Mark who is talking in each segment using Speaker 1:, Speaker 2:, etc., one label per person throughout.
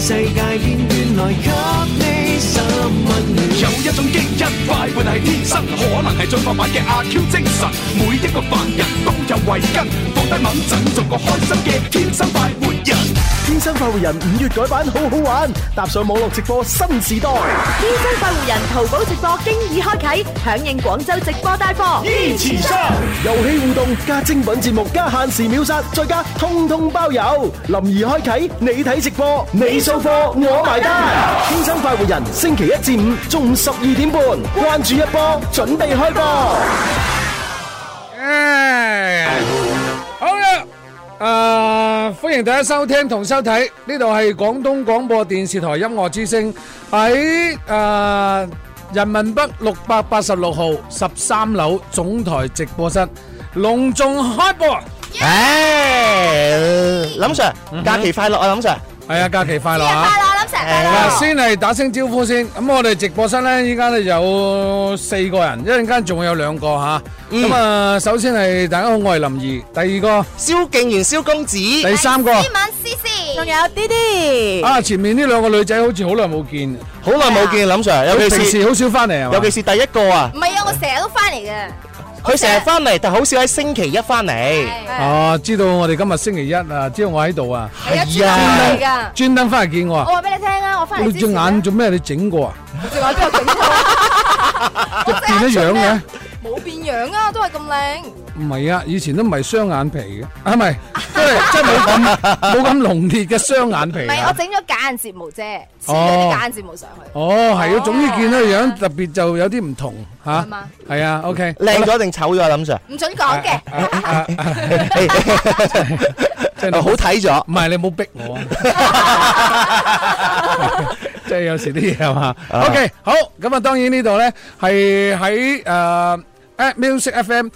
Speaker 1: 世界邊緣來給你十温暖。
Speaker 2: 有一種基因快活係天生，可能係進化版嘅阿 Q 精神。每一個凡人都有慧根，放低猛陣，做個開心嘅天生快活人。
Speaker 3: 天生快活人五月改版，好好玩，搭上網絡直播新時代。
Speaker 4: 天生快活人淘寶直播經已開啟，響應廣州直播帶
Speaker 5: 啊
Speaker 4: 貨。
Speaker 3: 依持收，遊戲互動加精品節目加限時秒殺，再加通通包郵。林怡開啟，你睇直播，你掃貨，我埋單。天生快活人，星期一至五中午十二點半，關注一波，準備開播。
Speaker 5: 好啦，誒，歡迎大家收聽同收睇，呢度係廣東廣播電視台音樂之聲喺誒人民北六百八十六號十三樓總台直播室隆重開播。
Speaker 6: 誒，林 Sir，假期快樂啊，林 Sir！
Speaker 5: 係啊，假期快樂
Speaker 7: 哎 Dạ,
Speaker 5: 啊！嗱，
Speaker 6: 誒，
Speaker 5: 先嚟打聲招呼先。咁我哋直播室咧，依家咧有四個人，一陣間仲有兩個吓。咁啊，首先係大家好，我係林怡。第二
Speaker 6: 蕭敬元、蕭公子，
Speaker 5: 個，第三個，
Speaker 4: 仲有 D D，
Speaker 5: 啊，前面呢兩個女仔好似好耐冇見，
Speaker 6: 好耐冇見，林 Sir，尤
Speaker 5: 平
Speaker 6: 其是
Speaker 5: 時好少翻嚟啊。
Speaker 6: 尤其是第一個啊，
Speaker 8: 唔係啊，我成日都翻嚟嘅。
Speaker 6: 佢成日翻嚟，但好少喺星期一翻嚟。
Speaker 8: 係啊，
Speaker 5: 哦，知道我哋今日星期一啊，知道我喺度啊，
Speaker 8: 係
Speaker 7: 哎
Speaker 8: 啊，
Speaker 6: 係
Speaker 8: 專
Speaker 6: 啊
Speaker 5: 哎
Speaker 8: 登嚟㗎。
Speaker 5: 專登翻嚟見我
Speaker 8: 我
Speaker 5: 啊。
Speaker 8: 話俾你聽啊，我翻嚟
Speaker 5: 你
Speaker 8: 之
Speaker 5: 隻
Speaker 8: 前
Speaker 5: 眼
Speaker 8: 咧
Speaker 5: 做咩？你整過啊？
Speaker 8: 我隻眼都有整 過，
Speaker 5: 一變咗樣嘅，
Speaker 8: 冇變樣啊，都係咁靚。
Speaker 5: 唔係啊，以前都唔係雙眼皮嘅，啊唔係，即 係即係冇咁冇咁濃烈嘅雙眼皮
Speaker 8: 唔
Speaker 5: 啊。
Speaker 8: 係，我整咗假眼睫毛啫，黐
Speaker 5: 哦
Speaker 8: 咗啲假眼睫毛上去。
Speaker 5: 哦，係啊，
Speaker 8: 哦
Speaker 5: 總之見到個樣特別就有啲唔同嚇
Speaker 8: 係嘛，
Speaker 5: 係啊，OK，
Speaker 6: 靚咗定醜咗啊，林 Sir？
Speaker 8: 唔準講嘅，
Speaker 5: 真係
Speaker 6: 好睇咗
Speaker 5: 唔係你冇逼 我啊，即係有時啲嘢係嘛，OK，好，咁啊當然呢度咧係喺誒 at music FM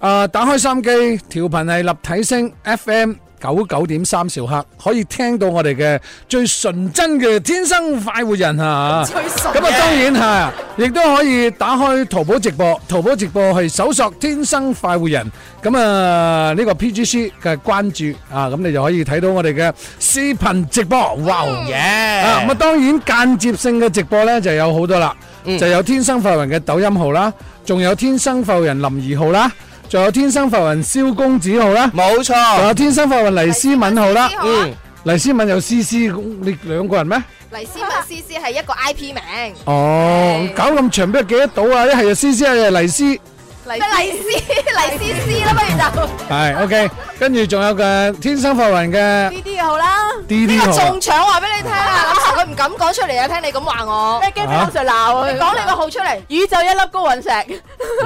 Speaker 5: 誒打開心機調頻係立體聲 FM。九九點三兆赫可以聽到我哋嘅最純真嘅天生快活人啊！
Speaker 8: 吹
Speaker 5: 咁
Speaker 8: 水。
Speaker 5: 啊，當然係，亦都可以打開淘寶直播，淘寶直播去搜索「天生快活人」，咁啊呢個 PGC 嘅關注啊，咁你就可以睇到我哋嘅視頻直播，
Speaker 6: Oh,
Speaker 5: 哇！啊，咁啊當然間接性嘅直播呢就有好多啦，就有天生快活人嘅抖音號啦，仲有天生快活人林怡號啦，仲有天生快活人蕭公子號啦，
Speaker 6: 冇
Speaker 5: 仲
Speaker 6: 錯，
Speaker 5: 有天生快活人黎思敏號啦
Speaker 8: 黎思，敏號啊
Speaker 5: 黎思敏有 C C，你兩個人咩？
Speaker 8: 黎思文思思係一個 I P 名，
Speaker 5: 哦，
Speaker 8: 係
Speaker 5: 搞咁長俾佢記得到啊！一係就思思，一係就黎思，
Speaker 8: 黎 黎思黎思思啦，不如就
Speaker 5: 係 OK。跟住仲有個天生快活人嘅
Speaker 8: D D 好啦。
Speaker 5: D
Speaker 8: 呢
Speaker 5: D
Speaker 8: 個
Speaker 5: 號啊
Speaker 8: 中獎話俾你聽啊，林 Sir 佢唔敢講出嚟啊，聽你咁話我。
Speaker 4: 咩驚俾林 Sir 鬧啊？
Speaker 8: 你講你個號出嚟，
Speaker 4: 宇宙一粒高隕石，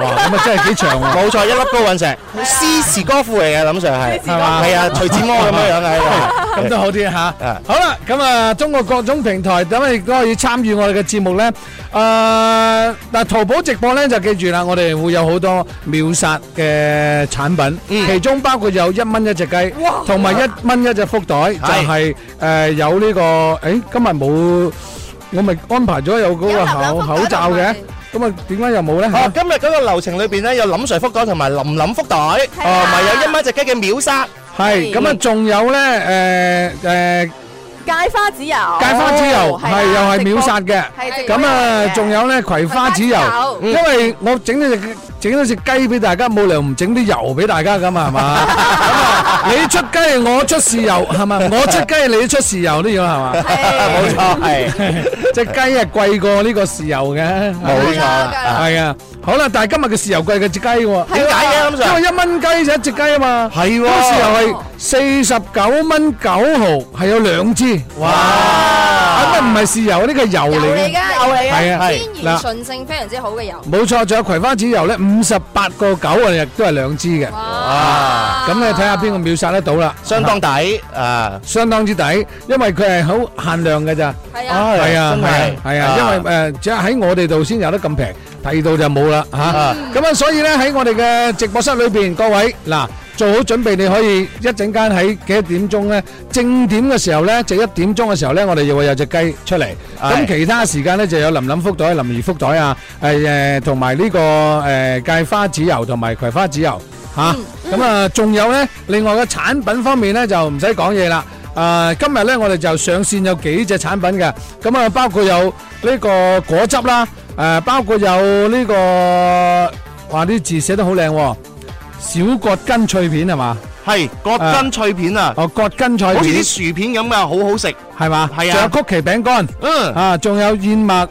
Speaker 5: 哇，咁啊真係幾長 喎！
Speaker 6: 冇錯，一粒高隕石，詩詞歌賦嚟嘅，林 Sir 係，
Speaker 5: 係嘛
Speaker 6: 係啊，徐志摩咁樣樣 嘅喺
Speaker 5: 咁
Speaker 6: 度。
Speaker 5: 都好啲吓
Speaker 6: 啊。
Speaker 5: 好啦，咁啊，中國各種平台咁啊亦都可以參與我哋嘅節目咧。誒，嗱，淘寶直播咧就記住啦，我哋會有好多秒殺嘅產品，其中包括有一蚊一隻雞，同埋一蚊一隻福袋，就係誒有呢個誒今日冇，我咪安排咗有嗰個口口罩嘅，咁啊點解又冇咧？
Speaker 6: 哦，今日嗰個流程裏邊咧，有林 Sir 福袋同埋林林福袋，哦，咪有一蚊一隻雞嘅秒殺。
Speaker 5: 係咁啊，仲有咧誒誒
Speaker 4: 芥花籽油，
Speaker 5: 芥花籽油
Speaker 8: 哦係啊
Speaker 5: 係又係
Speaker 8: 直播
Speaker 5: 秒殺嘅。
Speaker 8: 係直播
Speaker 5: 咁啊，
Speaker 8: 嚟嘅
Speaker 5: 仲有咧葵花籽油
Speaker 8: 葵花籽，
Speaker 5: 因為我整咗只整咗只雞俾大家，冇理由唔整啲油俾大家噶嘛，係 嘛？咁啊，你出雞我出豉油 係嘛？我出雞你出豉油都要係嘛？
Speaker 6: 冇錯，係
Speaker 5: 只雞係貴過呢個豉油嘅，
Speaker 6: 冇錯
Speaker 8: 啦
Speaker 6: 啦。
Speaker 8: 梗係
Speaker 5: 係啊。好啦，但係今日嘅豉油貴過只雞喎，
Speaker 6: 點解嘅林
Speaker 5: 因
Speaker 6: Sir？
Speaker 5: 為一蚊雞就一隻雞啊嘛。
Speaker 6: 係
Speaker 5: 嗰時候係四十九蚊九毫，係有兩支。
Speaker 6: 哇！
Speaker 5: 咁啊，唔係豉油，呢個係油
Speaker 8: 油
Speaker 5: 嚟
Speaker 8: 嚟
Speaker 5: 嘅。
Speaker 8: 㗎，油嚟
Speaker 5: 係啊，係
Speaker 8: 㗎，天然純正非常之好嘅油。
Speaker 5: 冇錯，仲有葵花籽油咧，五十八個九啊，亦都係兩支嘅。
Speaker 8: 哇
Speaker 5: 咁你睇下邊個秒殺得到啦，
Speaker 6: 相當抵啊！
Speaker 5: 相當之抵，因為佢係好限量嘅咋。
Speaker 8: 係啊，
Speaker 5: 係啊，
Speaker 6: 真
Speaker 5: 係啊
Speaker 6: 係
Speaker 5: 係啊，因為誒只喺我哋度先有得咁平，第二度就冇啦嚇。咁啊，所以咧喺我哋嘅直播室裏邊，各位嗱做好準備，你可以一陣間喺幾多點鐘咧？正點嘅時候咧，就一點鐘嘅時候咧，我哋就會有隻雞出嚟。咁
Speaker 6: 係
Speaker 5: 其他時間咧就有林林福袋、林兒福袋啊，誒誒同埋呢個誒芥花籽油同埋葵花籽油嚇。咁啊，仲有咧，另外嘅產品方面咧就唔使講嘢啦。誒今日咧我哋就上線有幾隻產品嘅，咁啊包括有呢個果汁啦，誒、包括有呢、個，哇啲字寫得好靚喎，小葛根脆片係嘛？
Speaker 6: 係葛根脆片啊，
Speaker 5: 哦，葛根脆
Speaker 6: 好似
Speaker 5: 片
Speaker 6: 啲薯片咁啊，好好食。
Speaker 5: 係嘛？
Speaker 6: 係啊
Speaker 5: 仲有曲奇餅乾，
Speaker 6: 嗯，
Speaker 5: 啊，仲有燕麥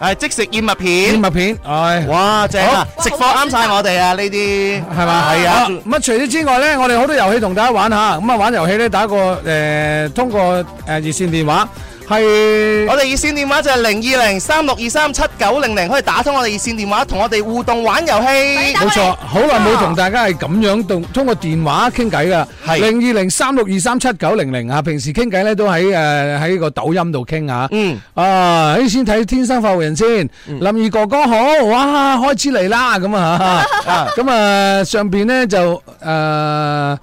Speaker 6: 係即食燕麥
Speaker 5: 燕
Speaker 6: 片。
Speaker 5: 麥片，唉。
Speaker 6: 哇，正啊！食貨啱晒我哋啊，呢啲
Speaker 5: 係嘛？
Speaker 6: 係啊，
Speaker 5: 咁啊，除咗之外咧，我哋好多遊戲同大家玩下。咁啊，玩遊戲咧，打個誒通過誒熱線電話係
Speaker 6: 我哋熱線電話就係零二零三六二三七九零零，可以打通我哋熱線電話，同我哋互動玩遊戲。
Speaker 5: 冇錯，好耐冇同大家係咁樣同通過電話傾偈噶。
Speaker 6: 係
Speaker 5: 零二零三六二三七九零零啊，平時傾偈咧都喺誒喺個抖音度傾下。
Speaker 6: 嗯，
Speaker 5: 啊，誒先睇天生發福人先，林怡哥哥好，哇，開始嚟啦咁 啊，咁啊上邊咧就誒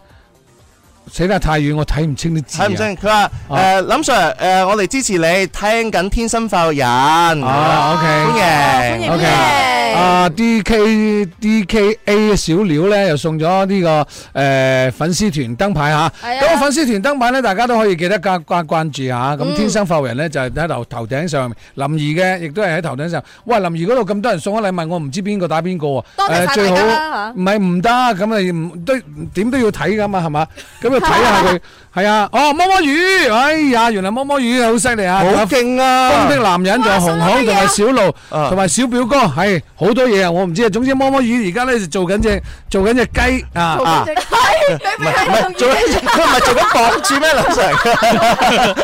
Speaker 5: 死得太遠，我睇唔清啲字啊
Speaker 6: 睇唔清，佢話誒林 Sir 誒，我哋支持你，聽緊天生快活人。
Speaker 5: 啊，OK
Speaker 6: 歡迎，
Speaker 5: OK，啊，DK DKA 小料咧又送咗呢、個誒、呃粉絲團燈牌嚇，
Speaker 8: 係啊嗯
Speaker 5: 咁、粉絲團燈牌咧大家都可以記得加加關注嚇，咁、天生發人咧就係喺頭頭頂上面，林怡嘅亦都係喺頭頂上，喂林怡嗰度咁多人送咗禮物，我唔知邊個打邊個喎，
Speaker 8: 多謝晒
Speaker 5: 誒最
Speaker 8: 大
Speaker 5: 好
Speaker 8: 家啦
Speaker 5: 唔係唔得咁你唔都點都要睇噶嘛係嘛，咁就睇下 佢係啊，哦摸摸魚，哎呀原來摸摸魚好犀利啊，
Speaker 6: 好勁
Speaker 5: 風的
Speaker 6: 啊！
Speaker 5: 男人仲有紅紅同埋小路
Speaker 6: 啊
Speaker 5: 同埋小表哥，係好多嘢啊！我唔知啊。總之摸摸魚而家咧就做緊只做緊只雞啊啊！
Speaker 6: 唔係唔係做緊佢唔係做緊綁住咩林 Sir？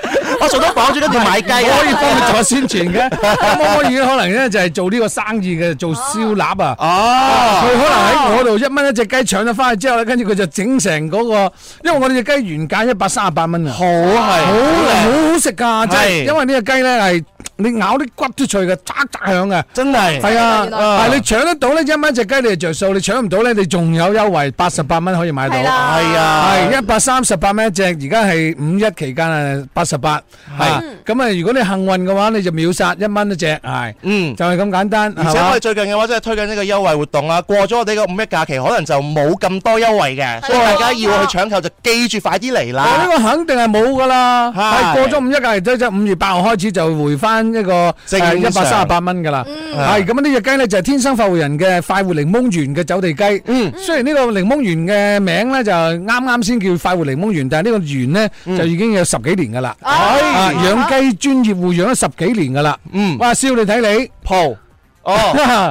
Speaker 6: 我做咗綁住跟住買雞
Speaker 5: 我可以
Speaker 6: 啊！
Speaker 5: 幫佢做宣傳 嘅。摸摸魚可能咧就係做呢個生意嘅，做燒臘啊。佢
Speaker 6: 哦，
Speaker 5: 可能喺我度一蚊一隻雞搶咗翻去之後咧，跟住佢就整成嗰個，因為我哋只雞原價一百三十八蚊啊。
Speaker 6: 好係
Speaker 5: 好好好食㗎，真係，
Speaker 6: 係
Speaker 5: 因為呢只雞咧係你咬啲骨都脆嘅，嚓嚓響嘅。
Speaker 6: 真係
Speaker 5: 係啊，
Speaker 8: 原來
Speaker 5: 但係你搶得到呢一蚊一隻雞你就着數，你搶唔到咧，你仲有優惠，八十八蚊可以買到。
Speaker 8: 係啦
Speaker 6: 係啊，
Speaker 5: 係一百三十八蚊一隻，而家係五一期間啊，八十八。係咁啊，如果你幸運嘅話，你就秒殺一蚊一隻，係
Speaker 6: 嗯。
Speaker 5: 就係咁簡單。
Speaker 6: 而且
Speaker 5: 係嘛
Speaker 6: 我哋最近嘅話，真係推緊呢個優惠活動啦。過咗我哋個五一假期，可能就冇咁多優惠嘅，所以大家要去搶購就記住快啲嚟
Speaker 5: 哦我呢
Speaker 6: 啦。
Speaker 5: 個肯定係冇噶啦，係
Speaker 6: 係
Speaker 5: 過咗五一假期，即係五月八號開始就回翻一個
Speaker 6: 正
Speaker 5: 誒呃一百三十
Speaker 6: 常
Speaker 5: 八蚊噶啦。
Speaker 6: 啊
Speaker 5: 係咁呢只雞咧就係天生快活人嘅快活檸檬園嘅走地雞。嗯，雖然呢個檸檬園嘅名咧就啱啱先叫快活檸檬園，但係呢個園
Speaker 6: 嗯
Speaker 5: 咧就已經有十幾年噶啦。
Speaker 6: 哎
Speaker 5: 啊，養雞專業護養咗十幾年噶啦。
Speaker 6: 嗯
Speaker 5: 哇，燒你睇你。
Speaker 6: 鋪哦，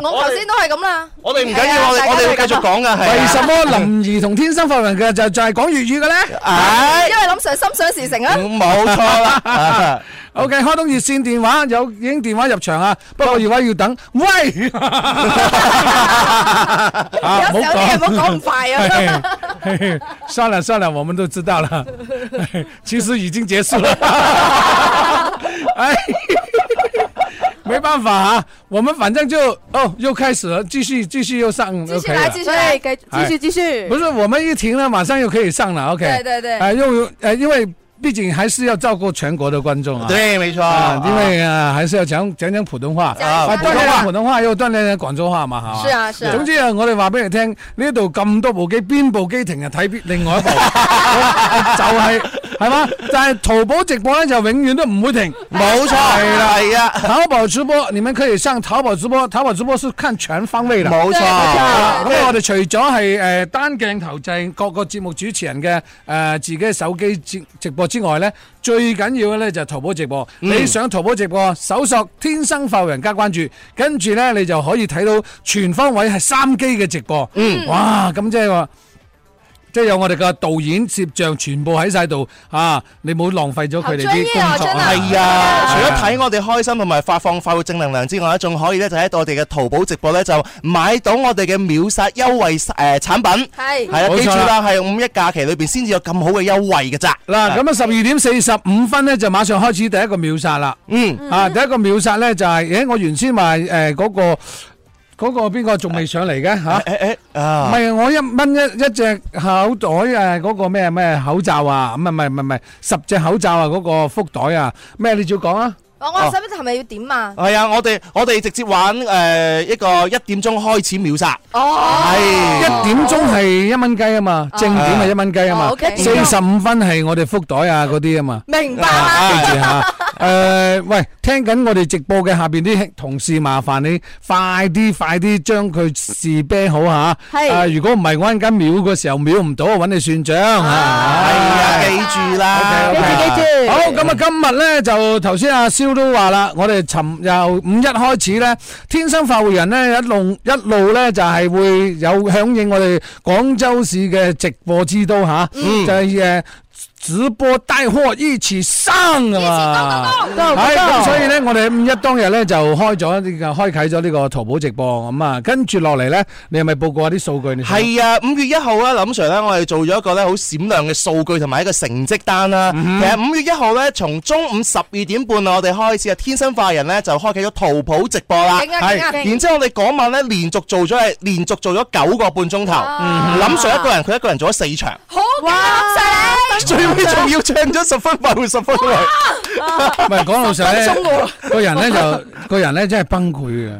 Speaker 8: 我頭先都係咁啦，
Speaker 6: 我哋唔緊要，我哋我哋會繼續講噶，係啊。
Speaker 5: 為什麼林怡同天生快活人嘅就就係講粵語嘅咧？
Speaker 6: 唉
Speaker 8: 因為林 Sir 心想事成啊。
Speaker 6: 冇錯啦。
Speaker 5: OK，開通熱線電話有已經電話入場啊，不過電話要等。喂，啊
Speaker 8: 有時候啲嘢唔好講咁快啊。
Speaker 5: 嘿嘿算了算了，我們都知道了，嘿其实已经结束了。哎，没办法啊，我们反正就哦，又开始了，继续继续又上
Speaker 8: 繼
Speaker 5: OK
Speaker 8: 續來，
Speaker 5: 了。
Speaker 8: 繼續來，
Speaker 5: 哎
Speaker 7: 继续继续
Speaker 5: 不。是，我们一停呢，马上又可以上了。OK，
Speaker 8: 對對對
Speaker 5: 哎，又有呃，因为毕竟还是要照顾全国的观众啊。
Speaker 6: 對，沒錯
Speaker 5: 啊，。因为啊，还是要讲讲讲普通话，
Speaker 8: 讲
Speaker 5: 啊，
Speaker 8: 一下
Speaker 5: 锻炼下普通话，又锻炼下广州话嘛，系嘛？
Speaker 8: 是啊是啊
Speaker 5: 总之啊，我哋话俾你听，呢度咁多部機，邊部機停就啊睇邊另外一部， 就係係嘛？但係淘寶直播咧就永遠都唔會停。
Speaker 6: 冇錯，
Speaker 5: 係啦
Speaker 6: 係啊，
Speaker 5: 淘寶直播，你們可以上淘寶直播，淘寶直播是看全方位的。
Speaker 6: 冇
Speaker 8: 啊
Speaker 6: 錯。
Speaker 5: 咁啊我哋除咗係誒單鏡頭就係各個節目主持人嘅誒、呃自己嘅手機直直播之外咧，最緊要嘅咧就係淘寶直播。
Speaker 8: 嗯
Speaker 5: 你上淘寶直播搜索「天生浮人」加關注，跟住咧你就可以睇到全方位係三機嘅直播。嗯，哇！咁即係話。即係有我哋嘅導演、攝像全部喺晒度啊！你冇浪費咗佢哋啲工
Speaker 8: 好
Speaker 5: 作啊
Speaker 8: 專業啊真
Speaker 6: 係啊，除咗睇我哋開心同埋發放快活正能量之外咧，仲可以咧就喺我哋嘅淘寶直播咧就買到我哋嘅秒殺優惠誒產品。
Speaker 8: 係
Speaker 6: 係
Speaker 5: 冇
Speaker 6: 啦，
Speaker 5: 錯啦
Speaker 6: 記住啦，係五一假期裏邊先至有咁好嘅優惠嘅咋。
Speaker 5: 嗱，咁啊十二點四十五分咧就馬上開始第一個秒殺啦。
Speaker 6: 嗯，
Speaker 5: 啊，第一個秒殺咧就係、咦，我原先話誒嗰個嗰、個邊個仲未上嚟嘅嚇？
Speaker 6: 誒誒
Speaker 5: 唔
Speaker 6: 啊，
Speaker 5: 係我一蚊一一隻口袋誒嗰個咩咩口罩啊，唔係唔係唔係唔係十隻口罩啊嗰個福袋啊，咩你照講啊？
Speaker 8: 我我使唔使係咪要點啊？
Speaker 6: 係啊，我哋我哋直接玩诶一個一點鐘開始秒殺，
Speaker 8: 哦，
Speaker 6: 係
Speaker 5: 一點鐘係一蚊雞啊嘛，正點係一蚊雞啊
Speaker 8: 哦
Speaker 5: 嘛，
Speaker 8: ，OK
Speaker 5: 四十五分係我哋福袋啊嗰啲啊嘛。
Speaker 8: 明白
Speaker 6: 啊
Speaker 8: 啦。
Speaker 5: 記住 嚇。誒，喂，聽緊我哋直播嘅下邊啲同事，麻煩你快啲快啲將佢事啤好嚇。
Speaker 4: 係
Speaker 5: 啊，如果唔係我陣間秒嘅時候秒唔到，揾你算賬
Speaker 6: 係
Speaker 5: 嚇。
Speaker 6: 啊，記住啦，
Speaker 4: 記住，記住。
Speaker 5: 好，咁啊，今日咧就頭先阿蕭都話啦，我哋尋由五一開始咧，天生發匯人咧一路一路咧就係會有響應我哋廣州市嘅直播之都吓，就係誒直播帶貨一起生啊嘛。係咁，所以咧，我哋五一當日咧就開咗呢個開啟咗呢個淘寶直播咁啊，跟住落嚟咧，你係咪報告下啲數據？你想
Speaker 6: 係啊，五月一號啦，林 Sir 咧，我哋做咗一個咧好閃亮嘅數據同埋一個成績單啦。
Speaker 5: 嗯
Speaker 6: 其實五月一號咧，從中午十二點半我哋開始啊，天生化人咧就開啟咗淘寶直播啦。
Speaker 8: 勁啊勁啊勁
Speaker 6: 然之後我哋嗰晚咧連續做咗係連續做咗九個半鐘頭，林 Sir 一個人佢一個人做咗四場，
Speaker 8: 好哇！
Speaker 6: 最
Speaker 8: 啊
Speaker 6: 尾仲要唱咗十分快活十分快活。
Speaker 5: 唔係講老實咧，個人咧就個人咧真係崩潰嘅，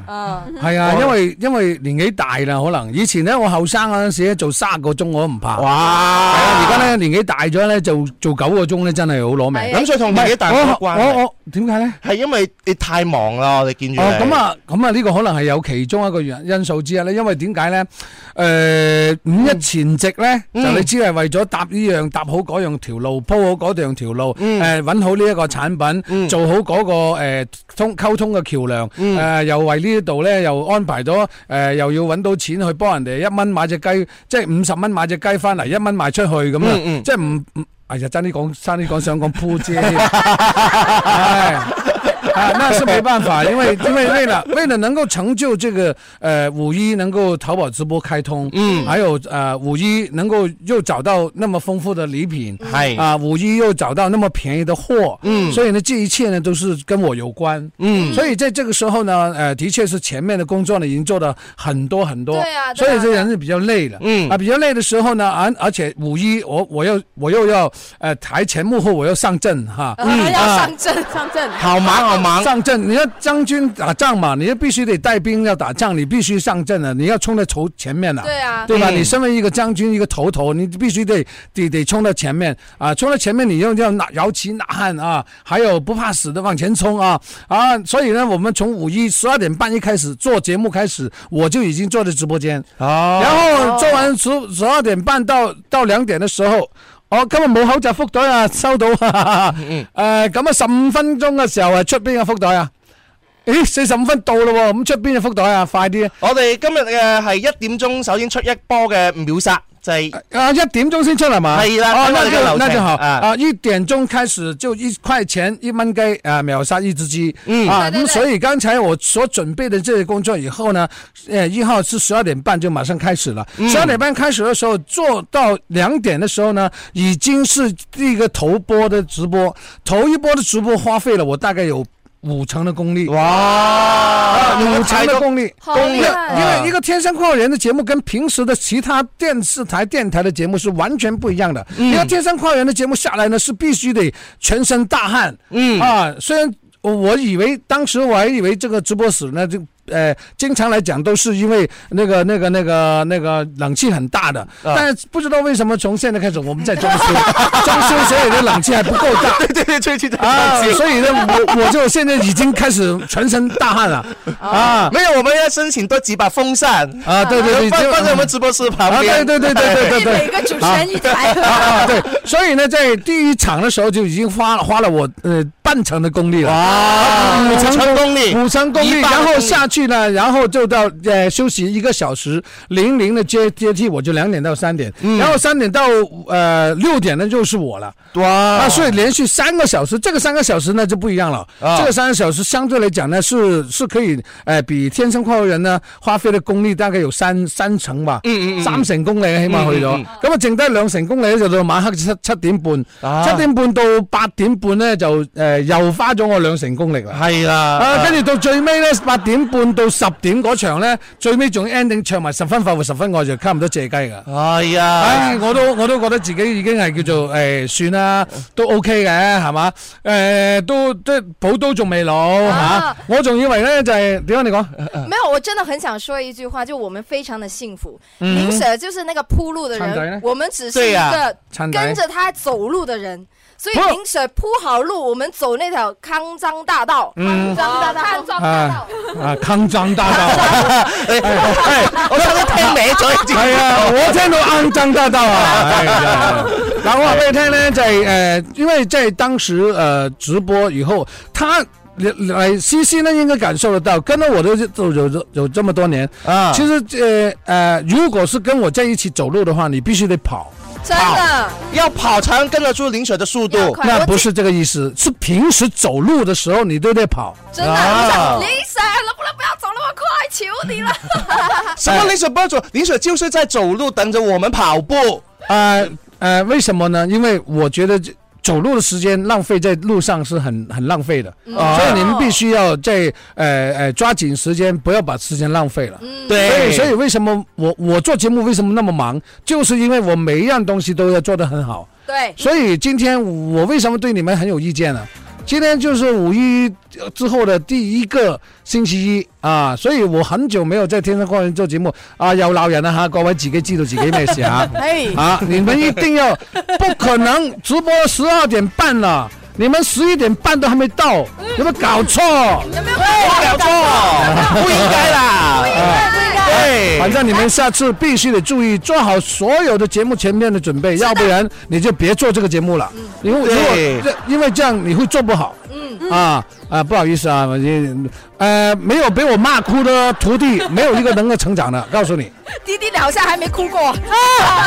Speaker 5: 係啊，因為因為年紀大啦，可能以前咧我後生嗰陣時咧做三個鐘我都唔怕，係啊，
Speaker 6: 哇！
Speaker 5: 而家咧年紀大咗咧做做九個鐘咧真係好攞命。
Speaker 6: 林 Sir 同啊年紀大冇乜
Speaker 5: 我
Speaker 6: 關係
Speaker 5: 我我點解咧？
Speaker 6: 係因為你太忙啦，我哋見住
Speaker 5: 哦，
Speaker 6: 你
Speaker 5: 咁，啊，咁啊，呢個可能係有其中一個原因素之一咧，因為點解咧？誒、呃五一前夕咧，就你知係為咗搭呢樣搭好嗰樣條路，鋪好嗰樣條路，誒揾、呃好呢一個產品，做好嗰、個、呃、通溝通嘅橋梁，誒、呃又為呢度咧又安排咗誒、呃又要揾到錢去幫人哋一蚊買只雞，即係五十蚊買只雞翻嚟，一蚊賣出去咁樣，即係唔唔，哎呀，爭啲講，爭啲講想講鋪啫。哎啊，那是没办法，因为因为为了为了能够成就这个呃五一能够淘宝直播开通，嗯，还有呃五一能够又找到那么丰富的礼品，
Speaker 6: 係
Speaker 5: 啊五一又找到那么便宜的货，嗯，所以呢这一切呢都是跟我有关，嗯，所以在这个时候呢，呃的确是前面的工作呢已经做了很多很多，
Speaker 8: 对啊对
Speaker 5: 所
Speaker 8: 啊
Speaker 5: 以这人是比较累了，
Speaker 6: 嗯
Speaker 5: 啊比较累的时候呢，而而且五一我我又我又要呃台前幕后我要上阵哈，
Speaker 8: 我要上陣，
Speaker 6: 後猛後猛。
Speaker 5: 上阵，你要将军打仗嘛，你就必须得带兵要打仗，你必须上阵了，你要冲到头前面了，
Speaker 8: 对啊
Speaker 5: 对吧？
Speaker 6: 嗯
Speaker 5: 你身为一个将军，一个头头，你必须得得得冲到前面啊！冲到前面，你要要拿摇旗呐喊啊，还有不怕死的往前冲啊啊！所以呢，我们从五一十二点半一开始做节目开始，我就已经坐在直播间，
Speaker 6: 哦
Speaker 5: 然後做完十十二點半到到兩點嘅時候，我今日冇口罩福袋啊，收到啊，
Speaker 6: 嗯
Speaker 5: 誒咁啊十五分鐘嘅時候啊，出邊嘅福袋啊？咦，四十五分到咯喎，咁出邊嘅福袋啊？快啲啊！
Speaker 6: 我哋今日嘅係一點鐘首先出一波嘅秒殺，就係、
Speaker 5: 啊，一點鐘先出係嘛？
Speaker 6: 係啦
Speaker 5: 哦，
Speaker 6: 咁我
Speaker 5: 那
Speaker 6: 哋嘅流
Speaker 5: 就
Speaker 6: 程
Speaker 5: 那就好
Speaker 6: 啊
Speaker 5: 啊！一點鐘開始就一塊錢一蚊雞啊，秒殺一隻雞。嗯啊，
Speaker 8: 對對
Speaker 5: 咁
Speaker 8: 對
Speaker 5: 所以剛才我所準備的這些工作以後呢，呃，一號是十二點半就馬上開始了。
Speaker 6: 嗯
Speaker 5: 十二點半開始的時候，做到兩點的時候呢，已經是第一個頭波的直播，頭一波的直播花費了我大概有五成的功力。
Speaker 6: 哇！
Speaker 5: 五成的功力，
Speaker 8: 好厲害
Speaker 5: 因为一个天生快活人的节目跟平时的其他电视台、电台的节目是完全不一样的。因为天生快活人的节目下来呢，是必须得全身大汗。嗯啊，虽然我我以为当时我还以为这个直播室呢就。呃，经常来讲都是因为那个、那个、那个、那个冷气很大的，但是不知道为什么从现在开始我们在装 修，装修所以的冷气还不够大，
Speaker 6: 對對對對對
Speaker 5: 啊，所以呢，我我就现在已经开始全身大汗了啊
Speaker 6: 没有，我们要申请多几把风扇，
Speaker 5: 啊！对对对，
Speaker 6: 放
Speaker 5: 就
Speaker 6: 放在我们直播室旁
Speaker 5: 啊，对
Speaker 6: 边。
Speaker 5: 对对对对对 对。
Speaker 8: 每個主持人一台。
Speaker 5: 啊啊，对，所以呢，在第一场的时候就已经花了花了我呃半程的功力了，啊
Speaker 6: 哇
Speaker 5: 五
Speaker 6: 五成功力
Speaker 5: 五成功力，
Speaker 6: 一半的
Speaker 5: 然
Speaker 6: 功
Speaker 5: 后
Speaker 6: 力
Speaker 5: 下去呢，然后就到呃休息一个小时，零零的接接替我就两点到三点，
Speaker 6: 嗯
Speaker 5: 然后三点到呃六点呢就是我了。
Speaker 6: 哇
Speaker 5: 啊，所以连续三个小时，这个三个小时呢就不一样了。
Speaker 6: 啊
Speaker 5: 这个三个小时相对来讲呢是是可以，呃，比天生快活人呢花费的功力大概有三三成吧，嗯嗯三成功力起碼去咗。咁啊、剩低兩成功力咧就到晚黑七七點半，
Speaker 6: 啊
Speaker 5: 七點半到八點半呢就誒、呃題又花咗我兩成功力啦。
Speaker 6: 係啦，
Speaker 5: 啊，跟住到最尾咧，八點半到十點嗰場咧，最尾仲 ending 唱埋十分快活十分愛，就差唔多借雞㗎。
Speaker 6: 係啊，
Speaker 5: 唉，我都我都覺得自己已經係叫做誒、算啦，都 OK 嘅係嘛？誒、都即係寶刀仲未老嚇、
Speaker 8: 啊
Speaker 5: 我仲以為咧就係點解你講？
Speaker 8: 没有，我真的很想说一句话，就我们非常的幸福。
Speaker 6: 嗯
Speaker 8: 明舍就是那个铺路的
Speaker 5: 铲仔呢
Speaker 8: 人，我们只是
Speaker 6: 对
Speaker 8: 一
Speaker 6: 呀
Speaker 8: 个
Speaker 5: 铲仔
Speaker 8: 跟着他走路的人。所以
Speaker 5: 不
Speaker 8: 明舍铺好路，我们走那条康庄大道。
Speaker 6: 嗯
Speaker 8: 嗯康庄大道，康庄大
Speaker 5: 啊
Speaker 8: 道。
Speaker 5: 啊，坑爭大道。
Speaker 6: 我差唔多聽歪咗，
Speaker 5: 系啊，我聽到硬爭得得啊！哎呀嗱，我話俾你聽咧，就係呃因為在當時呃直播以後，他来西西呢應該感受得到，跟了我都都有有有这么多年
Speaker 6: 啊
Speaker 5: 其實呃呃，如果是跟我在一起走路的話，你必須得跑，
Speaker 8: 真的，
Speaker 6: 要跑才能跟得住林雪的速度。
Speaker 8: 要快
Speaker 5: 那
Speaker 8: 我
Speaker 5: 不
Speaker 8: 记
Speaker 5: 是這個意思，是平時走路的時候你都得跑。
Speaker 8: 真的，
Speaker 6: 啊
Speaker 8: 我想林舍能不能不要走那么快？求你了。
Speaker 6: 什么林雪不要走？林雪就是在走路等着我们跑步。
Speaker 5: 呃呃，为什么呢？因為我覺得这走路的時間浪費在路上是很很浪費的，
Speaker 8: 嗯
Speaker 5: 所以你们必须要在呃呃抓紧时间，不要把时间浪费了。
Speaker 8: 嗯
Speaker 5: 所以所以为什么我我做节目为什么那么忙，就是因为我每一样东西都要做得很好。
Speaker 8: 对，
Speaker 5: 所以今天我为什么对你们很有意见呢？今天就是五一之后的第一个星期一啊，所以我很久没有在天生公园做节目啊，有老人了哈，各位自己知道自己咩事啊。
Speaker 8: 哎，
Speaker 5: 啊，你们一定要，不可能直播十二点半了，你们十一点半都还没到，有没有搞错？
Speaker 8: 有没有搞
Speaker 6: 错，不应该啦。对，
Speaker 5: 反正你们下次必须得注意，做好所有的节目前面的准备，要不然你就别做这个节目了。因为如
Speaker 6: 对
Speaker 5: 果这因为这样你会做不好。嗯啊啊，不好意思啊，我这呃没有被我骂哭的徒弟，没有一个能够成长的，告诉你。
Speaker 8: 滴滴的好像还没哭过。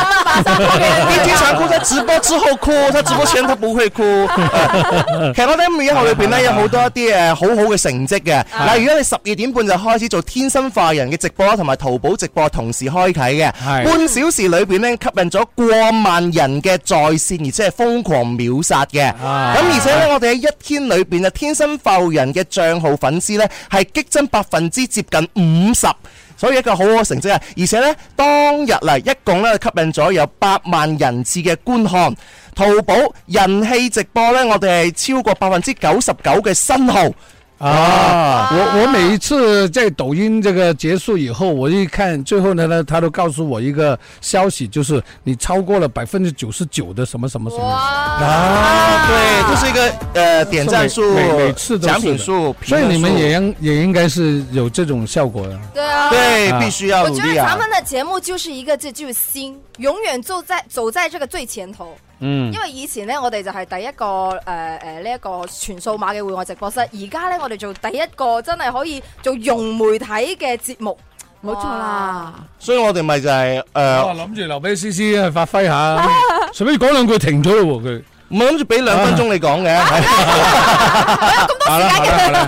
Speaker 6: 你经常哭，在直播之後哭，在直播前都不會哭。其實我哋五月一號裏邊呢，有好多一啲呃誒好好嘅成績嘅，例如咧，你十二點半就開始做天生化人嘅直播，同埋淘寶直播同時開啟嘅，
Speaker 5: 係
Speaker 6: 半小時裏邊呢，吸引咗過萬人嘅在線，而且係瘋狂秒殺嘅。咁而且呢，我哋喺一天裏邊啊，天生化人嘅帳號粉絲呢，係激增百分之接近五十。所以一個好好嘅成績啊！而且呢，當日嚟一共呢吸引咗有八萬人次嘅觀看。淘寶人氣直播呢，我哋係超過百分之九十九嘅新號。
Speaker 5: 啊！我我每一次在抖音这个结束以后，我一看最后呢，呢他都告诉我一个消息，就是你超过了百分之九十九的什么什么什么。
Speaker 8: 哇，
Speaker 6: 啊，對，就是一個呃點讚數、
Speaker 5: 每每每次都是的
Speaker 6: 獎品數，
Speaker 5: 所以你
Speaker 6: 評論
Speaker 5: 们
Speaker 6: 數
Speaker 5: 也应也应该是有这种效果的。
Speaker 8: 对啊。
Speaker 6: 對
Speaker 5: 啊
Speaker 6: 必須要
Speaker 8: 我
Speaker 6: 努
Speaker 8: 觉得
Speaker 6: 力
Speaker 8: 咱
Speaker 6: 啊！
Speaker 8: 们的节目就是一个，这就是新，永远就在走在这个最前头。嗯，因为以前呢，我哋就系第一个诶诶呢一个全数码嘅户外直播室，而家呢，我哋做第一个真系可以做融媒體嘅節目，冇錯啦。
Speaker 6: 所以我哋咪就呃係誒，
Speaker 8: 哦
Speaker 5: 哦谂住留俾思思去发挥下，随便讲两句停咗咯佢。
Speaker 6: 唔係諗住俾兩分鐘你講
Speaker 8: 啊
Speaker 6: 嘅。
Speaker 5: 好了好了好了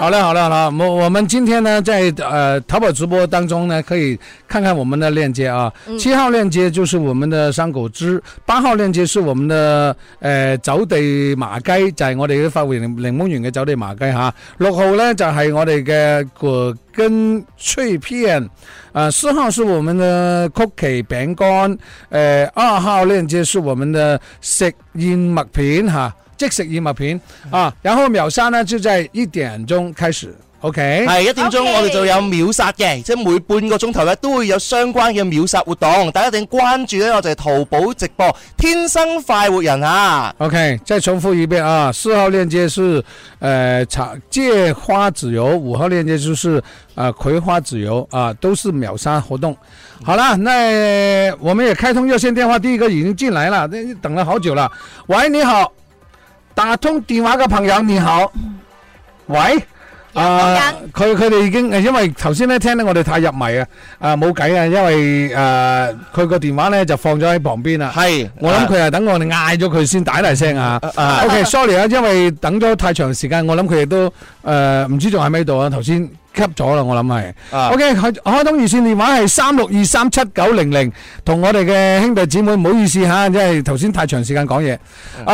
Speaker 5: 好了好了好了，我我们今天呢在呃淘宝直播当中呢，可以看看我们的链接啊，七、号链接就是我们的生果汁，八号链接是我们的诶走地麻雞，就係我哋嘅發回檸檸檬園嘅走地麻雞吓，六號呢就係我哋嘅果根脆片。呃，四号是我们的曲奇饼干，呃，二号链接是我们的食燕麦片哈，即食燕麦片啊。然后秒杀呢就在一点钟开始，OK。
Speaker 6: 係一點鐘
Speaker 8: OK
Speaker 6: 我哋就有秒殺嘅，即係每半個鐘頭咧都會有相關嘅秒殺活動，大家一定關注咧我哋淘寶直播天生快活人啊！
Speaker 5: OK，再重复一遍啊！四号链接是呃茶芥花籽油，五号链接就是呃葵花籽油啊，都是秒杀活动。好了，那我们也开通热线电话，第一个已经进来了，那等了好久了。喂，你好，打通电话嘅朋友你好，喂。啊！佢佢哋已經誒，因為頭先咧聽得我哋太入迷啊，啊冇計啊，因為誒佢個電話咧就放咗喺旁邊啦。
Speaker 6: 係，
Speaker 5: 我諗佢係等我哋嗌咗佢先打大聲啊。OK，sorry 啊，因為等咗太長時間，我諗佢哋都誒唔知仲喺咪度啊。頭先吸咗啦，我諗係。
Speaker 6: 啊
Speaker 5: OK，開開通熱線電話係三六二三七九零零，同我哋嘅兄弟姊妹唔好意思嚇，因為頭先太長時間講嘢。誒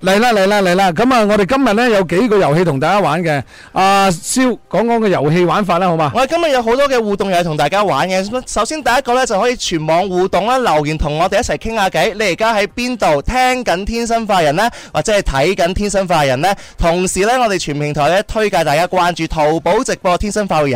Speaker 5: 嚟啦嚟啦嚟啦！咁啊，我哋今日咧有幾個遊戲同大家玩嘅。阿蕭講講個遊戲玩法啦，好嘛？
Speaker 6: 我哋今日有好多嘅互動又係同大家玩嘅。首先第一個呢，就可以全網互動啦，留言同我哋一齊傾下偈。你而家喺邊度聽緊《天生化人》呢？或者係睇緊《天生化人》呢？同時呢，我哋全平台呢推介大家關注淘寶直播《天生化人》。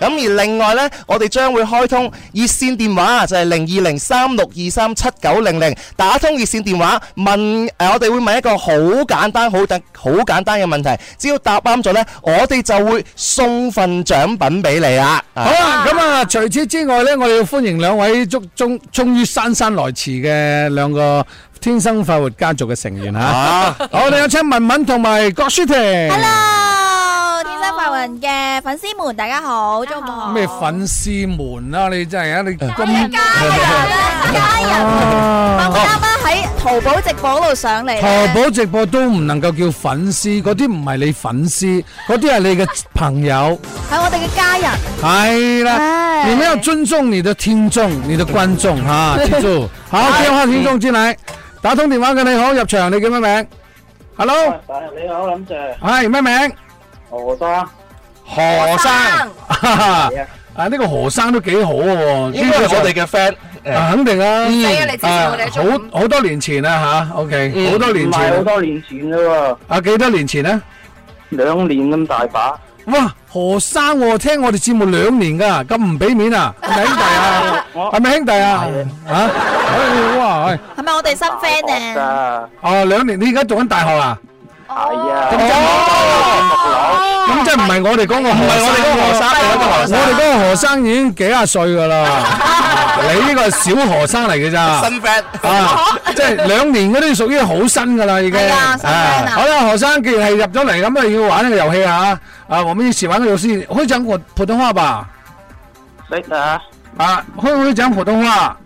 Speaker 6: 咁而另外呢，我哋將會開通熱線電話，就係零二零三六二三七九零零，打通熱線電話問誒、呃我哋會問一個好簡單、好簡好簡單嘅問題，只要答啱咗呢，我哋就會送份獎品俾你啦。
Speaker 5: 好啦，咁啊，除此之外呢，我哋要歡迎兩位終終終於姍姍來遲嘅兩個天生快活家族嘅成員嚇。好，我哋有請文文同埋郭舒婷。
Speaker 8: 哦
Speaker 7: Hello，天生快運嘅粉絲們，大家好，中午好。
Speaker 5: 咩粉絲們啦、你真係啊，你咁
Speaker 7: 家人，家 人，啱啱喺淘寶直播嗰度上嚟。
Speaker 5: 淘
Speaker 8: 啊
Speaker 5: 寶直播都唔能夠叫粉絲，嗰啲唔係你粉絲，嗰啲係你嘅朋友。
Speaker 7: 係我哋嘅家人，
Speaker 5: 係啦，
Speaker 7: 哎
Speaker 5: 你们要尊重你的听众、你的观众哈，记住。好，电话听众进来，打通電話嘅你好，入場你叫咩名？Hello，
Speaker 9: 你好，林 Sir，
Speaker 5: 係咩名？
Speaker 9: 何生，
Speaker 6: 何生，
Speaker 5: 哈哈 啊，呢個何生都幾好喎，
Speaker 6: 應該係我哋嘅 friend。
Speaker 5: 啊肯定啦。
Speaker 8: 係啊，你之
Speaker 5: À,
Speaker 8: 前我哋做
Speaker 5: 啊好好多年前啦吓，OK，好多年
Speaker 9: 唔係好
Speaker 5: 前啦
Speaker 9: 多年前啦喎，
Speaker 5: 啊，幾多年前呢？
Speaker 9: 兩年咁大把，
Speaker 5: 哇，何生喎、聽我哋節目兩年噶，咁唔俾面啊？係咪兄弟啊？
Speaker 9: 我
Speaker 5: 係咪兄弟啊？啊？哎哇！哎
Speaker 7: 係咪我哋新 friend 呢？
Speaker 9: 啊，
Speaker 5: 哦，兩年，你而家讀緊大學啊？
Speaker 9: 係啊，
Speaker 5: 咁真咁真唔係我哋嗰個何生，
Speaker 6: 我哋嗰個何生
Speaker 5: 我哋嗰個何生已經幾廿歲噶啦，你呢個係小何生嚟嘅咋？
Speaker 6: 新 friend，
Speaker 5: 啊，即係兩年嗰啲屬於好新噶啦，已經。
Speaker 7: 係啊新 friend 啊
Speaker 5: 好啦，何生，既然係入咗嚟，咁啊要玩呢個遊戲啊！啊，我們一起玩個遊戲，會講普普通話吧？
Speaker 9: 識啊，
Speaker 5: 啊，會不會講普通話？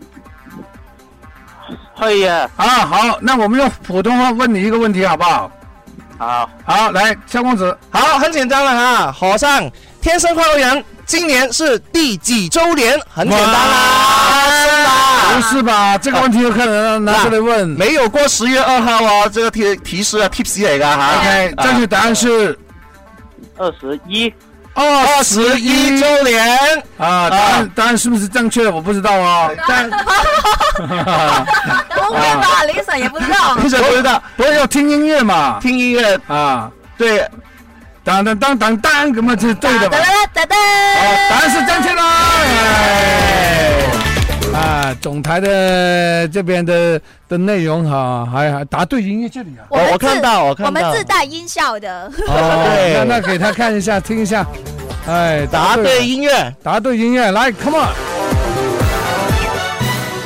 Speaker 9: 去啊，
Speaker 5: 啊，好，那我们用普通话问你一个问题，好不好？
Speaker 9: 好，
Speaker 5: 好，来，萧公子，
Speaker 6: 好，很簡單啦哈，何生，天生快樂人，今年是第幾周年？很簡單啦，真
Speaker 7: 啊
Speaker 6: 啦
Speaker 5: 不是吧？这个问题有可能拿出来问。
Speaker 6: 没有过十月二号哦，这个提提示啊 tips 嚟噶吓。啊
Speaker 5: OK，正确答案是
Speaker 9: 二十一，
Speaker 5: 二
Speaker 6: 二十一周年，
Speaker 5: 啊，答案答案是不是正确？我不知道哦。但
Speaker 7: 我明白，你成日不知道。
Speaker 6: 你想不知道？
Speaker 5: 不过要听音乐嘛，
Speaker 6: 听音乐，
Speaker 5: 啊，
Speaker 6: 对，
Speaker 5: 当当当当当，咁啊，这是对的嘛
Speaker 7: 得。得得得，
Speaker 5: 答案是正确的。啊，总台的这边的的内容哈，还还答对音乐这里啊。
Speaker 7: 我们
Speaker 6: 我
Speaker 7: 自
Speaker 6: 看到我看到
Speaker 7: 我们自带音效的。
Speaker 5: 哦
Speaker 6: 对，
Speaker 5: 那那给他看一下，听一下。哎，
Speaker 6: 答
Speaker 5: 了
Speaker 6: 对音乐，
Speaker 5: 答对音乐，来，come on！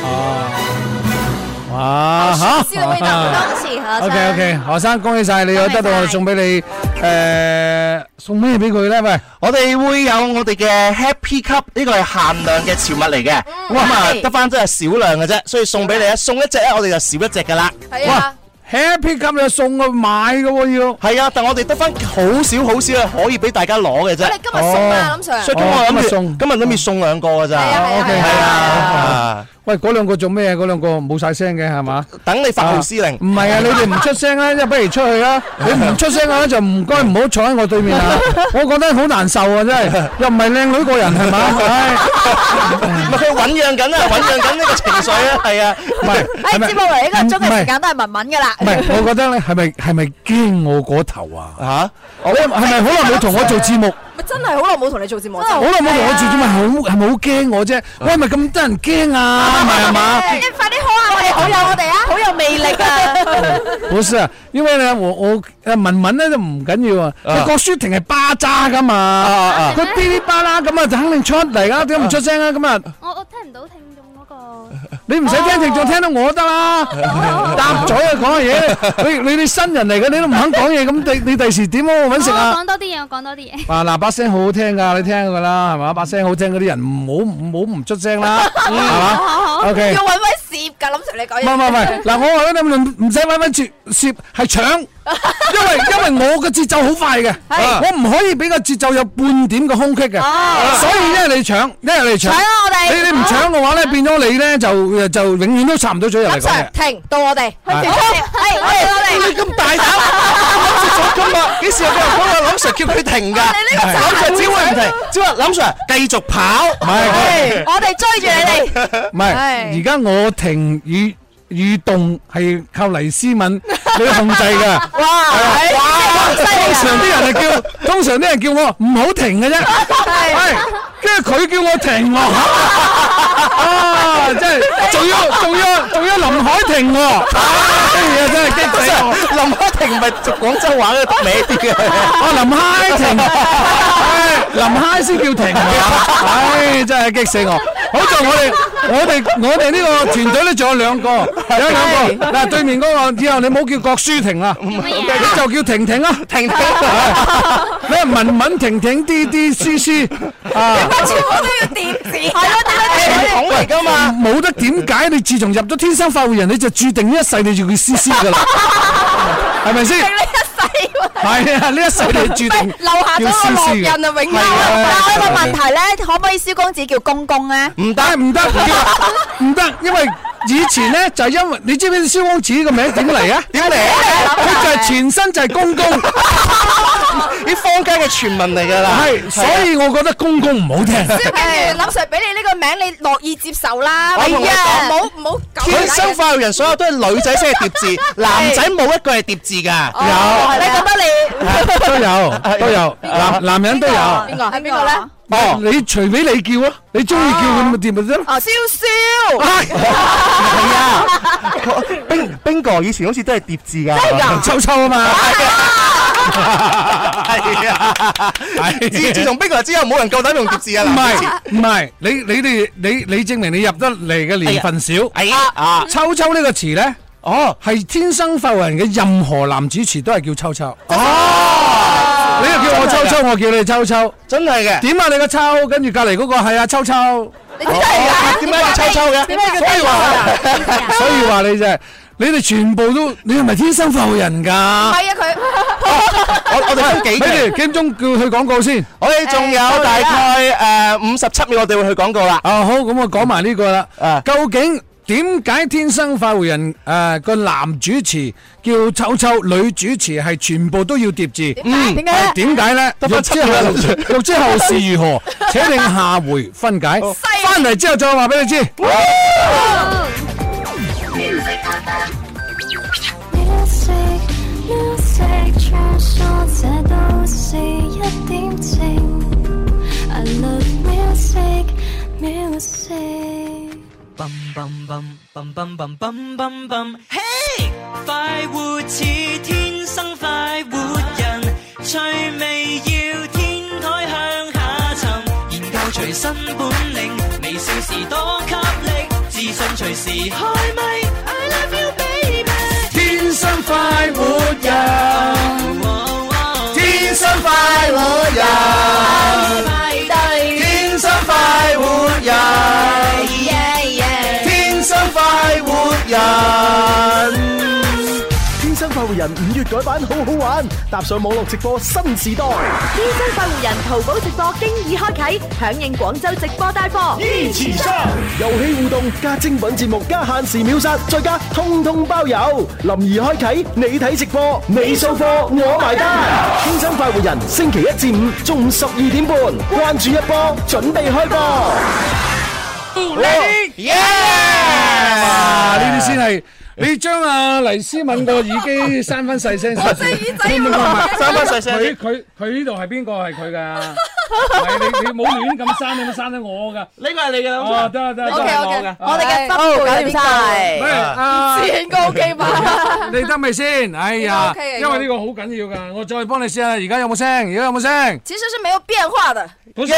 Speaker 5: 啊，哇，好
Speaker 7: 是的味道，恭喜何生。
Speaker 5: À. ，OK OK，何生恭喜晒你，有得到我哋送俾你，誒，送咩俾佢咧？喂，
Speaker 6: 我哋會有我哋嘅 Happy Cup，呢個係限量嘅潮物嚟嘅，
Speaker 8: 嗯
Speaker 6: 咁啊
Speaker 7: 係
Speaker 6: 得翻真係少量嘅啫，所以送俾你啊，送一隻咧，我哋就少一隻噶啦。
Speaker 8: 係啊，
Speaker 5: ，Happy 咁你送我買嘅喎要，
Speaker 6: 係啊，但我哋得翻好少好少啊，可以俾大家攞嘅啫
Speaker 8: 我哋。今日送啊，林 Sir，
Speaker 6: 所以今日我
Speaker 5: 哦今日
Speaker 6: 諗
Speaker 5: 送
Speaker 6: 住，今啊日諗住送兩個㗎咋。
Speaker 8: 係啊係啊
Speaker 5: ，OK，
Speaker 6: 係
Speaker 5: 啊
Speaker 6: 啊，
Speaker 5: 喂，嗰兩個做咩？啊嗰兩個冇晒聲嘅係嘛？
Speaker 6: 等你發號施令。
Speaker 5: 唔係啊，你哋唔出聲啊，一不如出去啦。 你唔出聲啊，就唔該唔好坐喺我對面 啊。我覺得好難受啊，真係，又唔係靚女個人係嘛？唉
Speaker 6: 唔係佢醖釀緊啊，醖釀緊呢個情緒啊，係啊，
Speaker 5: 唔係，
Speaker 7: 喺
Speaker 5: 係咪
Speaker 7: 哎節目嚟一個鐘
Speaker 5: 唔
Speaker 7: 嘅
Speaker 5: 係
Speaker 7: 時間都係文文噶啦
Speaker 5: 唔。係，我覺得咧，係咪係咪驚我嗰頭啊？
Speaker 6: 嚇，
Speaker 5: 你係咪好耐冇同我做節目？
Speaker 8: 咪真係好耐冇同你做節目啦。
Speaker 5: 好耐冇同我啊做節目，係好係咪好驚我啫？我係咪咁得人驚啊？唔係嘛？
Speaker 7: 你快啲開下我哋，好有我哋啊，好有魅力
Speaker 4: à.
Speaker 7: 啊！
Speaker 5: 不是啊，因為咧，我我誒文文咧就唔緊要啊。
Speaker 6: 啊
Speaker 5: 佢郭舒婷係巴渣噶
Speaker 6: 啊
Speaker 5: 嘛，佢噼哩啪啦咁啊，就肯定出嚟啦。點解唔出聲啊？咁啊，
Speaker 10: 我我聽唔到聽眾嗰個，
Speaker 5: 你唔使聽聽
Speaker 6: 哦
Speaker 5: 眾聽到我得 啦。搭嘴啊，講下嘢。你你你新人嚟嘅，你都唔肯講嘢，咁你你第時點啊？揾食啊
Speaker 10: 我？講多啲嘢，
Speaker 11: à?
Speaker 10: 我講多啲嘢。
Speaker 5: 啊嗱，把聲好好聽㗎，你聽㗎啦，係嘛？把聲好聽嗰啲人唔好唔好唔出 聲啦，係嘛？OK，
Speaker 8: 要揾位攝 㗎，林 Sir 你講
Speaker 5: 唔係
Speaker 8: 嘢。
Speaker 5: 唔係唔係，嗱我話俾你唔唔使揾揾住攝係搶，因為因為因為我個節奏好快嘅，啊
Speaker 7: 係
Speaker 5: 我唔可以俾個節奏有半點嘅空隙嘅，
Speaker 7: 哦
Speaker 5: 所以一係你搶，一係你搶。
Speaker 7: 搶啊我哋
Speaker 5: 你你唔搶嘅話咧，變咗你咧就就永遠都插唔到嘴入嚟講嘅。
Speaker 8: 停到我哋，
Speaker 5: 係
Speaker 8: 好係我哋我哋。
Speaker 6: 咁大膽，諗住咗今日，幾時有個人講話林 Sir 叫佢停㗎？林 Sir 只會唔停，只話林 Sir 繼續跑。唔
Speaker 5: 係
Speaker 7: 我哋追住你哋，
Speaker 5: 唔係，而家我停與與動係靠黎思敏你控制㗎。
Speaker 7: 哇，係
Speaker 5: 通常啲人係叫，通常啲人叫我唔好停嘅啫，係，跟住佢叫我停喎，啊，真係，仲要仲要仲要林海婷喎，哎呀真係激死我，
Speaker 6: 林克廷唔係廣州話嘅，歪啲嘅。
Speaker 5: 啊林海 婷，唉林海先叫停啊，唉真係激死我，好在我哋我哋我哋呢個團隊咧仲有兩個，有兩個，嗱對面嗰個以後你唔好叫郭舒婷啦，你
Speaker 10: 乜嘢啊
Speaker 5: 就叫婷婷啦。
Speaker 6: 停停，
Speaker 5: 咩文文婷婷啲啲詩詩啊，
Speaker 8: 全部都要電 子，
Speaker 6: 筒嚟㗎嘛。
Speaker 5: 冇得點解？你自從入咗天生發護人，你就注定呢一世你就叫詩詩噶啦，係咪先？係啊，呢一世你注定
Speaker 8: 留下
Speaker 5: 叫
Speaker 8: 咗
Speaker 5: 詩
Speaker 8: 個烙
Speaker 5: 詩
Speaker 8: 印
Speaker 5: 嘅
Speaker 8: 啊，永遠。
Speaker 7: 但我有個問題咧，可唔可以蕭公子叫公公咧？
Speaker 5: 唔得唔得唔得唔得，因為以前咧就係因為你知唔知蕭公子個名點嚟啊？
Speaker 6: 點嚟？
Speaker 5: 佢就係前身就係公公，
Speaker 6: 啲坊間嘅傳聞嚟㗎啦。
Speaker 5: 係，所以我覺得公公唔好聽。
Speaker 8: 跟住林 Sir 俾你呢個名，你樂意接受啦。
Speaker 6: 我同你講
Speaker 8: 唔好唔好搞
Speaker 6: 天生化育人，所有都係女仔先係疊字，男仔冇一個係疊字㗎。
Speaker 7: 你覺得你
Speaker 5: 都有都有，男男人都有。
Speaker 7: Ờ.
Speaker 8: 邊個係邊個咧？
Speaker 5: 哦，你隨俾你叫啊，你中意叫佢咪掂咪得咯。
Speaker 8: 哦，蕭蕭，
Speaker 6: 係啊，冰冰哥以前好似都係疊字㗎。 真
Speaker 5: 臭臭啊嘛，
Speaker 6: 係啊！自自從 Big 哥之後，冇人夠膽用疊字啊！
Speaker 5: 唔
Speaker 6: 嗱
Speaker 5: 係唔係，你你哋你你證明你入得嚟嘅年份少。
Speaker 6: 哎呀啊！
Speaker 5: 秋秋呢個詞咧，
Speaker 6: 哦
Speaker 5: 係天生發圍人嘅任何男主持都係叫秋秋。
Speaker 6: 哦，
Speaker 5: 你又叫我秋秋，我叫你秋秋。
Speaker 6: 真係嘅。
Speaker 5: 點啊你個秋，跟住隔離嗰個係啊秋秋，
Speaker 8: 你真係
Speaker 5: Ờ,
Speaker 6: 哦點解要抽抽嘅？所以話
Speaker 7: 哎
Speaker 5: 所以話你就係你哋全部都，你係咪天生發圍人
Speaker 8: 唔
Speaker 5: 㗎？
Speaker 8: 係啊佢。
Speaker 6: 我我 哋都幾
Speaker 5: 咪
Speaker 6: 期
Speaker 5: 住，幾點鐘叫去廣告先？
Speaker 6: 我哋仲有大概誒五十七秒，我哋會去廣告啦。
Speaker 5: 啊好，咁我講埋呢個啦。
Speaker 6: 啊
Speaker 5: 究竟點解天生快活人誒個、男主持叫臭臭，女主持係全部都要疊字？
Speaker 6: 嗯
Speaker 7: 點解咧
Speaker 5: 係點解咧？欲知後欲知後事如何，且令下回分解。翻嚟之後再話俾你知。
Speaker 11: Ờ, Music, music，穿梭这都市一點情。I love music, music。
Speaker 1: bum bum bum bum bum bum bum bum bum hey 快活似天生快活人，趣味要天台向下沉，研究隨身本領，微笑時多給力，自信隨時開咪。I love you baby，
Speaker 5: 天生快活人，天生快活人，天生快活人，天生快活人。
Speaker 3: 天生快活人五月改版好好玩，踏上網絡直播新時代，
Speaker 4: 天生快活人淘寶直播經已開啟，響應廣州直播帶貨。
Speaker 3: 一起上！遊戲互動加精品節目加限時秒殺，再加通通包郵。林兒開啟，你睇直播，你掃貨，我埋單。天生快活人星期一至五中午十二點半，關注一波，準備開播。
Speaker 6: 耶！
Speaker 5: 啊！呢
Speaker 6: 呢
Speaker 5: 啲先係你將阿黎思敏個耳機閂翻細聲先。我隻耳仔
Speaker 6: 三分細聲
Speaker 5: 佢
Speaker 6: 啲。
Speaker 5: 佢佢呢度係邊個係 佢㗎？唔係你你冇亂咁閂，你冇閂得我㗎。
Speaker 6: 呢個係你嘅啦
Speaker 5: 哦，得啦得啦得
Speaker 8: OK
Speaker 5: 啦。
Speaker 8: OK，
Speaker 7: 我哋嘅分配有啲
Speaker 5: 喂
Speaker 7: 大，
Speaker 5: 啊
Speaker 8: 全個 OK 吧？
Speaker 5: 你得未先？哎呀
Speaker 8: 應該 OK，嘅
Speaker 5: 因為呢個好緊要㗎。我再幫你試下，而家有冇聲？而家有冇聲？
Speaker 8: 其實是沒有變化的，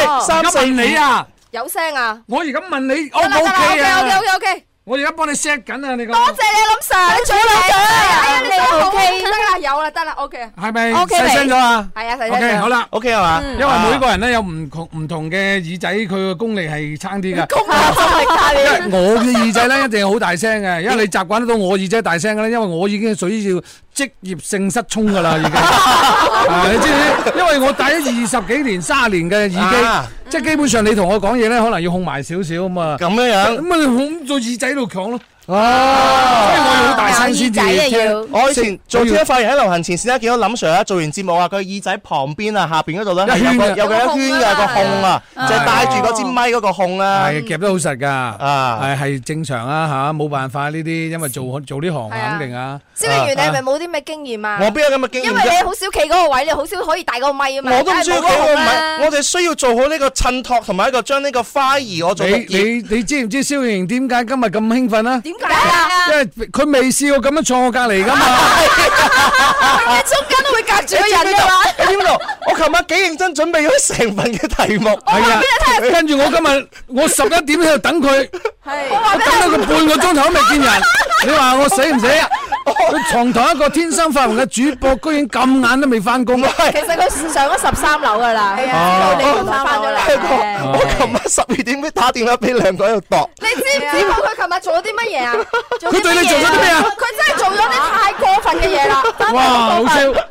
Speaker 5: 好
Speaker 6: 三
Speaker 5: 而家
Speaker 6: 四
Speaker 5: 問你啊！
Speaker 8: 有聲啊。
Speaker 5: 我而家問你，O
Speaker 8: 得
Speaker 5: 唔
Speaker 8: 啦得
Speaker 5: O
Speaker 8: 啦
Speaker 5: K 啊？
Speaker 8: ，OK OK OK OK，
Speaker 5: 我而家幫你 set 緊啊！你個
Speaker 8: 多謝你林 Sir，你做兩獎啊！哎呀，你真係好得啦，有啦，得啦，OK。
Speaker 5: 係咪
Speaker 8: OK
Speaker 5: 細聲咗啊？
Speaker 8: 係啊，細聲咗
Speaker 5: OK，好啦
Speaker 6: ，OK 係嘛？
Speaker 5: 嗯因為每個人咧有唔同唔同嘅耳仔，佢嘅功力係差啲㗎。
Speaker 8: 功 力
Speaker 5: 因為我嘅耳仔咧一定係好大聲嘅，因為你習慣得到我耳仔大聲嘅咧，因為我已經屬於要職業性失聰㗎啦，已經。啊，你知唔知？因為我戴咗二十幾年、三十年嘅耳
Speaker 6: 啊
Speaker 5: 機，即係基本上你同我講嘢咧，可能要控埋少少啊嘛。
Speaker 6: 咁樣樣
Speaker 5: 咁啊，你控到耳仔度講咯。啊，所以我要好大聲先至聽。
Speaker 6: 我以前做
Speaker 5: 我要
Speaker 6: T 發現喺流行前線咧，見到林 Sir 咧做完節目啊，佢耳仔旁邊啊下邊嗰度咧
Speaker 5: 一圈
Speaker 6: 係有個
Speaker 5: 嘅
Speaker 6: 有個一圈嘅個控啊，
Speaker 5: 啊
Speaker 6: 就係戴住嗰支咪嗰個控啊。
Speaker 5: 係夾得好實㗎，係係正常啊嚇，冇辦法呢啲，因為做做呢行肯定啊。
Speaker 8: 蕭敬元，你係咪
Speaker 5: 啊
Speaker 8: 冇啲咩經驗啊？
Speaker 6: 我邊有咁嘅經驗啫
Speaker 8: 因為你好少企嗰個位，你好少可以大個咪啊嘛。
Speaker 6: 我都唔需要
Speaker 8: 梗係
Speaker 6: 幾
Speaker 8: 冇
Speaker 6: 個
Speaker 8: 個
Speaker 6: 唔
Speaker 8: 紅啦
Speaker 6: 係，我哋需要做好呢個襯托同埋一個將呢個花兒我做
Speaker 5: 你
Speaker 6: 嘅
Speaker 5: 你你知唔知蕭瑩點解今日咁興奮啊？點解啊？因為佢未試過咁樣坐我隔離㗎嘛。
Speaker 8: 你中間都會隔住個
Speaker 6: dạ,
Speaker 8: 人㗎嘛。
Speaker 6: 你知唔知道？我琴晚幾認真準備咗成份嘅題目，
Speaker 5: 係啊
Speaker 8: 話俾你聽，
Speaker 5: 跟住我今日我十一點喺度等佢，我
Speaker 8: 我話俾
Speaker 5: 等咗佢半個鐘頭都未見人，你話我死唔死啊？佢床堂一個天生發明嘅主播，居然咁晏都未翻工。
Speaker 8: 其實佢上咗十三樓㗎啦，佢知
Speaker 5: 啊
Speaker 6: Ờ,
Speaker 8: 道你唔翻
Speaker 6: Dạ.
Speaker 8: 咗啦。
Speaker 6: 我琴晚十二點打電話俾兩個喺度度。
Speaker 8: 你知唔知道佢琴日做咗啲乜嘢啊？
Speaker 6: 佢對你做咗啲咩啊
Speaker 8: 佢真係做咗啲太過分嘅嘢啦！
Speaker 5: 哇，好笑！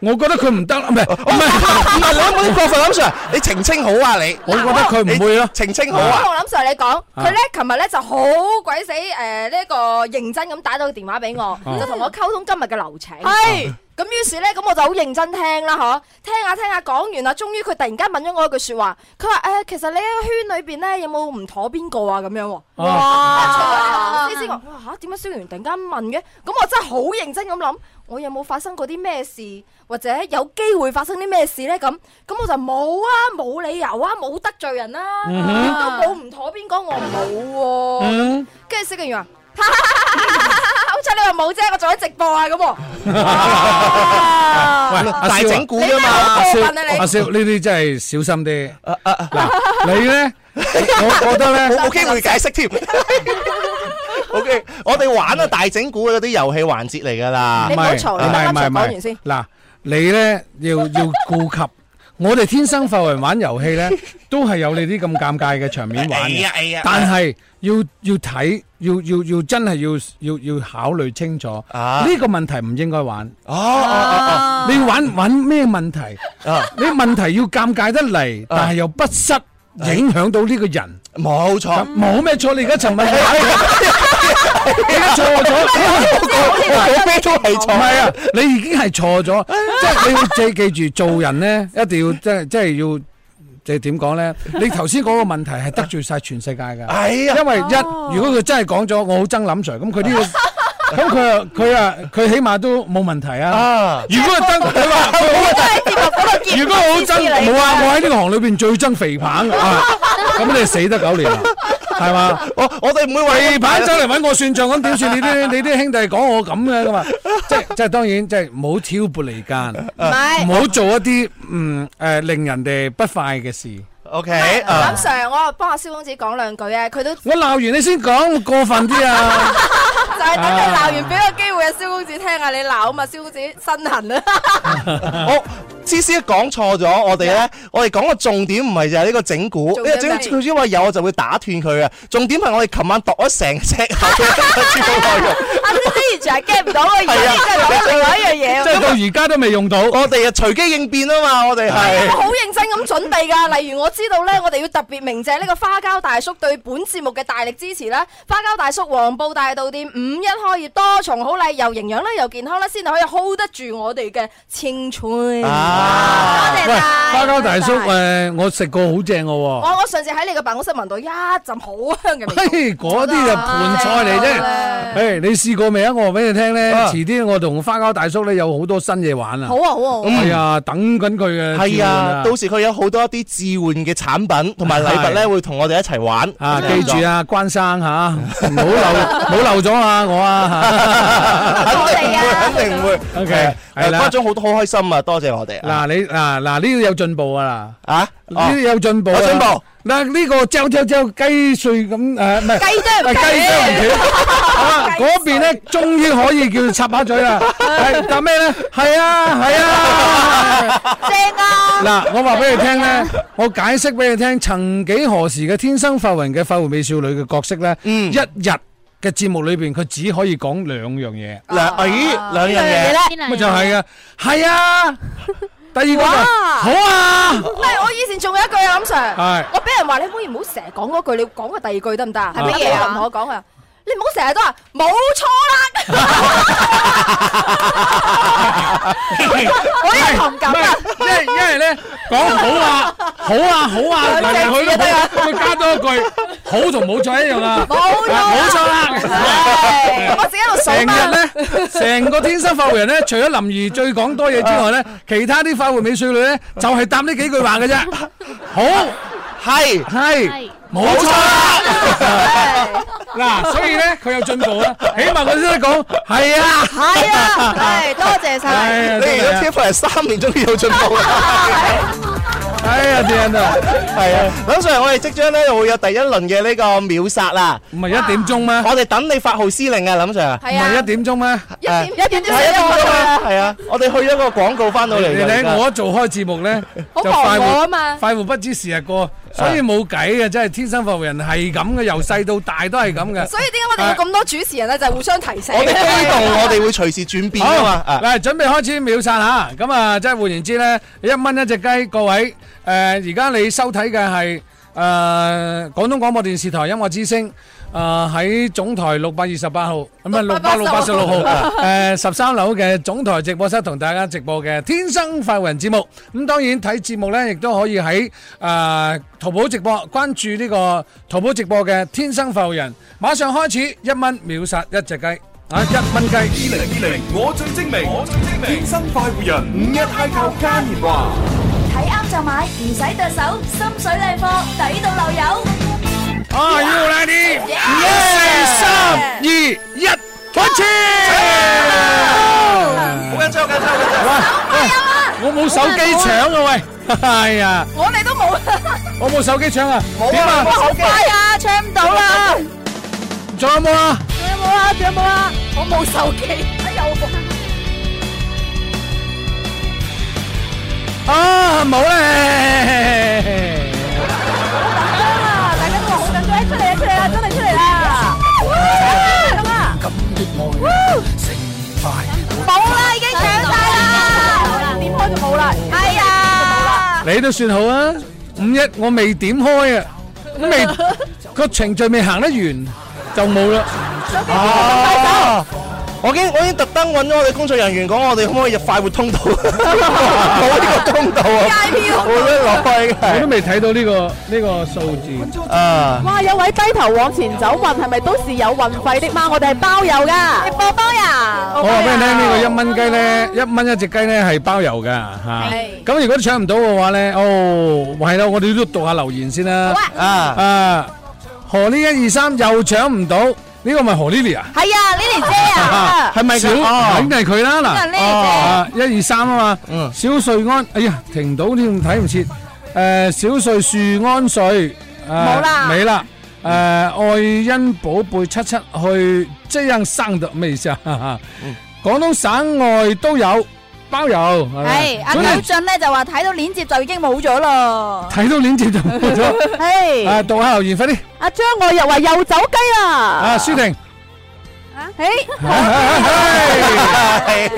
Speaker 5: 我覺得佢唔得啦，唔係唔
Speaker 6: 係唔係，你唔好過分諗 Sir，你澄清好啊你。
Speaker 5: 我覺得佢唔會咯，
Speaker 6: 澄清好
Speaker 8: 我
Speaker 6: 啊。
Speaker 8: 同林 Sir 你講，佢咧琴日咧就好鬼死誒呢一個認真咁打咗個電話俾我，
Speaker 6: 啊
Speaker 5: 嗯
Speaker 8: 就同我溝通今日嘅流程。
Speaker 5: 係
Speaker 8: 咁於是咧，咁我就好認真聽啦，嗬，聽下聽下講完啦，終於佢突然間問咗我一句説話，佢話誒，其實你喺個圈裏邊咧有冇唔妥邊個啊咁樣喎？
Speaker 5: 啊
Speaker 8: 哇！除咗呢個老師之外，哇嚇點解蕭源突然間問嘅？咁我真係好認真咁諗，我有冇發生過啲咩事，或者有機會發生啲咩事咧？咁咁我就冇啊，冇理由啊，冇得罪人啦、
Speaker 5: 嗯哼
Speaker 8: 都冇唔妥邊個，我冇喎、
Speaker 5: 嗯
Speaker 8: 跟住蕭敬元話。 好彩你話冇啫，我做咗直播啊咁喎。
Speaker 5: 喂，阿
Speaker 6: 大
Speaker 5: 蕭啊
Speaker 6: 整蠱㗎嘛
Speaker 5: 阿
Speaker 8: 你
Speaker 5: 蕭
Speaker 8: 真係好過分啊你
Speaker 5: 阿蕭呢啲真係小心啲。嗱，你咧，我覺得咧，
Speaker 6: 冇冇機會解釋添。O K，我哋玩啊大整蠱嗰啲遊戲環節嚟㗎啦。
Speaker 8: 你唔好嘈你
Speaker 5: 唔係
Speaker 8: 等
Speaker 5: 唔係唔
Speaker 8: 啱先講完
Speaker 5: 係
Speaker 8: 先，
Speaker 5: 嗱，你咧要要顧及。我哋天生浮人玩遊戲咧，都係有你啲咁尷尬嘅場面玩
Speaker 6: 哎呀哎
Speaker 5: 嘅
Speaker 6: 呀，
Speaker 5: 但係要要睇，要要要真係要要要考慮清楚，
Speaker 6: 啊
Speaker 5: 呢個問題唔應該玩。
Speaker 6: 哦哦哦
Speaker 5: 你玩玩咩問題？
Speaker 6: 啊
Speaker 5: 你問題要尷尬得嚟，但係又不失影響到呢個人。
Speaker 6: 哦，冇錯。
Speaker 5: 冇咩錯，你而家尋問我，你而家錯咗。
Speaker 6: 我講咩都係
Speaker 5: 唔係
Speaker 6: 錯。
Speaker 5: 啊，你已經係錯咗，即係你要記記住做人咧，一定要即係即係要。即係點講咧？你頭先嗰個問題係得罪晒全世界㗎。
Speaker 6: 哎呀
Speaker 5: 因為一如果佢真係講咗，我好憎林 Sir，咁佢呢個，咁佢啊佢啊佢起碼都冇問題啊
Speaker 6: 啊。
Speaker 5: 如果係憎佢話佢好啊，如果我好憎冇啊，我喺呢個行裏邊最憎肥棒啊，咁你死得九年啦，係嘛？
Speaker 6: 我我哋唔會
Speaker 5: 肥
Speaker 6: 為
Speaker 5: 棒走嚟揾我算賬，咁點算？你啲你啲兄弟講我咁嘅咁啊，即係即係當然，即係唔好挑撥離間，
Speaker 8: 唔係
Speaker 5: 唔好做一啲嗯誒令人哋不快嘅事。
Speaker 6: O K
Speaker 8: 林
Speaker 6: 啊。
Speaker 8: Sir，我幫阿蕭公子講兩句啊，佢都就
Speaker 5: 我鬧完你先講，過分啲啊！
Speaker 8: 係等你鬧完，俾個機會阿蕭公子聽下你鬧啊嘛，蕭公子身痕啊。
Speaker 6: 我思思講錯咗，我哋
Speaker 5: 啊
Speaker 6: 咧，我哋講個重點唔係就係呢個整蠱，因
Speaker 8: 重
Speaker 6: 為
Speaker 8: 點
Speaker 6: 整
Speaker 8: 係
Speaker 6: 佢因為有我就會打斷佢啊。重點係我哋琴晚度咗成隻口嘅全部 內容，
Speaker 8: 阿蕭之完全係 get 唔到我，而家真係攞另外一樣
Speaker 5: 即
Speaker 8: 嘢。
Speaker 5: 係到而家都未用到。
Speaker 6: 我哋啊隨機應變啊嘛，我哋
Speaker 8: 我
Speaker 6: 係。
Speaker 8: 好認真咁準備㗎，例如我知道咧，我哋要特別鳴謝呢個花膠大叔對本節目嘅大力支持啦。花膠大叔黃埔大道店五一開業，多重好禮，又營養啦，又健康啦，先至可以 hold 得住我哋嘅青春。
Speaker 6: 啊
Speaker 8: 多謝
Speaker 5: 喂，
Speaker 8: 晒
Speaker 5: 花膠大叔
Speaker 8: 多謝晒
Speaker 5: 誒，我食過好正嘅
Speaker 8: 我
Speaker 5: 喎，
Speaker 8: 我上次喺你嘅辦公室聞到一陣好啊香嘅味道。
Speaker 5: 嘿嗰啲就盤菜嚟啫。
Speaker 8: 啊
Speaker 5: 誒，你試過未啊？我話俾你聽咧，
Speaker 6: 啊
Speaker 5: 遲啲我同花膠大叔咧有好多新嘢玩啊！
Speaker 8: 好啊好啊好啊！
Speaker 5: 係啊，等緊佢嘅召
Speaker 6: 係
Speaker 5: 喚
Speaker 6: 啊，到時佢有好多一啲置換嘅產品同埋禮物咧，
Speaker 5: 係
Speaker 6: 會同我哋一齊玩。
Speaker 5: 啊，記住啊，關生吓， 唔好漏唔好漏咗啊，我啊。
Speaker 6: 肯定唔會，
Speaker 8: 我哋啊
Speaker 6: 肯定唔會。
Speaker 5: OK，
Speaker 6: 係啊
Speaker 5: 係啦
Speaker 6: 誒，家長好好開心啊，多謝我哋啊。
Speaker 5: 嗱你嗱嗱呢啲有進步啊啦，
Speaker 6: 啊
Speaker 5: 呢啲有進步，
Speaker 6: 有進步。
Speaker 5: 嗱呢個嚼嚼嚼雞碎咁誒，唔係
Speaker 6: 雞啄唔
Speaker 5: 係雞啄唔 斷，啊嗰邊咧終於可以叫插下 嘴啦，係答咩咧？係啊係啊，正啊！嗱我話俾你聽咧，我解釋俾你聽，曾幾何時嘅天生發雲嘅發雲美少女嘅角色咧，一日。嘅節目裏邊，佢只可以講兩樣嘢，
Speaker 6: 兩咦兩樣嘢啊呢邊兩樣嘢
Speaker 5: 咁就係嘅，係啊，第二個就係好啊。
Speaker 8: 唔係，我以前仲有一句啊，林 Sir，
Speaker 5: 係
Speaker 8: 我俾人話你可以唔好成日講嗰句，你講個第二句得唔得啊？
Speaker 7: 係乜嘢啊
Speaker 8: 有人同我講啊，你唔好成日都話冇錯啦。
Speaker 5: 我有同感啊！因為因為咧講好啊，好啊，好啊，嚟嚟去去都好，佢加多一句好同冇錯一樣啊！
Speaker 8: 冇錯啦
Speaker 5: 冇錯啦！
Speaker 8: 我自己喺度數
Speaker 5: 成
Speaker 8: 啦
Speaker 5: 日咧，成個天生發育人咧，除咗林兒最講多嘢之外咧，其他啲發育美少女咧，就係答呢幾句話嘅啫。好，
Speaker 6: 係
Speaker 5: 係，冇錯啦！嗱，所以咧佢有進步啦，起碼佢識得講係啊，
Speaker 7: 係啊，係多謝晒。
Speaker 5: 係啊真
Speaker 6: 你
Speaker 5: 係啊
Speaker 6: 而家 TF 係三年終於有進步 啦。
Speaker 5: 哎呀，正啊！
Speaker 6: 係啊，咁所以我哋即將咧會有第一輪嘅呢個秒殺啦。
Speaker 5: 唔係一點鐘咩？
Speaker 6: 我哋等你發號施令啊，林 Sir。
Speaker 5: 唔係一點鐘咩？
Speaker 6: 誒
Speaker 8: 一點
Speaker 6: 係一點鐘啊，
Speaker 8: 啊！
Speaker 6: 係啊，我哋去咗個廣告翻到嚟
Speaker 5: 你
Speaker 6: 㗎。而
Speaker 5: 睇
Speaker 6: 家
Speaker 5: 我一做開節目咧，
Speaker 8: 好
Speaker 5: 就
Speaker 8: 忙
Speaker 5: 快
Speaker 8: 我
Speaker 5: 活
Speaker 8: 啊嘛
Speaker 5: 快活不知時日過，所以冇計嘅，真係天生發福人係咁嘅，由細到大都係咁嘅。
Speaker 8: 所以點解我哋要咁多主持人咧？就係互相提醒。
Speaker 6: 我哋機動，我哋會隨時轉變㗎
Speaker 5: 啊好
Speaker 6: 嘛。啊
Speaker 5: 嗱，準備開始秒殺嚇，咁啊，即係換言之咧，一蚊一隻雞，各位誒，而家你收睇嘅係誒廣東廣播電視台音樂之聲。誒喺總台六百二十八號，唔係六百六八十六號，誒十三樓嘅總台直播室同大家直播嘅《天生快活人》節目。咁當然睇節目咧，亦都可以喺誒淘寶直播關注呢個淘寶直播嘅《天生快活人》。馬上開始，一蚊秒殺一隻雞，啊一蚊雞。
Speaker 2: 二零二零，我最精明，我最精明，天生快活人，五一嗨購嘉年華。
Speaker 7: 睇啱就買，唔使剁手，心水靚貨，抵到漏油。
Speaker 5: Are you ready？一、三、二、一，開始！
Speaker 6: 好緊張，好緊張，好緊張。
Speaker 5: 我冇手機搶 啊喂！係啊，
Speaker 8: 我哋都冇，
Speaker 5: 我冇手機搶啊！點
Speaker 8: 哇
Speaker 5: 啊？
Speaker 8: 好快啊，唱唔
Speaker 7: à.
Speaker 8: 到啦！
Speaker 5: 仲有冇啊？
Speaker 8: 仲有冇啊？仲有冇啊？我冇手機，哎呀，我
Speaker 5: 啊冇咧！
Speaker 8: 啊！大家都話好緊張，哎出嚟啊！出嚟啊！真係出嚟啦！咁啊！
Speaker 7: 冇啦，已經搶晒啦。
Speaker 8: 點開就冇啦，
Speaker 7: 係啊，
Speaker 5: 你都算好啊！五一我未點開啊，都未個程序未行得完就冇啦。
Speaker 6: 哦，我已經我已經特登揾咗我哋工作人員講，我哋可唔可以入快活通道？冇呢個通道啊！冇得落去
Speaker 5: 我都
Speaker 6: 嘅
Speaker 5: 未睇到呢個呢個數字。
Speaker 6: 係啊！
Speaker 5: 嗯
Speaker 4: 哇！有位低頭往前走運，係咪都是有運費的嗎？我哋係包郵噶，
Speaker 7: 波波呀，
Speaker 5: 我話俾你聽，呢個一蚊雞咧，一蚊一隻雞咧係包郵噶嚇。咁如果搶唔到嘅話咧，哦，係啦，我哋都讀下留言先啦。
Speaker 6: 啊！
Speaker 5: 啊，何呢一二三又搶唔到，呢個咪何 Lily 啊？
Speaker 7: 係啊，Lily 姐啊，
Speaker 5: 係咪小
Speaker 6: 哦
Speaker 5: 肯定係佢啦
Speaker 7: 係 Lily
Speaker 5: 嗱
Speaker 7: 姐。
Speaker 5: 啊，一二三啊嘛。
Speaker 6: 嗯
Speaker 5: 小瑞安，哎呀，停唔到添，睇唔切。誒，小瑞樹安瑞，冇
Speaker 7: 冇啦
Speaker 5: 沒啦。誒，愛恩寶貝七七去這樣生的咩意思啊？廣東省外都有包郵，係咪
Speaker 7: 係阿
Speaker 5: 本來
Speaker 7: 九俊咧就話睇到鏈接就已經冇咗咯。
Speaker 5: 睇到鏈接就冇咗。
Speaker 4: 係
Speaker 5: 啊，讀下留言快啲。
Speaker 4: 阿張愛又話又走雞啦
Speaker 5: 啊，，舒婷。
Speaker 4: 誒。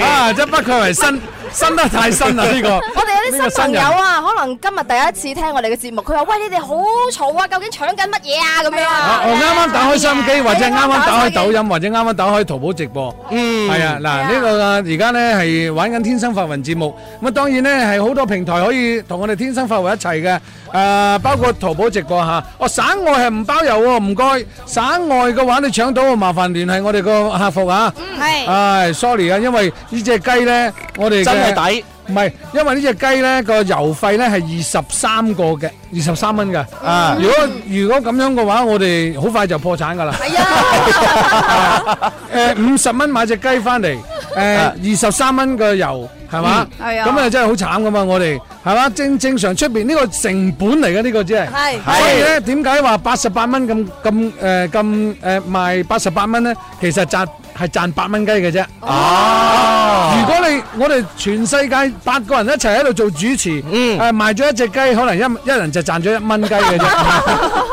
Speaker 5: 啊，真不愧為新，新得太新啦呢個。
Speaker 8: 我哋有啲新朋友啊，可能今日第一次聽我哋嘅節目，佢話：喂，你哋好嘈啊，究竟搶緊乜嘢啊？咁樣
Speaker 5: 啊！
Speaker 8: 啊
Speaker 5: 我。啱啱打開收音機，或者啱啱打開
Speaker 8: 啱啱打
Speaker 5: 抖音，或者啱啱打開淘寶直播。
Speaker 6: 嗯，
Speaker 5: 係啊，嗱呢個啊而家咧係玩緊天生發雲節目，咁啊當然咧係好多平台可以同我哋天生發雲一齊嘅，誒包括淘寶直播嚇，哦省外係唔包郵喎，唔該，省外嘅話你搶到麻煩聯繫我哋個客服啊，
Speaker 7: 係
Speaker 5: 唉 sorry 啊，因為呢只雞咧我哋嘅
Speaker 6: 真係抵。
Speaker 5: 唔係，因為呢只雞咧個油費咧係二十三個嘅，二十三蚊嘅。啊，如果如果咁樣嘅話，我哋
Speaker 8: 哎
Speaker 5: 好快就破產㗎啦。係啊，誒五十蚊買只雞翻嚟，诶二十三蚊嘅油係嘛？
Speaker 4: 嗯係啊
Speaker 5: 咁啊真係好慘噶嘛！我哋係嘛正正常出边呢個成本嚟嘅呢個只係。
Speaker 4: 係
Speaker 5: 所以咧點解話八十八蚊咁咁诶咁诶賣八十八蚊咧？其實賺係賺八蚊雞嘅啫。
Speaker 6: 啊
Speaker 5: 哦，如果你我哋全世界八個人一齊喺度做主持，嗯，诶賣咗一隻雞，可能一一人就賺咗一蚊雞嘅 啫。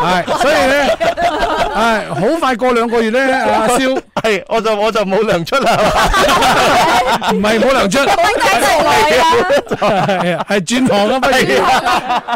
Speaker 5: 係，所以咧。唉，好快過兩個月咧，阿蕭
Speaker 6: 係我就我就冇 糧出啦，
Speaker 5: 唔係冇 糧出，係啊係轉行啊，不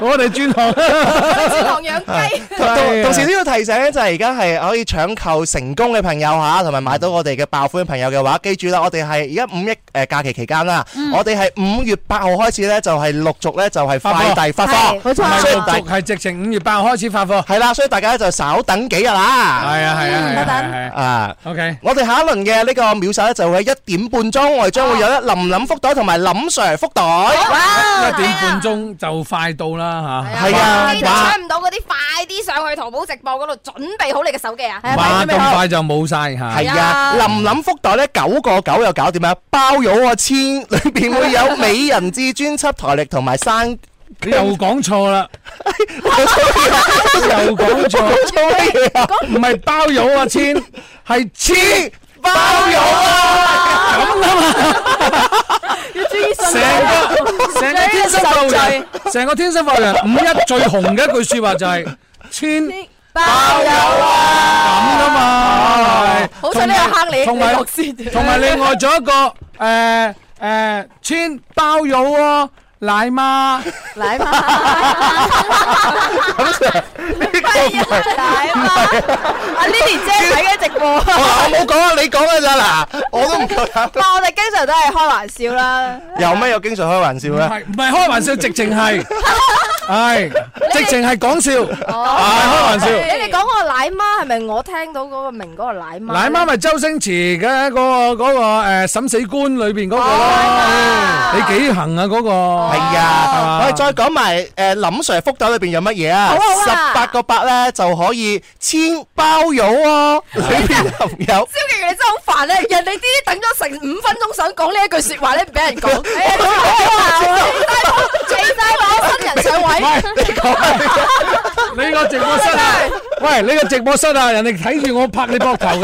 Speaker 5: 如我哋轉行。啊
Speaker 8: 行養雞。
Speaker 6: 啊到
Speaker 5: 係啊
Speaker 6: 到時都要提醒咧，就係而家係可以搶購成功嘅朋友嚇，同埋買到我哋嘅爆款嘅朋友嘅話，記住啦，我哋係而家五一誒假期期間啦，我哋係五月八號開始咧，就係陸續咧就係快遞發貨，
Speaker 5: 冇錯，
Speaker 6: 所以大
Speaker 5: 陸續係直情五月八號開始發貨。
Speaker 6: 係啦，所以大家就稍等幾日啦。
Speaker 5: 係啊係啊係啊
Speaker 6: 嗯等
Speaker 5: 係啊係
Speaker 6: 等啊。
Speaker 5: OK，
Speaker 6: 我哋下一輪嘅呢個秒殺咧就會喺一點半鐘，我哋將會有咧林林福袋同埋林 Sir 福袋。
Speaker 5: 一點半鐘就快到啦嚇。
Speaker 6: 係啊
Speaker 8: 記得搶唔到嗰啲，快啲上去淘寶直播嗰度準備好你嘅手機啊！
Speaker 5: 哇，哇咁快就冇晒嚇。
Speaker 6: 係啊，林林福袋咧九個九又搞掂啦，包咗啊千，裏邊會有美人志專輯台歷同埋 生。
Speaker 5: 你 又講錯啦，又講錯，唔係包郵啊，千係千
Speaker 6: 包郵啊，
Speaker 5: 咁啊嘛。成個 成個天生浮人，成個天生浮人五一最紅嘅一句説話就係千。咁噶嘛，
Speaker 8: 好彩呢個坑你
Speaker 5: 同埋
Speaker 8: 你落先
Speaker 5: 同埋另外仲有一個誒誒千包友喎，奶 媽
Speaker 4: 奶媽，阿 Lily 姐睇緊直 播，
Speaker 6: 我冇講啊，你講嘅咋嗱，我都唔夠膽。
Speaker 4: 但我哋經常都係開玩笑啦。
Speaker 6: 有咩有經常開玩笑
Speaker 5: 唔
Speaker 6: 咧？
Speaker 5: 係唔係開玩笑，直情 係係直情係講笑，唔係開玩笑。
Speaker 8: 你哋講嗰個奶媽係咪我聽到嗰個明嗰個奶媽？
Speaker 5: 奶媽咪周星馳嘅嗰個嗰個誒審死官裏邊嗰個
Speaker 4: 哦
Speaker 5: 咯，你幾行啊嗰個？係
Speaker 6: 係啊，
Speaker 5: 係嘛？
Speaker 6: 我哋再講埋誒林 Sir 福袋裏邊有乜嘢啊？
Speaker 8: 好啊
Speaker 6: 十八個八咧就可以千包郵啊，裏邊含有。
Speaker 8: 蕭敬元你真係好煩咧，人哋啲等咗成五分鐘想講呢一句説話咧，唔俾 人講。哎呀你真係攞新人上 位，
Speaker 6: 你講啊，
Speaker 5: 你個直播室啊，喂，你個直播室啊，人哋睇住我拍你膊頭㗎。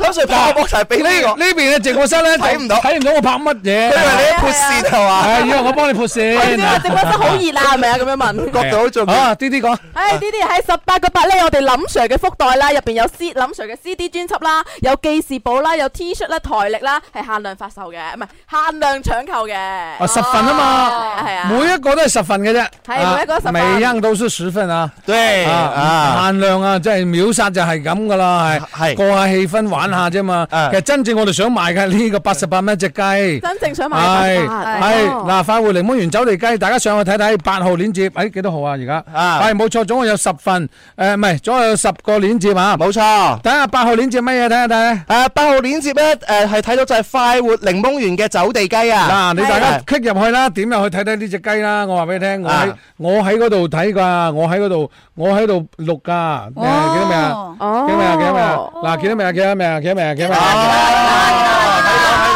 Speaker 6: 林 Sir 拍我膊頭俾
Speaker 5: 呢
Speaker 6: 呢個，
Speaker 5: 呢邊嘅直播室咧
Speaker 6: 睇唔到
Speaker 5: 睇唔到我拍乜嘢。
Speaker 6: 因為你一潑線係嘛？
Speaker 5: 係以為我幫你潑
Speaker 4: 你
Speaker 5: 線
Speaker 4: 知。我直播室好熱啊，係咪啊？咁樣問。
Speaker 6: 角度好重要。
Speaker 5: 啊，啲啲講，
Speaker 4: 唉，呢啲喺十八個八咧，我哋林 Sir 嘅福袋啦，入邊有 C 林 Sir 嘅 CD 專輯啦，有記事簿啦，有 T 恤啦，台歷啦，係限量發售嘅，唔係限量搶購嘅。
Speaker 5: 啊十份啊
Speaker 8: Ờ,
Speaker 5: 嘛，
Speaker 8: à.
Speaker 4: 係啊，
Speaker 5: 每一個都係十份嘅啫。
Speaker 4: 係每一個十份
Speaker 5: 啊每樣都是十份啊。
Speaker 6: 對
Speaker 5: 啊，
Speaker 6: 啊，
Speaker 5: 限量啊，真係秒殺就係咁噶啦，係
Speaker 6: 係
Speaker 5: 過下氣氛玩下啫嘛。
Speaker 6: 啊
Speaker 5: 其實真正我哋想賣嘅係呢個八十八蚊一隻雞。
Speaker 4: 真正想買
Speaker 5: 係
Speaker 4: 嘅
Speaker 5: 係
Speaker 8: Ờ.
Speaker 5: 嗱，快活檸檬園走地雞，大家上去睇睇八號鏈接，誒幾多號啊？而家
Speaker 6: 啊
Speaker 5: 係冇錯，總共有十份，誒唔係總共有十個鏈接啊。
Speaker 6: 冇錯。
Speaker 5: 睇下八號鏈接乜嘢，睇下睇下。
Speaker 6: 誒八號鏈接咧，誒係睇到就係快活檸檬園嘅走地雞啊！
Speaker 5: 嗱，你大家
Speaker 6: 係
Speaker 5: click 入去啦，點入去睇睇呢只雞啦。我話俾你聽，我喺
Speaker 6: 啊
Speaker 5: 我喺嗰度睇㗎，我喺嗰度，我喺度錄㗎。誒，見到未啊？
Speaker 4: 哦
Speaker 5: 見到未啊？見到未啊？嗱，見到未啊？見到未啊？見到未啊？見到未
Speaker 6: À.
Speaker 5: 啊？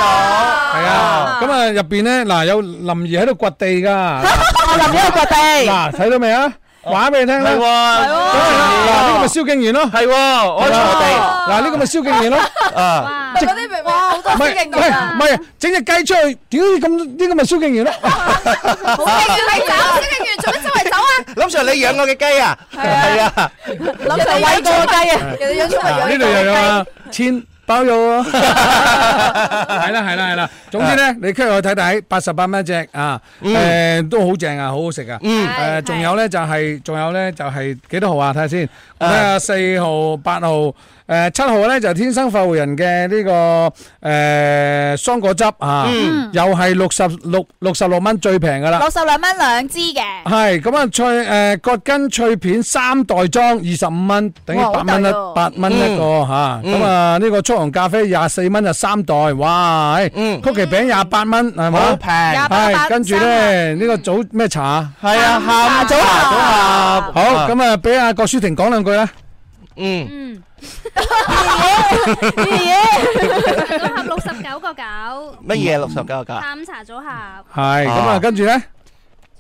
Speaker 5: 係啊，咁啊入邊咧嗱有林怡喺度掘地㗎，
Speaker 4: 我林咗個掘地，
Speaker 5: 嗱睇到未啊？話俾你聽啦，
Speaker 6: 係喎，
Speaker 5: 咁啊嗱呢個咪蕭敬元咯，
Speaker 6: 係喎，我坐
Speaker 5: 嗱呢個咪蕭敬元咯。
Speaker 6: 地啊！
Speaker 10: 哇！
Speaker 8: 嗰啲明明好多
Speaker 5: 唔係
Speaker 8: 蕭敬
Speaker 5: 唔
Speaker 8: 元
Speaker 5: 係唔
Speaker 8: 啊，
Speaker 5: 係，整只雞出去，屌咁呢個咪蕭敬元咯。
Speaker 8: 好驚住你走，蕭敬元做咩周圍走啊？
Speaker 6: 林 Sir，你養我嘅雞啊？係啊，
Speaker 4: 林 Sir 喂過雞啊！
Speaker 7: Ờ.
Speaker 8: 人哋養出嚟
Speaker 5: 嗱
Speaker 8: 養
Speaker 5: 呢度又有啊，千包肉啊， 係啦係啦係啦。總之咧，你跟住去睇睇，八十八蚊一隻啊，誒都好正啊，好好食啊。誒，仲有咧就係仲有咧就係幾多號啊？睇下先，我睇下四號、八號。誒七號咧就天生快活人嘅呢個誒桑果汁啊，又係六十六六十六蚊最平噶啦，
Speaker 7: 六十兩蚊兩支 嘅，
Speaker 5: 系咁啊，脆诶割根脆片三袋裝，二十五蚊，等於
Speaker 8: 哇
Speaker 5: 八蚊
Speaker 8: 好
Speaker 5: 一
Speaker 8: 抵喎
Speaker 5: 八蚊
Speaker 6: 嗯
Speaker 5: 一個吓。咁啊，呢個速溶咖啡廿四蚊就三袋，哇！唉
Speaker 6: 嗯
Speaker 5: 曲奇餅廿八蚊係
Speaker 6: 好
Speaker 5: 嘛？
Speaker 6: 平，係
Speaker 8: 啊
Speaker 5: 係跟住咧呢個早咩茶啊？Dạ.
Speaker 6: 啊，下午組合組合 Ờ.
Speaker 5: 好，咁啊，俾阿郭舒婷講兩句啦。
Speaker 6: 嗯。
Speaker 10: 組合69個九。
Speaker 6: 乜嘢69個九
Speaker 11: Dạ.
Speaker 10: 下午茶組合，
Speaker 5: 係，咁啊，跟住呢？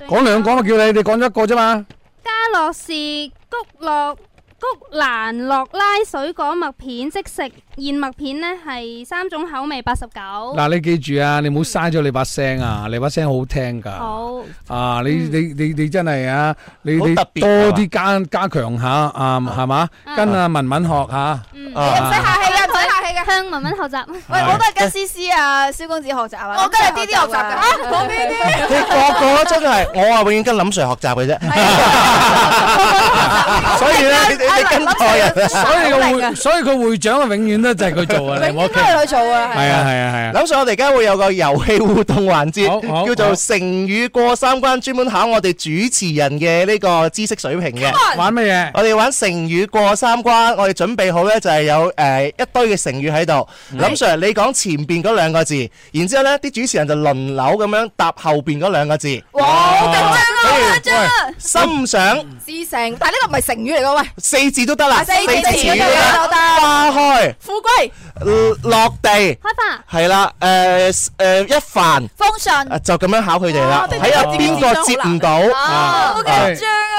Speaker 5: 講兩講啊，叫你，你講咗一個咋嘛。
Speaker 10: 嘉樂士、菊樂-菊蘭樂拉水果麥片，即食燕麥片呢，係三種口味，89
Speaker 5: 嗱，你記住啊，你唔好嘥咗你把聲啊，你把聲好聽㗎。
Speaker 8: 哦
Speaker 10: 好。
Speaker 5: 啊！你你你你真係啊！你
Speaker 6: 好
Speaker 5: 你
Speaker 6: 特別
Speaker 5: 多啲加加強下啊，係嘛？跟阿文文學下。啊
Speaker 10: 唔使客氣嘅，唔使客氣嘅。
Speaker 8: 喂，我都係跟思思
Speaker 7: à,
Speaker 8: 啊、蕭公子學習啊，
Speaker 7: 我跟你 D D 學習㗎
Speaker 8: 啊
Speaker 7: 講 D D
Speaker 6: 你個個真係，我啊永遠跟林 Sir 學習嘅 啫。所以咧，你你你跟錯人。
Speaker 5: 所以個會，所以個會長啊，永遠都就係佢做啊！你唔好
Speaker 8: 都係佢做啊，
Speaker 5: 係啊係啊係啊！
Speaker 6: 林 Sir，我哋而家會有個遊戲互動環
Speaker 5: 好
Speaker 6: 節，叫
Speaker 5: 好
Speaker 6: 做成語過三關，專門考我哋主持人嘅呢個知識水平嘅。
Speaker 5: 玩乜嘢？
Speaker 6: 我哋玩成語過三關，我哋準備好呢就係有誒一堆嘅成語喺度。
Speaker 5: 嗯
Speaker 6: 林 Sir，你講前邊嗰兩個字，然之後呢啲主持人就輪流咁樣答後邊嗰兩個字。
Speaker 8: 哇，好緊張啊，好緊張啊！
Speaker 6: 心想
Speaker 8: 志成，但係呢個唔係成語嚟嘅喂，
Speaker 6: 四字都得啦，
Speaker 8: 啊四字
Speaker 6: 詞
Speaker 8: 都得都得
Speaker 6: 花開、
Speaker 8: 富貴、
Speaker 6: 呃落地，
Speaker 10: 開飯。
Speaker 6: 係啦，誒誒一帆。
Speaker 7: 封信。
Speaker 6: 啊就咁樣考佢哋啦，
Speaker 8: 哇
Speaker 6: 睇下邊個接唔到。
Speaker 8: 啊，好緊張啊！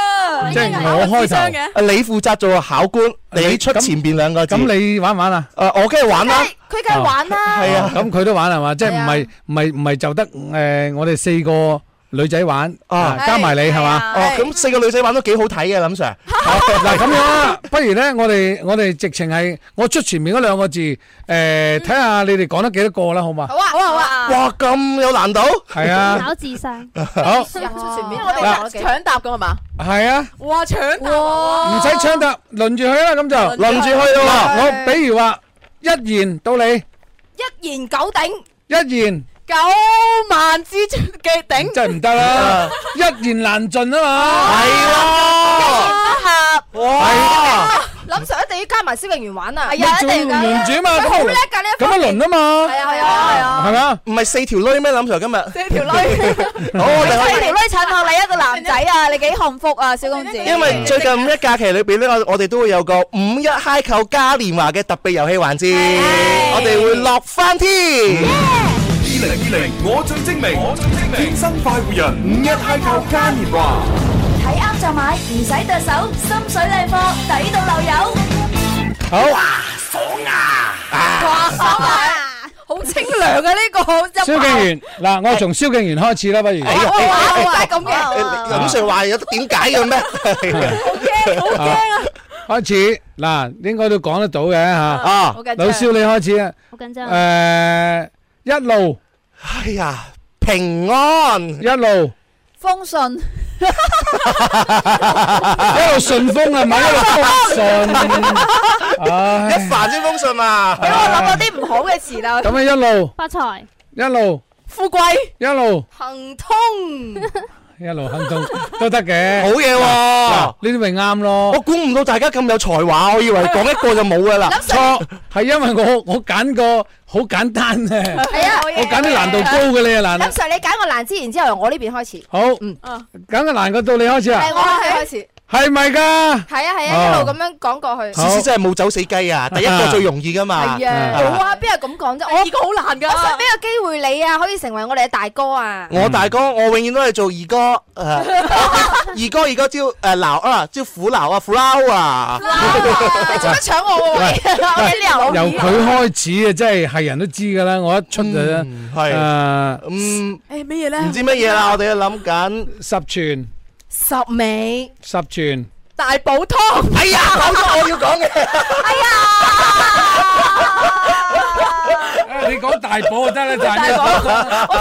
Speaker 5: 即係我開頭
Speaker 8: 嘅，
Speaker 6: 啊你負責做個考官，你出
Speaker 5: 咁
Speaker 6: 前邊兩個字。
Speaker 5: 咁你玩唔玩啊？
Speaker 6: 誒我梗係玩啦，
Speaker 8: 佢梗係玩啦，
Speaker 6: 係啊。
Speaker 5: 咁佢都玩係嘛？即係唔係唔係唔係就得誒？我哋四個女仔玩
Speaker 6: 啊
Speaker 5: 啊，加埋你係嘛？
Speaker 6: 哦，
Speaker 7: à.
Speaker 6: 咁四個女仔玩都幾好睇嘅，林 Sir。
Speaker 5: 嗱咁樣啦，不如咧，我哋我哋直情係我出前面嗰兩個字，誒、睇下你哋講得幾多個啦，好嘛
Speaker 8: 好？啊，好啊，好啊。
Speaker 6: 哇，咁有難度？
Speaker 5: 係啊，
Speaker 10: 考智商。
Speaker 5: 好，
Speaker 8: 出前
Speaker 4: 我
Speaker 8: 面我
Speaker 4: 哋
Speaker 8: 哋
Speaker 4: 搶答噶嘛？
Speaker 5: 係啊，
Speaker 4: 哇，搶答！
Speaker 5: 唔使搶答，輪住佢啦，咁就
Speaker 6: 輪住去咯
Speaker 5: 嗱，
Speaker 6: 喎。
Speaker 5: 我比如話一言到你，
Speaker 8: 一言九鼎，
Speaker 5: 一言
Speaker 4: 九萬支柱嘅頂，
Speaker 5: 真係唔得啦，一言難盡 啊
Speaker 6: 係
Speaker 7: À,
Speaker 6: 喎，
Speaker 8: 不
Speaker 6: 哇！
Speaker 8: 合。林 Sir 一定要加埋蕭敬元玩啊！
Speaker 5: 嘛，你仲輪住啊嘛，
Speaker 8: 佢好叻㗎呢一
Speaker 5: 咁
Speaker 8: 方
Speaker 5: 樣輪啊嘛，
Speaker 8: 係啊係啊係啊！
Speaker 5: 係咪啊？
Speaker 6: 唔係四條女咩？林 Sir 今日，
Speaker 8: 四條女，
Speaker 6: 好我哋可以。
Speaker 7: à, 四條女襯托你一個男仔啊，你幾幸福啊，小公子。
Speaker 6: 因為
Speaker 8: 嗯
Speaker 6: 最近五一假期裏邊咧，我我哋都會有個五一嗨扣嘉年華嘅特別遊戲環節，我哋會落翻添。
Speaker 2: 二零二零我最精明，我最精明，天生快活人，五一嗨購嘉年華。
Speaker 5: 好，
Speaker 7: À.
Speaker 8: 好清涼嘅呢個
Speaker 5: 蕭
Speaker 8: 一
Speaker 5: 敬元，嗱，我從蕭敬元開始啦，不如。
Speaker 8: 哇，就係咁
Speaker 6: 誒
Speaker 8: 嘅，
Speaker 6: 林 Sir 話有得點解嘅咩？
Speaker 5: 開始嗱，應該都講得到嘅吓。
Speaker 6: 啊
Speaker 8: 好，緊
Speaker 5: 老
Speaker 8: 張。
Speaker 5: 蕭你開始啊，
Speaker 10: 好緊張。
Speaker 5: 誒，一路
Speaker 6: 哎呀，平安，
Speaker 5: 一路
Speaker 7: 封信。
Speaker 5: 一路順風啊，咪一路順。唉
Speaker 6: 一，帆先封信啊！
Speaker 8: 俾我諗到啲唔好嘅詞啦。
Speaker 5: 咁啊一路
Speaker 10: 發財。
Speaker 5: 一路一路
Speaker 8: 行通。
Speaker 5: 一路行動都得嘅。
Speaker 6: 好嘢
Speaker 5: 嗱，
Speaker 6: 喎！
Speaker 5: 呢啲咪啱
Speaker 6: 我
Speaker 5: 咯。
Speaker 6: 估唔到大家咁有才華，我以為講一個就冇噶啦。
Speaker 5: 錯係因為我我揀個好簡單嘅，我揀啲難度
Speaker 8: Ờ.
Speaker 5: 高嘅你啊難。
Speaker 8: Dạ. 林sir，你揀個難之，然之後由我呢邊開始。係，我
Speaker 5: 好，咁啊難過到你開始啊，係
Speaker 8: Dạ.
Speaker 5: 咪㗎？
Speaker 8: 開始。係啊，係啊，
Speaker 5: 哦。
Speaker 8: 一路咁樣講過去。
Speaker 5: 好
Speaker 6: 思思真係冇走死雞啊！第一個最容易噶嘛。
Speaker 8: 係啊，冇啊，邊有咁講啫，我-我想俾個機會你啊，可以成為我哋嘅大哥啊。
Speaker 6: 我大哥，我永遠都係做二哥。 誒二哥二哥招誒鬧啊，招虎鬧啊，flower 啊。
Speaker 8: 你做乜搶我喎？Ờ,
Speaker 5: Dạ.
Speaker 8: 我嘅撩。
Speaker 5: 由佢開始啊，真係係人都知㗎啦。我一出就
Speaker 6: 嗯係。
Speaker 5: 誒
Speaker 6: 嗯，
Speaker 4: 誒，乜嘢咧？
Speaker 6: 唔知乜嘢啦，我哋諗緊。
Speaker 5: 十全
Speaker 8: 十尾大補湯。
Speaker 5: 十全，
Speaker 6: 哎呀，好咗我要講嘅。
Speaker 5: 你講大寶就得啦，賺一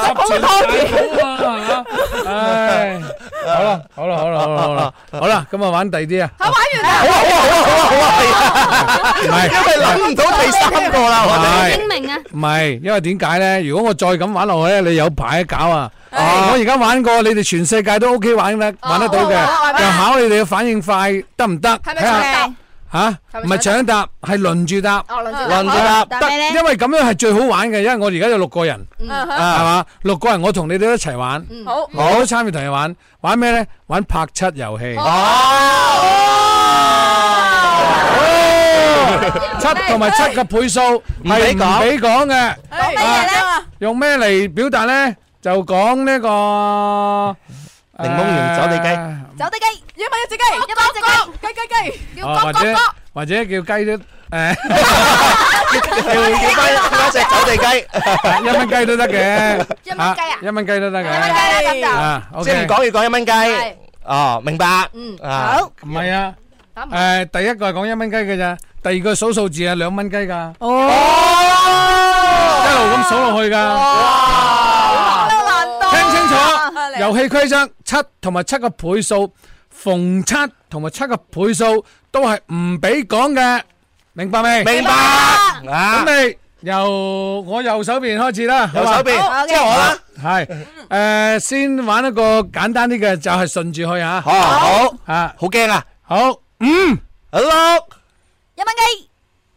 Speaker 5: 十全大寶啊，係嘛？唉，好啦，好啦，好啦，好啦，好啦，好啦，咁啊玩第二啲啊，
Speaker 6: 好啊好啊好啊好啊，係啊
Speaker 5: 唔係
Speaker 6: 因為諗唔到第三個啦，我哋。
Speaker 5: 係。
Speaker 10: 精明啊。
Speaker 5: 唔係，因為點解咧？如果我再咁玩落去咧，你有排搞啊！我而家玩過，你哋全世界都 OK 玩得玩得到嘅，
Speaker 8: 好啊好啊
Speaker 5: 又考你哋嘅反應快得唔得？
Speaker 8: 係咪
Speaker 5: 睇下
Speaker 8: 搶答？
Speaker 5: 吓，
Speaker 8: 咪
Speaker 5: 唔係搶答，係輪住答。
Speaker 8: 哦，輪住答。
Speaker 6: 輪住答
Speaker 5: 得，因為咁樣係最好玩嘅，因為我而家有六個人，係嘛，六個人我同你哋一齊玩，
Speaker 8: 好。
Speaker 5: 我都參與同你玩，玩咩咧？玩拍七遊戲，
Speaker 6: 哦，
Speaker 5: 七同埋七嘅倍數
Speaker 6: 唔俾
Speaker 5: 係
Speaker 6: 講
Speaker 5: 唔俾講
Speaker 4: 講
Speaker 5: 嘅。
Speaker 4: 乜嘢咧？
Speaker 5: 用咩嚟表達咧？就講呢個檸
Speaker 6: 檸檬園走地雞
Speaker 4: 走地雞，一蚊一隻雞，
Speaker 8: Dạ,
Speaker 4: 一蚊一隻雞，雞雞雞，要
Speaker 5: 哦或
Speaker 4: 割
Speaker 5: 者
Speaker 4: 割割。
Speaker 5: 或者叫雞都誒
Speaker 6: 係會叫返一隻走地雞。
Speaker 5: 一蚊雞都得嘅。
Speaker 6: 一蚊雞啊
Speaker 5: 一蚊雞都得
Speaker 8: Dạ,
Speaker 5: 嘅。啊，OK
Speaker 6: 即係唔講要講一蚊雞。哦，明白。啊。
Speaker 5: 唔係啊。誒，第一個係講一蚊雞嘅咋，第二個數數字係兩蚊雞㗎，一路咁數落去㗎。聽清楚， 遊戲規則，七同埋七個倍數，逢七同埋七個倍數都係唔俾講嘅，明白未？
Speaker 6: 明白。啊。
Speaker 5: 咁你由-我右手邊開始啦，
Speaker 6: 右手邊，
Speaker 5: 好嘛？
Speaker 6: 好，即係我啦。
Speaker 5: 係，誒，先玩一個簡單啲嘅，就係順住去啊。
Speaker 6: 好。
Speaker 5: 啊。
Speaker 6: à?
Speaker 5: 好，五、
Speaker 6: Ừ,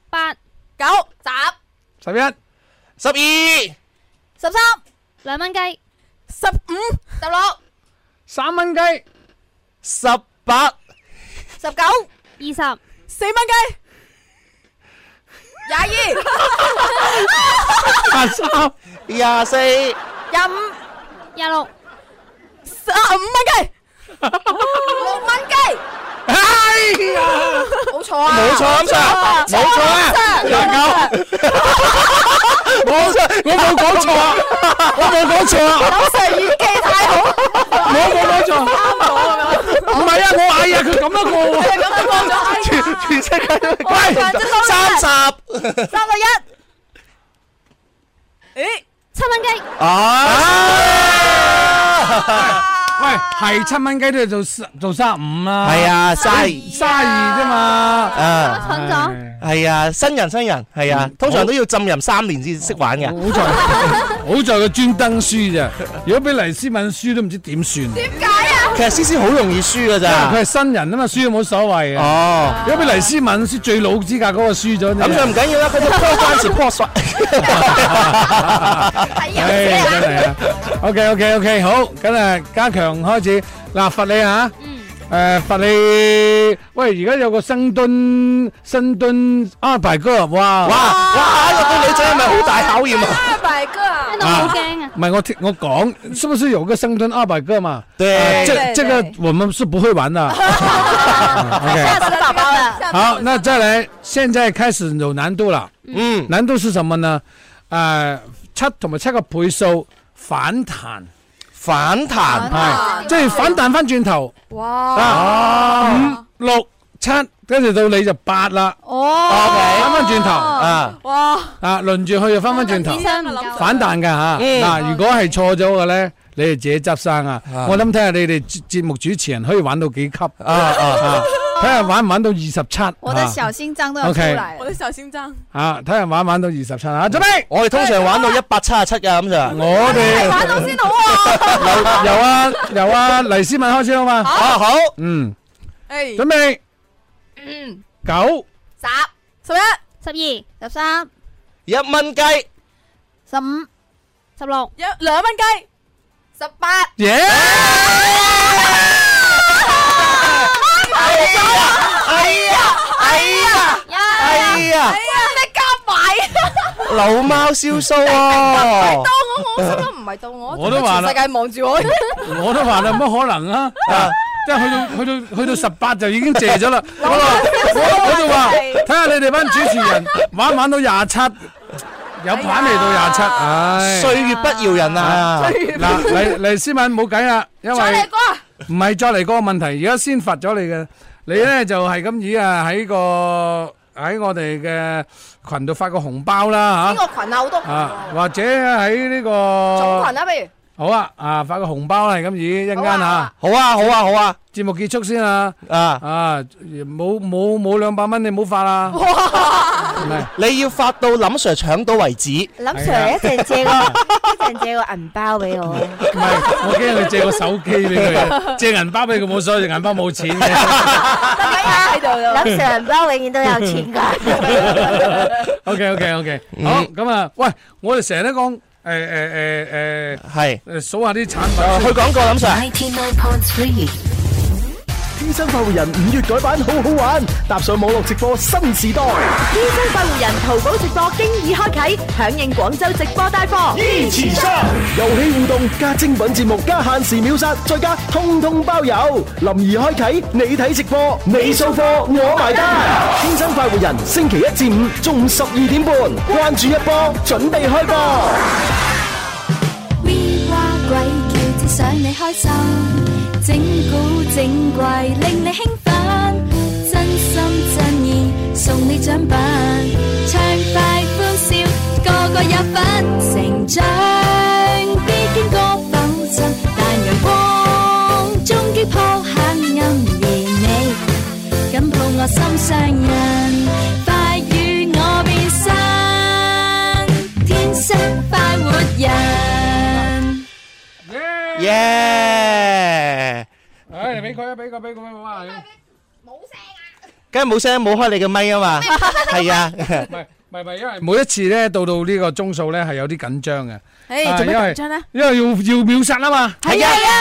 Speaker 10: 八、
Speaker 4: 九、十。
Speaker 5: 十一、
Speaker 6: 十二。
Speaker 4: 十三、
Speaker 10: 兩蚊雞、
Speaker 4: 十五、
Speaker 8: ừ.
Speaker 4: 十六、
Speaker 5: 三蚊雞、
Speaker 6: 十八。
Speaker 4: 十九、
Speaker 10: 二十、
Speaker 4: 四蚊雞、
Speaker 8: Dạ,
Speaker 4: 廿二、
Speaker 5: 廿三、
Speaker 6: Dạ, 廿四。
Speaker 4: 廿五、
Speaker 10: 廿六、
Speaker 4: 十五蚊雞、六蚊雞，冇錯啊！
Speaker 6: 冇錯，啱晒。冇錯啊。
Speaker 5: 廿九。我-我冇講錯啊，我冇講錯啊。 我冇講錯。唔係啊，我嗌啊，佢咁樣過喎。
Speaker 6: 全-全世界都係咁。三十。
Speaker 4: 三個一，咦？
Speaker 10: 七蚊雞、
Speaker 6: Ờ.
Speaker 5: 喂，係7雞都要做三-做35啦。
Speaker 6: 係啊，嘥。
Speaker 5: 32啫嘛。
Speaker 6: 啊。
Speaker 10: 蠢咗。
Speaker 6: à, 係啊，新人，新人，係啊，通常都要浸淫三年先識玩嘅。
Speaker 5: 好在-好在佢專登輸咋，如果俾黎思敏輸都唔知點算。
Speaker 6: 其實思思好容易輸㗎咋。
Speaker 5: 因為佢係新人啊嘛，輸冇所謂嘅。
Speaker 6: 哦。
Speaker 5: 如果俾黎思敏輸，最老資格嗰個輸咗啫。
Speaker 6: 咁就唔緊要啦，佢都關節破碎。
Speaker 5: 唉，真係啊。OK，OK，OK，好，咁啊，加強開始。嗱，罰你啊。誒，罰你-喂，而家有個深蹲-深蹲安排歌，哇。
Speaker 6: 哇，哇，一個對女仔係咪好大考驗啊？
Speaker 8: Dạ,
Speaker 4: 大哥
Speaker 8: à.
Speaker 4: 啊！
Speaker 10: 聽到好驚啊！
Speaker 5: 唔係，我聽-我講，是不是有個深蹲二百個嘛？
Speaker 6: 對。
Speaker 5: 啊，這
Speaker 4: 對，
Speaker 5: -這個
Speaker 4: 對。
Speaker 5: 我們是不会玩的。啊，OK。
Speaker 4: 下次宝宝
Speaker 7: à?
Speaker 4: 了，
Speaker 8: Dạ,
Speaker 5: 好，那再来，现在开始有难度啦。
Speaker 6: 嗯，
Speaker 5: 难度是什么呢？诶，七同埋七個倍數反彈，
Speaker 6: 反彈。
Speaker 5: 係即係反彈翻轉頭。
Speaker 4: 哇！
Speaker 5: 五六七，跟住到你就八啦，
Speaker 4: 哦
Speaker 5: 翻翻轉頭
Speaker 6: 啊，
Speaker 4: 哇！
Speaker 5: 啊，輪住去就翻翻轉頭，
Speaker 10: 相唔夠，
Speaker 5: 反彈㗎吓。
Speaker 6: 嗯
Speaker 5: 嗱，如果係錯咗嘅咧，你哋自己執生啊。我諗睇下你哋節節目主持人可以玩到幾級啊啊，睇下玩唔玩到二十七。
Speaker 7: 我的小心脏都要出
Speaker 5: OK
Speaker 7: 来了
Speaker 4: 我。的小心脏，
Speaker 5: 啊，睇下玩唔玩到二十七啊，準備。
Speaker 6: 我哋通常玩到177㗎，咁就。
Speaker 5: 我
Speaker 8: Dạ,
Speaker 5: 哋
Speaker 4: 玩到先好啊！
Speaker 5: 由啊由啊黎思敏開始好嘛？
Speaker 6: 啊，好。
Speaker 5: 嗯，
Speaker 4: 诶，
Speaker 5: 準備。九
Speaker 4: 十、十一、
Speaker 10: 十二、
Speaker 7: 十三、
Speaker 6: 一蚊雞。
Speaker 7: 十五、
Speaker 10: 十六、
Speaker 4: 有两蚊雞，十八，
Speaker 5: 耶！
Speaker 6: 哎呀，
Speaker 4: 你加埋，
Speaker 6: 老貓燒鬚喎。
Speaker 4: 到我我心諗唔係到我，
Speaker 5: 我都話啦
Speaker 4: 全世界望住我，
Speaker 5: 我都話啦，乜可能啊？啊即係去到去到去到十八就已經 謝咗啦。我話我我就話，睇下你哋班主持人玩唔玩到廿七，有排未到廿七，唉。
Speaker 6: 歲月不饒人啊。
Speaker 5: 嗱，黎黎思敏冇計啦，因為。
Speaker 4: 再嚟過，
Speaker 5: 唔係再嚟嗰個問題，而家先罰咗你嘅。你咧就係咁以啊喺個喺我哋嘅群度發個紅包
Speaker 4: 呢
Speaker 5: 啦
Speaker 4: 個群啊好多
Speaker 5: 嚇，啊或者喺呢、個
Speaker 4: 種群啦，不如
Speaker 5: 好啊啊發個紅包啦，係咁以一陣間
Speaker 4: 好啊好
Speaker 5: 嚇
Speaker 4: 啊。
Speaker 6: 好啊，好啊，好啊。啊，
Speaker 5: 節目結束先啊！啊，冇冇冇兩百蚊你唔好發啦，唔係
Speaker 6: 你要發到林sir搶到為止。
Speaker 7: 林 Sir 一陣 借個一陣借個銀包俾我，
Speaker 5: 唔係，我驚你借個手機俾佢，借銀包俾佢冇所謂，銀包冇錢嘅。
Speaker 4: 喺度啦，
Speaker 7: 林 Sir 銀包永遠都有 錢㗎。
Speaker 5: OK OK Oh, OK，好咁啊！喂，我哋成日都講誒誒誒誒誒數下啲產品。
Speaker 6: 係。去廣告，林sir。
Speaker 11: Ninety nine point three.
Speaker 3: 天生快活人五月改版好好玩，踏上網絡直播新時代。
Speaker 12: 天生快活人淘寶直播經已開啟，響應廣州直播帶貨。
Speaker 3: 遊戲互動加精品節目加限時秒殺，再加通通包郵。林怡開啟你睇直播，你掃貨我埋單。天生快活人，星期一至五中午十二點半，關注一波，準備開播。
Speaker 11: We 話鬼叫，只想你開心，整古整怪令你興奮，真心真意送你獎品，暢快歡笑，個個有份成長，必經過浮沉，但陽光終擊破黑暗，而你。緊抱我心上人，快與我變身，天生快活人。
Speaker 6: 耶！梗係冇聲，冇開你嘅咪啊嘛，係啊，
Speaker 5: 每一次咧到到呢個鐘數咧係有啲緊張嘅。
Speaker 4: 誒
Speaker 5: 啊
Speaker 4: 做咩
Speaker 5: 因為
Speaker 4: 緊張咧？
Speaker 5: 因為要要秒殺啊嘛。
Speaker 4: 係啊係啊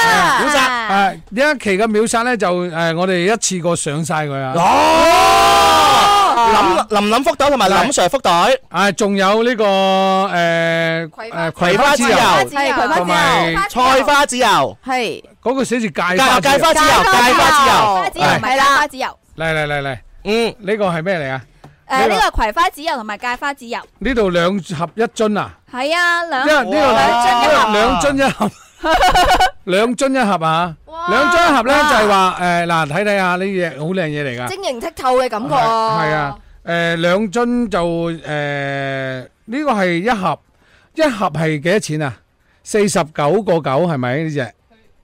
Speaker 5: 秒殺。啊，呢一期嘅秒殺咧就誒，我哋一次過上晒佢啊。
Speaker 6: 哦，林林林福袋同埋林 Sir 福袋。
Speaker 5: 啊，仲有呢個呃誒誒
Speaker 6: 葵花籽油係葵花籽油
Speaker 5: 同埋
Speaker 6: 菜花籽油。
Speaker 4: 係
Speaker 5: 嗰個寫住芥
Speaker 6: 芥芥花籽油芥花籽油
Speaker 7: 花籽油唔係啦，花籽油。
Speaker 5: 嚟嚟嚟嚟，嗯，呢個係咩嚟啊？
Speaker 7: 誒，呢個係葵花籽油同埋芥花籽油。
Speaker 5: 呢度兩盒一樽啊，
Speaker 7: 係啊，兩
Speaker 5: 因為呢度
Speaker 7: 兩樽一
Speaker 5: 兩
Speaker 7: 盒
Speaker 5: 兩樽一盒，兩樽一盒啊，兩樽一盒咧就係話誒嗱，睇睇下呢嘢好靚嘢嚟㗎，
Speaker 8: 晶莹剔透嘅感覺啊！
Speaker 5: 係啊，誒兩樽就誒呢個係一盒，一盒係幾多錢啊？四十九個九係咪呢只？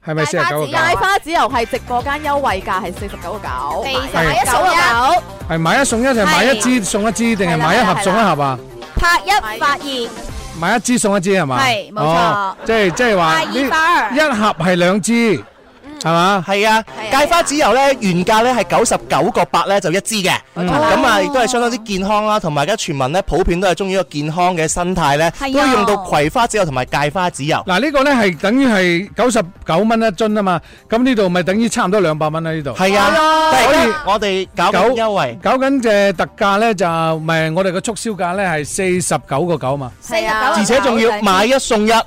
Speaker 5: 係咪四十九個九？
Speaker 4: 芥花籽油係直播間優惠價係四十九個九，
Speaker 5: 買一送
Speaker 4: 九。
Speaker 5: 係買一送一定係買一支送一支定係買一盒送一盒啊？
Speaker 7: 拍一發二。
Speaker 5: 買一支送一支係嘛？
Speaker 7: 係冇錯
Speaker 5: 哦即係即係話呢
Speaker 7: 八二
Speaker 5: 一盒係兩支，係嘛？
Speaker 6: 係啊，芥花籽油咧原價咧係九十九個八咧就一支嘅，咁啊亦都係相當之健康啦，同埋而家全民咧普遍都係中意一個健康嘅生態咧，
Speaker 7: 係啊
Speaker 6: 都會用到葵花籽油同埋芥花籽油。
Speaker 5: 嗱呢個咧係等於係九十九蚊一樽啊嘛，咁呢度咪等於差唔多兩百蚊啦呢度。
Speaker 6: 係啊係啊
Speaker 5: 所以
Speaker 6: 我哋搞緊優惠，
Speaker 5: 搞緊嘅特價咧就咪我哋嘅促銷價咧係四十九個九嘛，
Speaker 7: 係啊
Speaker 6: 而且仲要買一送一，
Speaker 7: 係啊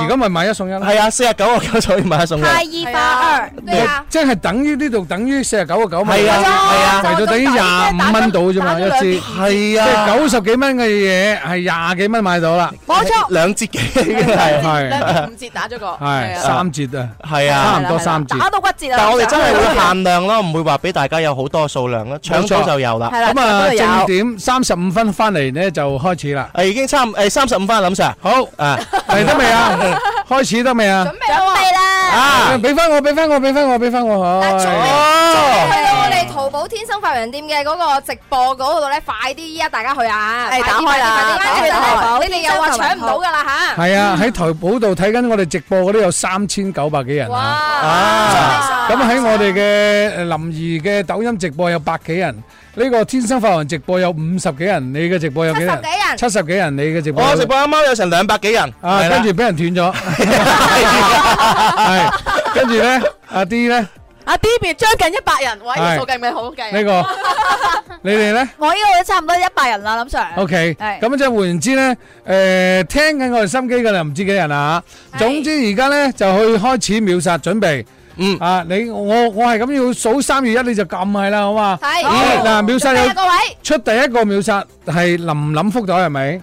Speaker 5: 而家咪買一送一咯。
Speaker 6: 係啊，四十九個 九就可以買一送一。
Speaker 7: 拍二發二，對啊。
Speaker 8: à.
Speaker 5: 即係等於呢度等於四十九個九嘛，
Speaker 6: 係啊係啊
Speaker 5: 嚟到等於廿五蚊到啫嘛一支，
Speaker 6: 係啊
Speaker 5: 即係九十幾蚊嘅嘢係廿幾蚊買到啦，
Speaker 4: 冇錯
Speaker 6: 兩折幾係
Speaker 4: 兩五折打咗個，
Speaker 5: 係
Speaker 4: 係啊
Speaker 5: 三折啊，
Speaker 6: 係啊
Speaker 5: 差唔多三折。
Speaker 4: 打到骨折啊！
Speaker 6: 但我哋真係會限量咯，唔會話俾大家有好多數量咯，搶到就有啦。
Speaker 4: 係啦
Speaker 5: 咁啊，
Speaker 4: 搶到
Speaker 5: 正
Speaker 4: 有
Speaker 5: 點三十五分翻嚟呢就開始啦。
Speaker 6: 啊誒已經差唔誒三十五分啦，林 Sir。
Speaker 5: 好
Speaker 6: 啊，
Speaker 5: 嚟得未 啊？開始得未啊？
Speaker 8: 準備啦！
Speaker 6: 啊，
Speaker 5: 俾翻我，俾翻我，俾翻我，俾翻我。
Speaker 6: 哦，
Speaker 8: 去到我哋淘寶天生快活人店嘅嗰個直播嗰度咧，快啲依家大家去啊！
Speaker 4: 係
Speaker 8: 快啲
Speaker 4: 打開啦
Speaker 8: 快啲快啲
Speaker 4: 打開打
Speaker 8: 你哋又話搶唔到㗎啦吓！
Speaker 5: 係啊，喺淘寶度睇緊我哋直播嗰啲有三千九百幾人啊。
Speaker 6: 啊，
Speaker 5: 咁喺我哋嘅誒林怡嘅抖音直播有百幾人，呢個天生發行直播有五十幾人，你嘅直播有幾人？七十幾人，你嘅直播有。
Speaker 6: 我直播啱啱有成兩百幾人，
Speaker 5: 啊，
Speaker 6: 係啦
Speaker 5: 跟住俾人斷 咗。係，跟住咧，阿 D 咧，呢
Speaker 4: 阿 D B 將近一百人，喂，
Speaker 5: 係
Speaker 4: 呢個數計咪好計啊？
Speaker 5: 個，你哋咧？
Speaker 7: 我呢度都差唔多一百人啦，林 Sir。
Speaker 5: O K，
Speaker 7: 係
Speaker 5: 咁即係換言之咧，誒聽緊我哋心機嘅就唔知幾人啦嚇。總之而家咧就去開始秒殺準備。
Speaker 6: 嗯
Speaker 5: 啊，你我我係咁要數三月一你就撳係啦，好嘛？
Speaker 8: 係
Speaker 5: 咦嗱，秒殺有
Speaker 8: 準備啊各位
Speaker 5: 出第一個秒殺係林林福袋係咪？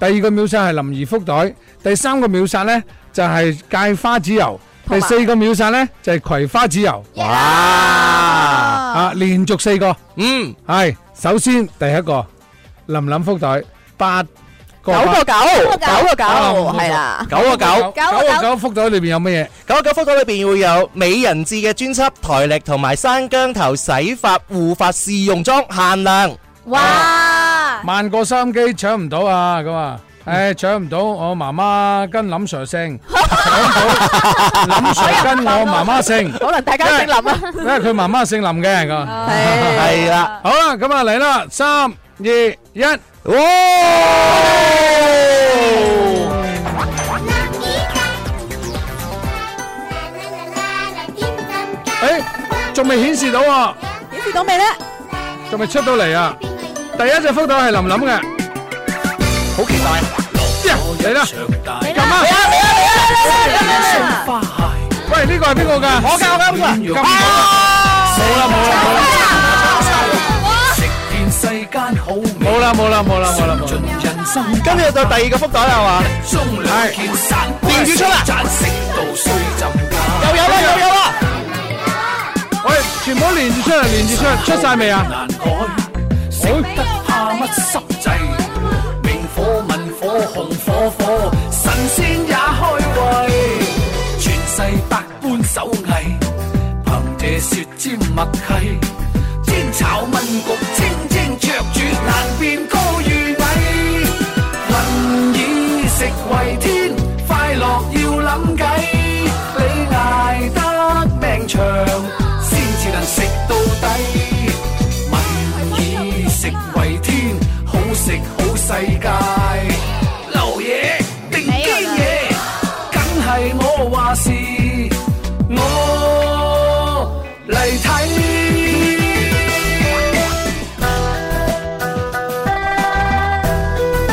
Speaker 5: 第二個秒殺係林怡福袋，第三個秒殺咧就係芥花籽油，
Speaker 4: 同
Speaker 5: 第
Speaker 4: 埋
Speaker 5: 四個秒殺咧就係葵花籽油。
Speaker 6: 哇！
Speaker 5: 啊，連續四個。
Speaker 6: 嗯，
Speaker 5: 係，首先第一個林林福袋八個
Speaker 4: 九
Speaker 5: 八
Speaker 4: 個九，九個九，
Speaker 5: 啊
Speaker 4: 係啦。
Speaker 6: 九個九。
Speaker 5: 九個九福袋裏邊有乜嘢？
Speaker 6: 九九福袋裏邊會有美人痣嘅專輯台歷同埋生姜頭洗髮護髮試用裝限量，
Speaker 7: 哇！
Speaker 5: 萬個收音機搶唔到啊！咁啊，唉，搶唔到，我媽媽跟林 Sir 姓，搶唔到林 Sir 跟我媽媽姓，
Speaker 4: 可能大家識諗啊，
Speaker 5: 因為佢媽媽姓林嘅咁
Speaker 7: Ờ.
Speaker 5: 啊。
Speaker 4: 係
Speaker 6: 係啦，
Speaker 5: 好啦，咁啊嚟啦，三二一，
Speaker 6: 哇！
Speaker 5: 誒，仲未顯示到喎，
Speaker 4: 顯示到未咧？
Speaker 5: 仲未出到嚟啊！第一隻福袋係林林嘅，好期待呀！嚟啦，撳啊！喂，呢個係邊個㗎？我㗎，我㗎，我㗎。冇啦冇啦冇啦。冇啦冇啦冇啦冇啦冇啦！
Speaker 6: 跟住到第二個福袋啦，係嘛？
Speaker 5: 係
Speaker 6: 電子出啦！又有啦，又有啦！
Speaker 5: 喂，全部連住出嚟，連住出嚟，出晒未啊？誒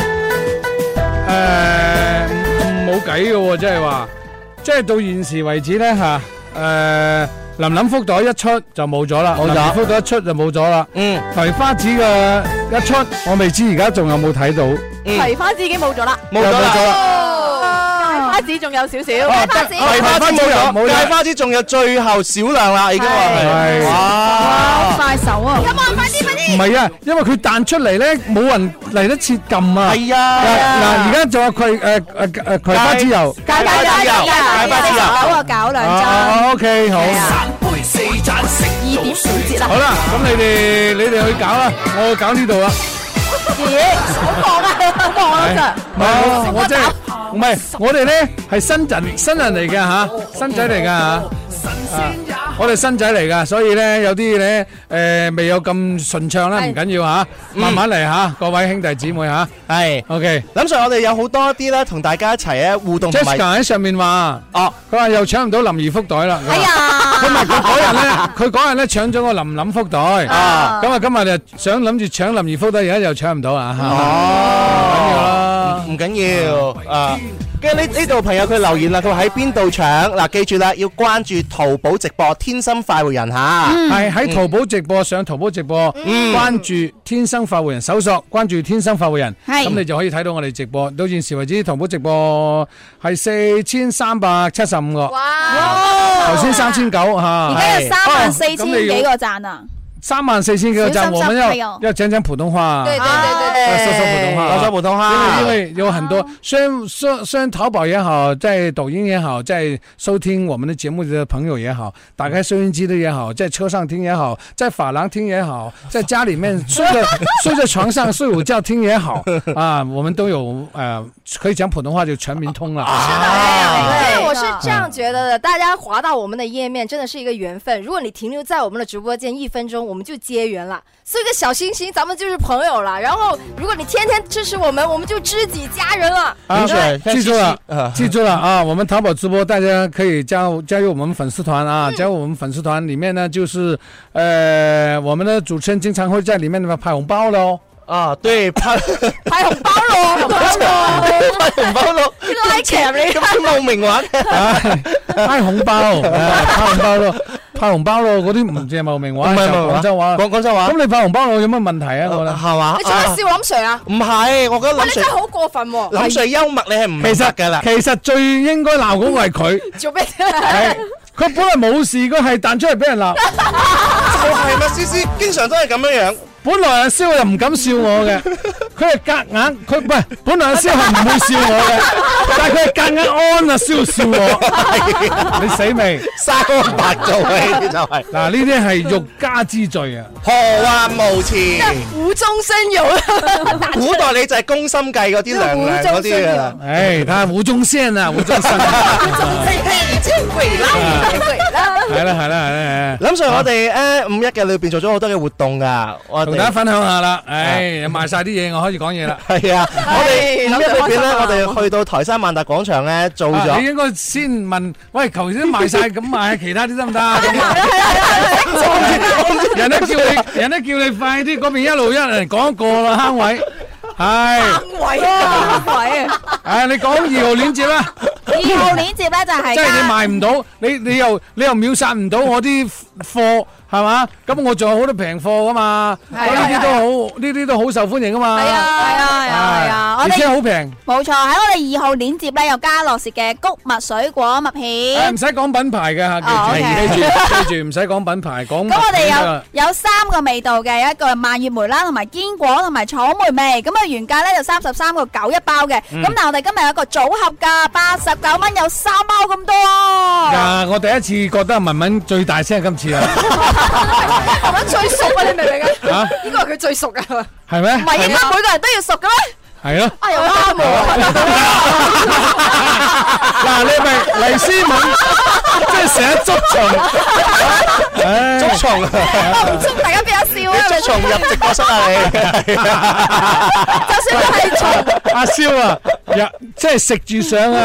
Speaker 5: Ờ, 冇計嘅喎，即係話，即係到現時為止咧嚇，誒林林福袋一出就冇咗啦，
Speaker 6: 冇咗 Ừ.
Speaker 5: 林林福袋一出就冇咗啦。
Speaker 6: 嗯，
Speaker 5: 葵花籽嘅一出，我未知而家仲有冇睇到？
Speaker 4: 葵花籽已經冇咗啦，
Speaker 5: 冇咗啦冇
Speaker 6: à?
Speaker 5: 咗啦
Speaker 4: 啦，葵花籽仲有少少，葵
Speaker 5: 哦
Speaker 4: 花籽
Speaker 6: 葵花枝冇
Speaker 5: 冇
Speaker 6: 咗，
Speaker 5: 啦
Speaker 6: 芥花枝仲有最後少量啦，已經話係。哇！
Speaker 7: 快手啊！
Speaker 4: 咁啊，快啲快啲！
Speaker 5: 唔係啊，因為佢彈出嚟咧，冇人嚟得切撳啊。
Speaker 6: 係啊
Speaker 5: 嗱
Speaker 6: 係啊
Speaker 5: 嗱，而家仲有葵誒誒誒葵花籽油。
Speaker 8: Dạ.
Speaker 7: 芥花
Speaker 6: 芥花
Speaker 7: 枝
Speaker 6: 枝
Speaker 7: 油，
Speaker 6: 油芥花枝油
Speaker 7: 手啊搞兩針，
Speaker 5: 啊，OK，好。ờ,
Speaker 7: 二點五折啦。
Speaker 5: 好啦，咁你哋你哋去搞啦，我搞呢度啊。
Speaker 4: 咦，好忙啊，好忙啊真係。
Speaker 5: 唔係，我真係唔係，我哋咧係新人新人嚟嘅嚇，新仔嚟嘅嚇。啊我哋新仔嚟噶，所以咧有啲咧誒未有咁順暢啦，
Speaker 4: 係
Speaker 5: 唔緊要嚇，慢慢嚟嚇，各位兄弟姊妹嚇。
Speaker 6: 係，
Speaker 5: OK，
Speaker 6: 諗上我哋有好多啲咧，同大家一齊咧互動同埋
Speaker 5: Jessica 喺上面話，
Speaker 6: 哦，
Speaker 5: 佢話又搶唔到林兒福袋啦。
Speaker 7: 哎呀，
Speaker 5: 佢咪佢嗰日咧，佢嗰日咧搶咗個林林福袋，咁
Speaker 6: 啊
Speaker 5: 啊今日就想諗住搶林兒福袋，而家又搶唔到啊！
Speaker 6: 哦，唔緊要啊。跟住呢呢度朋友佢留言啦，佢話喺邊度搶嗱，記住啦，要關注淘寶直播《天生快活人》嚇。
Speaker 5: 係喺淘寶直播上淘寶直播，關注天生快活人，搜索關注天生快活人，
Speaker 7: 係
Speaker 5: 咁你就可以睇到我哋直播。到現時為止，淘寶直播係四千三百七十五個，
Speaker 8: 哇！
Speaker 5: 頭先三千九
Speaker 7: 而
Speaker 5: 吓，
Speaker 7: 家有三萬四千
Speaker 5: 咁你要
Speaker 7: 幾個讚啊！
Speaker 5: 三萬四千幾個讚，
Speaker 7: 小心
Speaker 5: 我們
Speaker 7: 心配
Speaker 5: 要
Speaker 7: 哦
Speaker 5: 要講講普通話，
Speaker 8: 對
Speaker 5: 要
Speaker 8: 對對對
Speaker 5: 說說普通話，
Speaker 6: 多手普通
Speaker 5: 因
Speaker 6: 哈，
Speaker 5: 为因为有很多，虽然虽虽然淘宝也好，在抖音也好，在收听我们的节目的朋友也好，打开收音机的也好，在车上听也好，在发廊听也好，在家里面睡着睡在床上睡午觉听也好啊，我们都有呃，可以讲普通话就全民通了。
Speaker 8: 啊对，我是这样觉得的。大家滑到我们的页面，真的是一个缘分。如果你停留在我们的直播间一分钟，我们就结缘了，送一个小心心，咱们就是朋友了。然后，如果你天天支持我们，我们就知己家人了。
Speaker 5: 啊
Speaker 6: 林 Sir，
Speaker 5: 记住了
Speaker 6: 啊，
Speaker 5: 记住了啊！我们淘宝直播，大家可以加入加入我们粉丝团啊！加入我们粉丝团里面呢，就是呃，我们的主持人经常会在里面拍红包喽。
Speaker 6: 啊，對，拍拍
Speaker 4: 派紅包咯，紅包咯，
Speaker 6: 紅包咯，
Speaker 4: 拉強你
Speaker 6: 咁冇名玩。
Speaker 5: 唉派紅 包，唉派紅包咯，派紅包咯，嗰啲唔知係茂名話，
Speaker 6: 唔係
Speaker 5: 就
Speaker 6: 唔係哦
Speaker 5: 廣州話。
Speaker 6: 講廣州話
Speaker 5: 咁你派紅包我有乜問題啊？我覺得。
Speaker 6: 係嘛？
Speaker 8: 你做乜笑我林 Sir 啊？
Speaker 6: 唔係，我覺得
Speaker 8: 哇，
Speaker 6: 林
Speaker 8: 你真
Speaker 6: Sir
Speaker 8: 係好過分喎！
Speaker 6: 林 Sir 幽默，你係唔明
Speaker 5: 其
Speaker 6: 白
Speaker 5: 實
Speaker 6: 㗎啦。
Speaker 5: 其實最應該鬧嗰個係佢，
Speaker 8: 做咩？
Speaker 5: 係佢本來冇事，佢係彈出嚟俾人鬧。
Speaker 6: 就係嘛，思思經常都係咁樣樣。
Speaker 5: 本來阿蕭又唔敢笑我嘅，佢係夾硬，佢唔係本來阿蕭係唔會笑我嘅，但係佢係夾硬安阿蕭笑我。你死未？
Speaker 6: 三白做嘅就係
Speaker 5: 嗱，呢啲係欲加之罪啊！
Speaker 6: 何話無詞。
Speaker 8: 無中生有，
Speaker 6: 古代你就係攻心計嗰啲娘娘嗰啲㗎啦。
Speaker 5: 唉，睇下吳宗憲啊，吳宗憲。
Speaker 8: 嘿嘿，見鬼啦！見鬼啦！
Speaker 5: 哎係啦，係啦，係啦，係啦。
Speaker 6: 林 Sir，我哋诶五一嘅裏边做咗好多嘅活動㗎，我
Speaker 5: 同
Speaker 6: 哋
Speaker 5: 大 家分享下啦，唉，賣晒啲嘢，我可以講嘢啦。
Speaker 6: 係啊，我哋五一裏边咧，我哋去到台山萬達廣場咧做
Speaker 5: 啊你
Speaker 6: 咗。
Speaker 5: 應該先問，喂，頭先賣 晒咁賣，其他啲得唔得？人都叫 你，人都叫你快啲，嗰邊一路一人講一個啦，坑位，係，
Speaker 7: 位啊，位啊！
Speaker 5: 唉，你講二號鏈接啦。
Speaker 7: 二號鏈接咧就係
Speaker 5: 即係你
Speaker 7: 加
Speaker 5: 賣唔到，你你又你又秒殺唔到我啲貨，係嘛？咁我仲有好多平貨噶嘛，
Speaker 7: 係
Speaker 5: 咁
Speaker 7: 啊
Speaker 5: 呢啲都好，呢啲都好受歡迎噶嘛。係啊，
Speaker 7: 係啊，係啊，係啊！我
Speaker 5: 而且
Speaker 7: 哋
Speaker 5: 好平，
Speaker 7: 冇錯喺我哋二號鏈接咧，又加樂士嘅谷物水果麥
Speaker 5: 誒
Speaker 7: 片
Speaker 5: 唔。使講品牌嘅嚇，
Speaker 7: 哦
Speaker 5: 記
Speaker 7: OK
Speaker 5: À, 住記住記住，唔使講品牌，講
Speaker 7: 咁我
Speaker 5: 物料得
Speaker 7: 哋
Speaker 5: 啦
Speaker 7: 有有三個味道嘅，有一個係蔓越莓啦，同埋堅果同埋草莓味。咁啊原價咧就三十三個九一包嘅。
Speaker 5: 嗯
Speaker 7: 咁但係我哋今日有一個組合價，八十九蚊有三包咁多啊！
Speaker 5: 啊！我第一次覺得文文最大聲，今次啊，
Speaker 8: 文文最熟啊，你明唔明啊？
Speaker 5: 嚇
Speaker 8: 呢個係佢最熟啊。
Speaker 5: 係咩？
Speaker 8: 唔係應該每個人都要熟嘅咩？
Speaker 5: 係 咯。
Speaker 8: 啊，又啱喎。
Speaker 5: 嗱，你咪黎思敏，即係成日捉 蟲，捉蟲
Speaker 7: 唔祝大家比較笑啊！
Speaker 6: 捉蟲入直播室 啊你！
Speaker 7: 就算佢係蟲，
Speaker 5: 阿蕭啊，入即係食住上啊！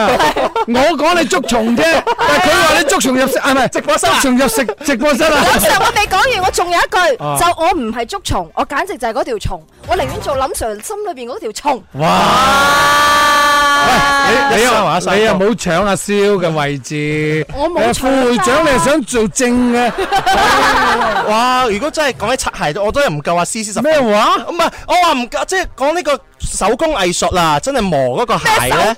Speaker 5: 我講你捉蟲啫，但係佢話你捉蟲入食啊，唔係直播室，捉蟲入食直播室啊！
Speaker 8: 林 Sir，我未講完，我仲有一句，
Speaker 5: 啊
Speaker 8: 就我唔係捉蟲，我簡直就係嗰條蟲，我寧願做林 Sir 心裏邊嗰條蟲。
Speaker 5: 你又你又冇搶阿蕭嘅位置，
Speaker 8: 我冇
Speaker 5: 你係
Speaker 8: 搶
Speaker 5: 副會長你係想做正 嘅，
Speaker 6: 哇！如果真係講起擦鞋，我都係唔夠阿思思十
Speaker 5: 咩話？
Speaker 6: 唔係，我話唔夠，即係講呢個手工藝術啊，真係磨嗰個鞋咧，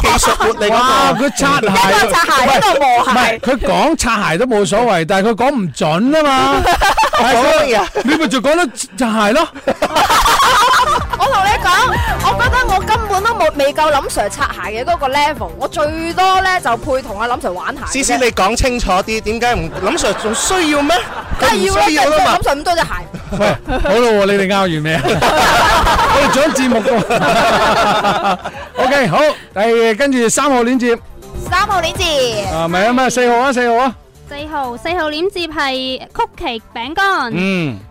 Speaker 6: 技術活力
Speaker 5: 哇！
Speaker 6: 嗰個。
Speaker 5: 佢擦鞋，
Speaker 7: 一個擦鞋一個磨鞋
Speaker 5: 唔係佢講擦鞋都冇所謂，但係佢講唔 準啊嘛。係
Speaker 6: 講乜嘢啊
Speaker 5: 佢你咪就講得擦鞋咯。
Speaker 8: 我同你講，我覺得我根本都冇未夠林 Sir 擦鞋嘅嗰個 level，我最多咧就配同阿林 Sir 玩鞋啫。
Speaker 6: 思思，你講清楚啲，點解唔林 Sir 仲需要咩？
Speaker 8: 梗
Speaker 6: 佢唔
Speaker 8: 係要
Speaker 6: 需要
Speaker 8: 啦，真係
Speaker 6: 啦嘛
Speaker 8: 林。Sir 咁多 隻鞋。
Speaker 5: 喂，好咯，你哋拗完未啊？我哋講節目 喎。OK，好，誒，跟住三號鏈接
Speaker 7: 三號鏈接。
Speaker 5: 啊，咪啊咪四號啊，四號啊，
Speaker 10: 四號四號鏈接係曲奇餅乾，
Speaker 5: 嗯，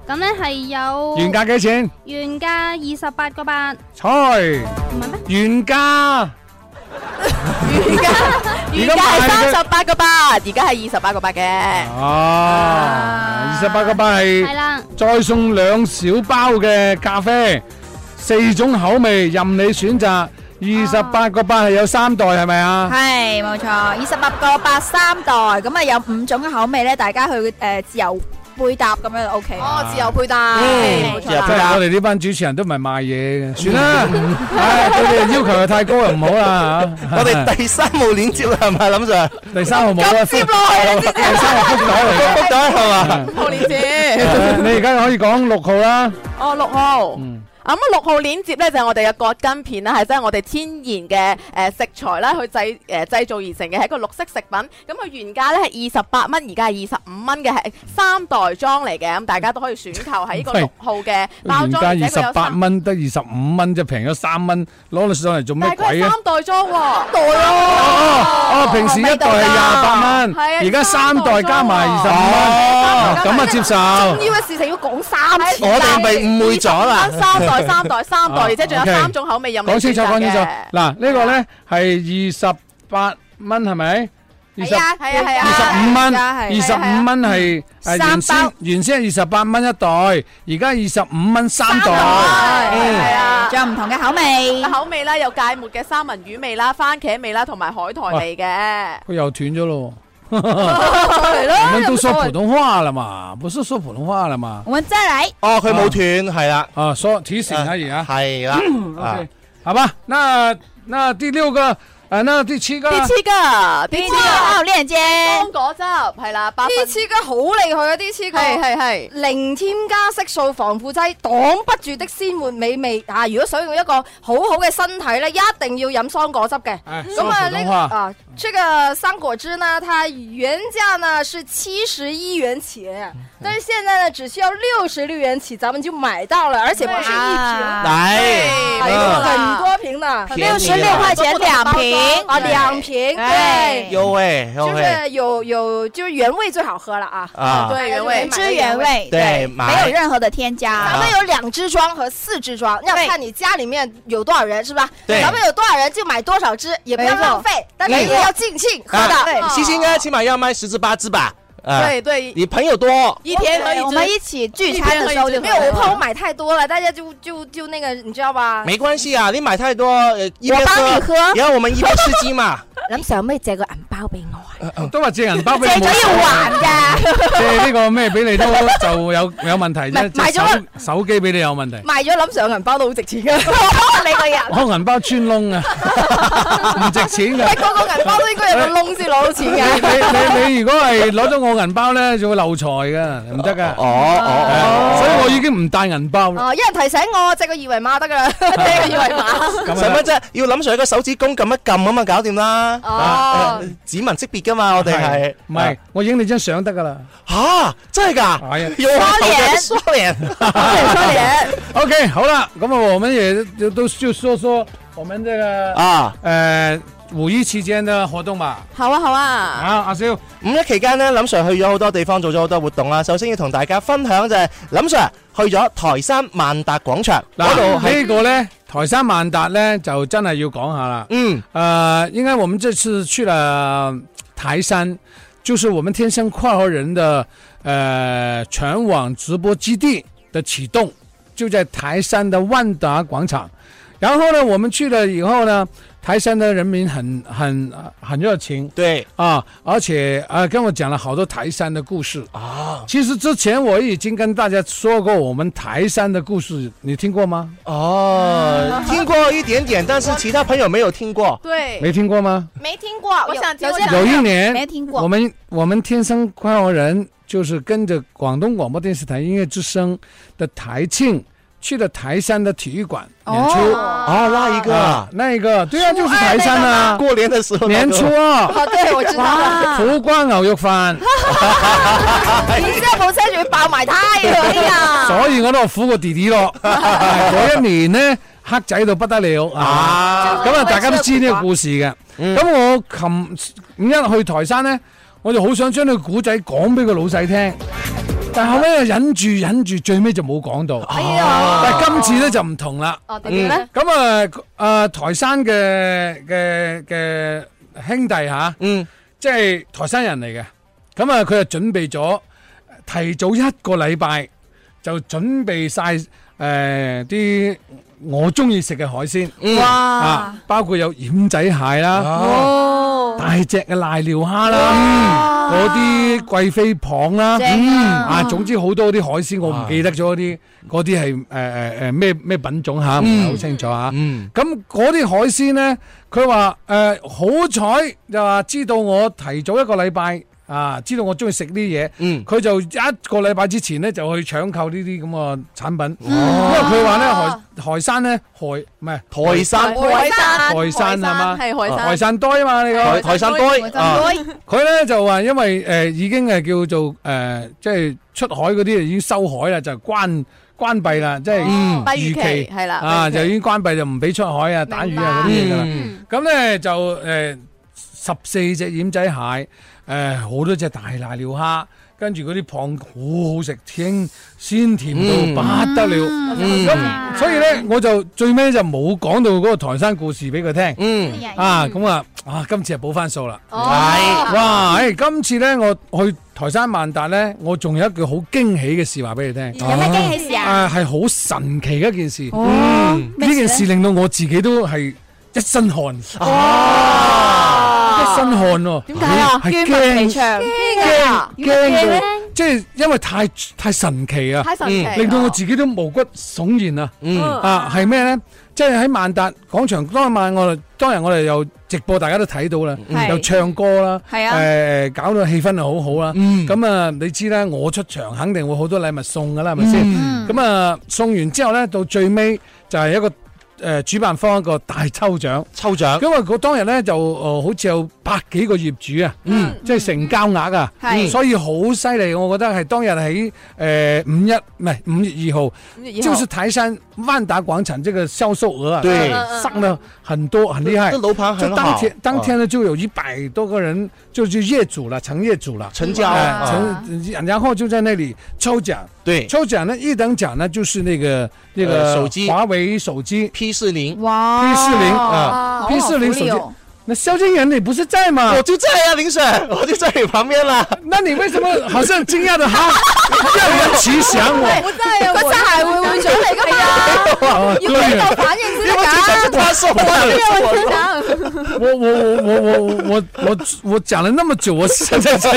Speaker 10: 咁咧係有
Speaker 5: 原價幾錢？
Speaker 10: 原價二十八個八，
Speaker 5: 猜
Speaker 10: 係咩
Speaker 5: 原價。
Speaker 4: 原價係
Speaker 5: 而家賣嘅
Speaker 4: 三十八個八，而家係二十八個八嘅。
Speaker 5: 啊，二十八個八係
Speaker 10: 係啦，
Speaker 5: 再送兩小包嘅咖啡，四種口味任你選擇。二十八個八係有三袋係咪啊？
Speaker 7: 係冇錯，二十八個八三袋，咁啊有五種嘅口味咧，大家去誒、呃自由配搭咁樣就 OK。
Speaker 8: 哦，自由配搭，
Speaker 5: 嗯
Speaker 8: 冇
Speaker 5: 即
Speaker 4: 啊
Speaker 8: 錯
Speaker 5: 係
Speaker 8: 啦。
Speaker 5: 我哋呢班主持人都唔係賣嘢嘅，算啦。
Speaker 4: 嗯
Speaker 5: 唉，對你哋要求又太高又唔好啦嚇。
Speaker 6: 我哋第三號鏈接啦，係咪林 Sir？
Speaker 5: 第三號冇啦，
Speaker 8: 接落去啦，
Speaker 5: 第三號福袋嚟嘅。
Speaker 6: 得 唔得係嘛？
Speaker 4: 五號鏈 接，
Speaker 5: 誒你而家可以講六號啦。
Speaker 4: 哦六號。
Speaker 5: 嗯
Speaker 4: 咁啊六號鏈接咧就係我哋嘅葛根片啦，係真係我哋天然嘅誒呃食材啦，去製誒製造而成嘅，係一個綠色食品。咁佢原價咧係二十八蚊，而家係二十五蚊嘅，係三袋裝嚟嘅，咁大家都可以選購喺呢個
Speaker 5: 喂
Speaker 4: 六號嘅包
Speaker 5: 原
Speaker 4: 裝，而
Speaker 5: 價
Speaker 4: 且佢有
Speaker 5: 二十八
Speaker 4: 三，
Speaker 5: 蚊，得二十五蚊啫，平咗三蚊，攞你上嚟做咩
Speaker 4: 但係佢
Speaker 5: 鬼
Speaker 4: 係
Speaker 5: 啊？
Speaker 4: 三袋啊裝喎。
Speaker 8: 袋
Speaker 5: 哦哦，
Speaker 8: 咯，
Speaker 5: 平時一袋係廿八蚊，
Speaker 4: 係啊
Speaker 5: 而家三袋加埋二十
Speaker 6: 哦
Speaker 5: 五蚊，咁啊接
Speaker 8: 重
Speaker 5: 受。
Speaker 8: 要嘅事情要講三次。
Speaker 6: 我哋咪誤會咗啦
Speaker 4: 三袋、三袋、三袋，而且仲有
Speaker 5: OK
Speaker 4: 三種口味任你
Speaker 5: 講清楚，
Speaker 4: 選擇
Speaker 5: 講清楚。
Speaker 4: 嘅
Speaker 5: 嗱，呢個咧係二十八蚊，係咪？二十
Speaker 7: 係啊係啊係啊，
Speaker 5: 二十五蚊，二
Speaker 7: 係
Speaker 5: 十五蚊係係原
Speaker 7: 三
Speaker 5: 先
Speaker 7: 包
Speaker 5: 原先係二十八蚊一袋，而家二十五蚊三袋。
Speaker 4: 係啊。
Speaker 7: 仲有唔同嘅口味。
Speaker 4: 口味啦，有芥末嘅三文魚味啦、番茄味啦，同埋海苔味嘅。
Speaker 5: 佢又斷咗咯。
Speaker 4: 係咯
Speaker 5: 我們都說普通話了嘛，不是說普通話了嘛。
Speaker 7: 我們再嚟，
Speaker 6: 哦，佢冇斷，係啦，
Speaker 5: 啊，說提醒而已啊。
Speaker 6: 係啦，啊
Speaker 5: OK，好吧，那那第六个，啊，那第七个，
Speaker 4: 第七個，第七
Speaker 7: 哇，
Speaker 4: 個
Speaker 7: 好靚啫
Speaker 4: 芒！果汁係啦，八分
Speaker 8: 啲黐嘅好厲害啊！啲
Speaker 4: 係
Speaker 8: 黐嘅
Speaker 4: 係係。
Speaker 8: 零添加色素防腐劑，擋不住的鮮活美味啊！如果想要一個好好嘅身體咧，一定要飲桑果汁嘅。
Speaker 5: 哎
Speaker 8: 咁啊，
Speaker 5: 说普
Speaker 8: 呢
Speaker 5: 通
Speaker 8: 個
Speaker 5: 话
Speaker 8: 啊，这個桑果汁呢，它原價呢是七十一元起，
Speaker 6: 嗯
Speaker 8: 但是現在呢只需要六十六元起，咱們就買到了，而
Speaker 3: Dạ.
Speaker 8: 且不是一瓶，
Speaker 7: 啊
Speaker 6: 嚟，
Speaker 8: 哎
Speaker 6: 嗯
Speaker 8: 很多瓶呢。
Speaker 6: 便宜啊
Speaker 7: 六十六塊錢兩瓶，
Speaker 8: 瓶，
Speaker 7: 啊，两瓶，对，
Speaker 6: 有哎，有哎，
Speaker 8: 是有有就是原味最好喝了啊！
Speaker 6: 啊
Speaker 8: 对原味
Speaker 7: 原汁原味，
Speaker 6: 对买
Speaker 7: 没有任何的添加。
Speaker 8: 咱
Speaker 6: 啊
Speaker 8: 们有两支装和四支装，要看你家里面有多少人，是吧？
Speaker 6: 对
Speaker 8: 咱们有多少人就买多少支，也不要
Speaker 7: 没错
Speaker 8: 浪费，但是
Speaker 6: 嗯
Speaker 8: 也要尽兴喝
Speaker 6: 啊
Speaker 8: 的。
Speaker 6: 西西应该起码要卖十支八支吧？啊
Speaker 4: 对对
Speaker 6: 你朋友多，
Speaker 4: 一天可以
Speaker 7: 我
Speaker 4: 只
Speaker 7: 们一起聚餐的时候就
Speaker 8: 没有，我怕我买太多了，大家就就就那个，你知道吧？
Speaker 6: 没关系啊，你买太多，呃一边
Speaker 8: 我帮你喝
Speaker 6: 然后我们一边吃鸡 嘛。
Speaker 8: 林 Sir 可唔可以借個銀包俾我啊？
Speaker 5: 都話借銀
Speaker 6: 呃
Speaker 5: 包俾
Speaker 7: 借
Speaker 5: 你冇
Speaker 7: 咗要還㗎，
Speaker 5: 借呢個咩俾你都就有有問題啫，
Speaker 8: 買
Speaker 5: 隻
Speaker 8: 買咗
Speaker 5: 手手機俾你有問題，
Speaker 8: 賣咗林 Sir 嘅銀包都好值錢 噶，
Speaker 7: 你個人。
Speaker 5: 我銀包穿窿啊，唔值錢
Speaker 8: 喂，
Speaker 5: 㗎。
Speaker 8: 個個銀包都應該有個窿先攞到錢
Speaker 5: 你
Speaker 8: 嘅。
Speaker 5: 你你你如果係攞咗我銀包咧，就會漏財㗎，唔得㗎。
Speaker 6: 哦哦
Speaker 5: 所以我已經唔帶銀包啦。
Speaker 8: 哦，有人提醒我，借個二維碼得噶啦，借個二維碼。
Speaker 5: 咁
Speaker 6: 哦，使
Speaker 5: 啊
Speaker 6: 乜啫？要諗上一個手指公撳一撳咁啊，搞掂啦。啊呃
Speaker 8: 哦，
Speaker 6: 指紋識別噶嘛，我哋係啊
Speaker 5: 係唔係？我影你張相得㗎啦。
Speaker 6: 吓？真係
Speaker 5: 係 啊
Speaker 6: 㗎？有啊，
Speaker 7: 臉
Speaker 6: 刷臉。
Speaker 7: 说脸，
Speaker 5: OK，好啊了，那么我们也就都就说说我们这个
Speaker 6: 啊，
Speaker 5: 呃五一期间的活动吧。
Speaker 4: 好啊好啊，
Speaker 5: 啊，阿萧，
Speaker 6: 五一期間呢，林 Sir 去咗好多地方，做咗好多活動啦。首先要同大家分享就係林 Sir 去咗台山萬達廣場嗰度
Speaker 5: 嗱
Speaker 6: 係
Speaker 5: 呢個呢，台山萬達呢，就真係要講下啦。
Speaker 6: 嗯
Speaker 5: 呃，应该我们这次去了台山，就是我们天生快活人的呃全网直播基地的启动，就在台山的万达广场。然后呢，我们去了以后呢，台山的人民很很很热情，
Speaker 6: 對
Speaker 5: 啊，而且啊、呃跟我讲了好多台山的故事。
Speaker 6: 啊
Speaker 5: 其实之前我已经跟大家说过我们台山的故事，你听过吗？
Speaker 6: 哦，聽過一點點，但是其他朋友沒有聽過。
Speaker 4: 对，
Speaker 5: 没听过吗？
Speaker 8: 没听過，
Speaker 4: 我
Speaker 8: 有
Speaker 4: 想
Speaker 8: 哎有
Speaker 4: 聽
Speaker 8: 些
Speaker 5: 有一年
Speaker 7: 没听
Speaker 5: 我
Speaker 7: 过。
Speaker 5: 们我们天生快活人就是跟着广东广播电视台音乐之声的台庆去了台山的体育馆演出。
Speaker 6: 啊，那一
Speaker 5: 啊
Speaker 6: 個，
Speaker 5: 那个对啊，就是台山啊，
Speaker 6: 過年的時候那個
Speaker 5: 年初二，
Speaker 8: 哦，對，我知道了。
Speaker 5: 苦瓜牛肉饭，
Speaker 8: 然之後部車仲要爆埋胎啊！哎呀，
Speaker 5: 所以我都苦過弟弟咯。嗰一年呢，黑仔到不得了啊！
Speaker 6: 啊，
Speaker 5: 咁啊，大家都知呢個故事嘅。咁我琴五一去台山咧，我就好想將呢個古仔講俾個老細聽，但後尾又忍住忍住，最尾就冇講到。但係今次咧就唔同啦。
Speaker 8: 哎哦，點咧？
Speaker 5: 咁啊啊，台山嘅嘅嘅兄弟吓，
Speaker 6: 嗯，
Speaker 5: 即係台山人嚟嘅。咁啊，佢就準備咗提早一個禮拜就準備晒誒啲我中意食嘅海鮮。
Speaker 7: 哇
Speaker 5: 啊！，包括有蚬仔蟹啦，
Speaker 7: 哦，
Speaker 5: 大隻嘅瀨尿蝦啦，嗰啲貴妃蚌啦，嗯啊，總之好多啲海鮮，我唔記得咗嗰啲，嗰啲係誒誒誒咩咩品種嚇，唔係好清楚嚇。
Speaker 6: 嗯，
Speaker 5: 咁嗰啲海鮮呢，佢話誒好彩就話知道我提早一個禮拜啊，知道我中意食呢啲嘢，
Speaker 6: 嗯
Speaker 5: 佢就一個禮拜之前呢，就去搶購呢啲咁嘅產品，
Speaker 4: 嗯
Speaker 5: 因為啊佢話
Speaker 4: 哦
Speaker 5: 呢，海海山呢，海唔係
Speaker 6: 台山
Speaker 4: 海山
Speaker 5: 海山係嘛
Speaker 4: 係啊海山
Speaker 5: 台。山多啊嘛，你個
Speaker 6: 台台山堆啊，
Speaker 5: 佢咧就話，因為誒、呃已經係叫做誒、呃即係出海嗰啲已經收海啦，就關關閉啦，即係
Speaker 4: 嗯閉漁
Speaker 5: 期
Speaker 4: 期係啦閉
Speaker 5: 啊
Speaker 4: 漁期
Speaker 5: 就已經關閉就唔俾出海啊、打魚啊嗰啲嘢噶啦。
Speaker 6: 嗯
Speaker 5: 咁咧就誒十四隻蜆仔蟹，誒、好多隻大瀨尿蝦，跟住嗰啲蚌好好食，鮮鮮甜到
Speaker 7: 嗯
Speaker 5: 不得了。咁、
Speaker 6: 嗯
Speaker 5: 所以咧，我就最尾就冇講到嗰個台山故事俾佢聽。
Speaker 6: 嗯，
Speaker 5: 啊，咁啊，啊，今次係補翻數啦。
Speaker 7: 哦
Speaker 6: 哦係
Speaker 5: 哇！誒，今次咧，我去台山萬達咧，我仲有一句好驚喜嘅事話俾你聽。
Speaker 7: 有咩驚喜事啊？
Speaker 5: 啊，係好神奇嘅一件事。嗯
Speaker 7: 哦，
Speaker 5: 呢件事令到我自己都係一身汗。一身汗喎。點
Speaker 4: 點解啊？
Speaker 5: 係
Speaker 4: 捐物
Speaker 5: 驚
Speaker 4: 未長，
Speaker 5: 驚驚到，即係因為太太神奇啊！
Speaker 4: 太神奇啦，
Speaker 5: 令到我自己都毛骨悚然啊！
Speaker 6: 嗯
Speaker 5: 啊，係咩呢？即係喺萬達廣場當晚我哋當日我哋又直播，大家都睇到啦，
Speaker 6: 嗯
Speaker 4: 係
Speaker 5: 又唱歌啦，
Speaker 7: 係啊
Speaker 5: 誒搞到氣氛又好好啦。
Speaker 6: 嗯
Speaker 5: 咁啊，你知啦，我出場肯
Speaker 6: 嗯
Speaker 5: 定會好多禮物送噶啦，係咪先？咁啊，送完之後呢，到最尾就係一個誒主辦方一個大抽獎，
Speaker 6: 抽獎，
Speaker 5: 因為嗰當日咧就誒好似有百幾個業主啊，嗯，即係成交額啊，
Speaker 4: 係
Speaker 5: 所以好犀利，我覺得係當日喺誒五一唔係五月二號，
Speaker 4: 五月二號
Speaker 5: 就是台山萬達廣場這個銷售額
Speaker 4: 嗯
Speaker 5: 啊，
Speaker 6: 對
Speaker 5: 上了很多，很厲害，
Speaker 6: 這樓盤很
Speaker 5: 就當
Speaker 6: 好
Speaker 5: 天當
Speaker 6: 嗯
Speaker 5: 天呢就有一百多個人就就業主了，成業主了，
Speaker 6: 成交
Speaker 5: 哎
Speaker 6: 啊
Speaker 5: 成然后就在那里抽奖，
Speaker 6: 对
Speaker 5: 抽奖呢一等奖呢就是那个那个
Speaker 6: 呃手机
Speaker 5: 华为手机
Speaker 6: P 四零，
Speaker 7: 哇
Speaker 5: P 四零啊，P 四零手机。那萧敬腾你不是在吗？
Speaker 6: 我就在啊，林 Sir，我就在你旁边啦。
Speaker 5: 那你为什么好像惊讶的 哈，让人奇想我？
Speaker 8: 我真係我真係會會長嚟噶嘛，要俾到反應先得㗎。
Speaker 6: 他送的，
Speaker 5: 我我我我我我我我讲了那么久，我现在才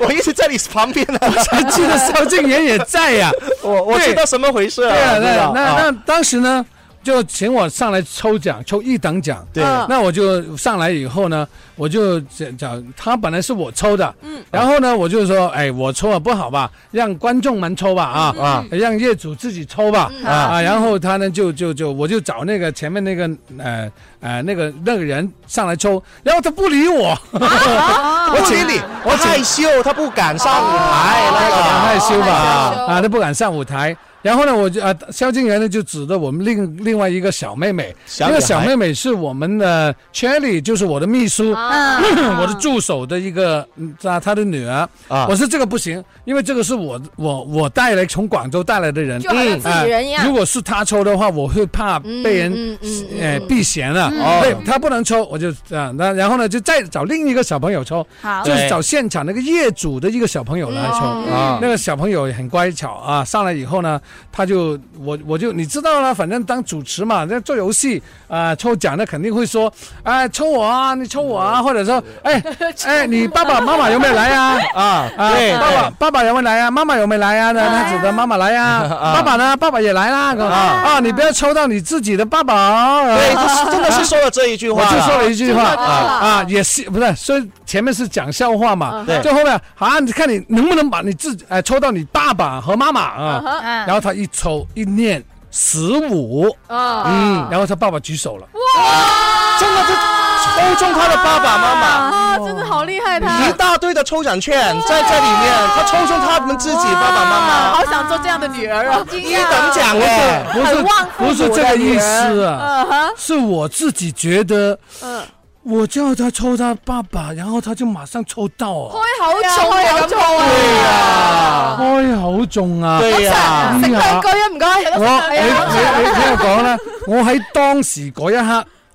Speaker 6: 我一直在你旁边呢。
Speaker 5: 才记得萧敬腾也在呀、
Speaker 6: 我我知道什么回事啊。
Speaker 5: 对啊，
Speaker 6: 知
Speaker 5: 那
Speaker 6: 道啊
Speaker 5: 那那当时呢，就请我上来抽奖，抽一等奖。
Speaker 6: 对嗯
Speaker 5: 那我就上来以后呢，我就讲讲，他本来是我抽的，嗯，然后呢，我就说，哎，我抽啊不好吧，让观众们抽吧啊，啊，让业主自己抽吧，啊啊，然后他呢就就就我就找那个前面那个呃呃那个那个人上来抽，然后他不理我，
Speaker 6: 我请你，我害羞，他不敢上舞台那个。
Speaker 5: 哦害羞吧
Speaker 8: 害羞
Speaker 5: 啊，他不敢上舞台。然后呢，我就啊，萧敬腾呢就指着我们另另外一个小妹妹，
Speaker 6: 小
Speaker 5: 那个
Speaker 6: 女孩
Speaker 5: 小妹妹是我们的 Cherry，就是我的秘书，
Speaker 8: 啊
Speaker 11: Ờ.
Speaker 5: 我的助手的一个，嗯她她的女儿。
Speaker 6: 啊
Speaker 5: 我说这个不行，因为这个是我我我带来从广州带来的人，嗯啊
Speaker 8: 就好像自己人一样
Speaker 5: 如果是她抽的话，我会怕被人
Speaker 8: 嗯嗯嗯
Speaker 5: 呃避嫌了，
Speaker 6: 哦
Speaker 5: 对，她不能抽，我就啊，那然后呢就再找另一个小朋友抽，
Speaker 7: 好
Speaker 5: 就是找现场那个业主的一个小朋友来抽
Speaker 8: 嗯
Speaker 6: 啊
Speaker 5: 那个小朋友也很乖巧啊，上来以后呢，他就我我就你知道了，反正当主持嘛，那做游戏啊、抽奖那肯定会说，哎抽我啊，你抽我啊，
Speaker 6: 嗯
Speaker 5: 或者说 哎哎你爸爸妈妈有没有来呀、啊？
Speaker 6: 啊，对啊
Speaker 5: 爸爸爸爸有没有来呀、啊妈妈有没有来呀、那那指的妈妈来呀、 爸爸呢？爸爸也来啦。啊啊，你不要抽到你自己的爸爸哦。
Speaker 6: 对，他真的是说了这一句
Speaker 5: 我
Speaker 6: 话，
Speaker 5: 就说了一句话
Speaker 6: 真的
Speaker 5: 啊
Speaker 6: 真的
Speaker 5: 啊，也是不是？所以前面是讲笑话嘛，
Speaker 6: 对
Speaker 5: 就后面啊，你看你能不能把你自己哎抽到你爸爸和妈妈啊？
Speaker 7: 嗯
Speaker 5: 然后他一抽一念十五，嗯，然后他爸爸举手了，
Speaker 6: 真的就抽中他的爸爸妈妈。
Speaker 4: 啊，真的好厉害他
Speaker 6: 一。大堆的抽奖券在这里面，他抽中他们自己爸爸妈
Speaker 4: 啊
Speaker 6: 妈
Speaker 4: 好想做这样的女儿啊！
Speaker 6: 一等奖哎，
Speaker 5: 不是不是这个意思啊，是我自己觉得，我叫他抽他爸爸，然后他就马上抽到啊，
Speaker 8: 好重啊，好重啊！
Speaker 6: 对哎呀，
Speaker 5: 开口中啊，
Speaker 6: 对呀，
Speaker 8: 食兩句啊，唔該。
Speaker 5: 我你你你聽我講啦，我喺當時嗰一刻。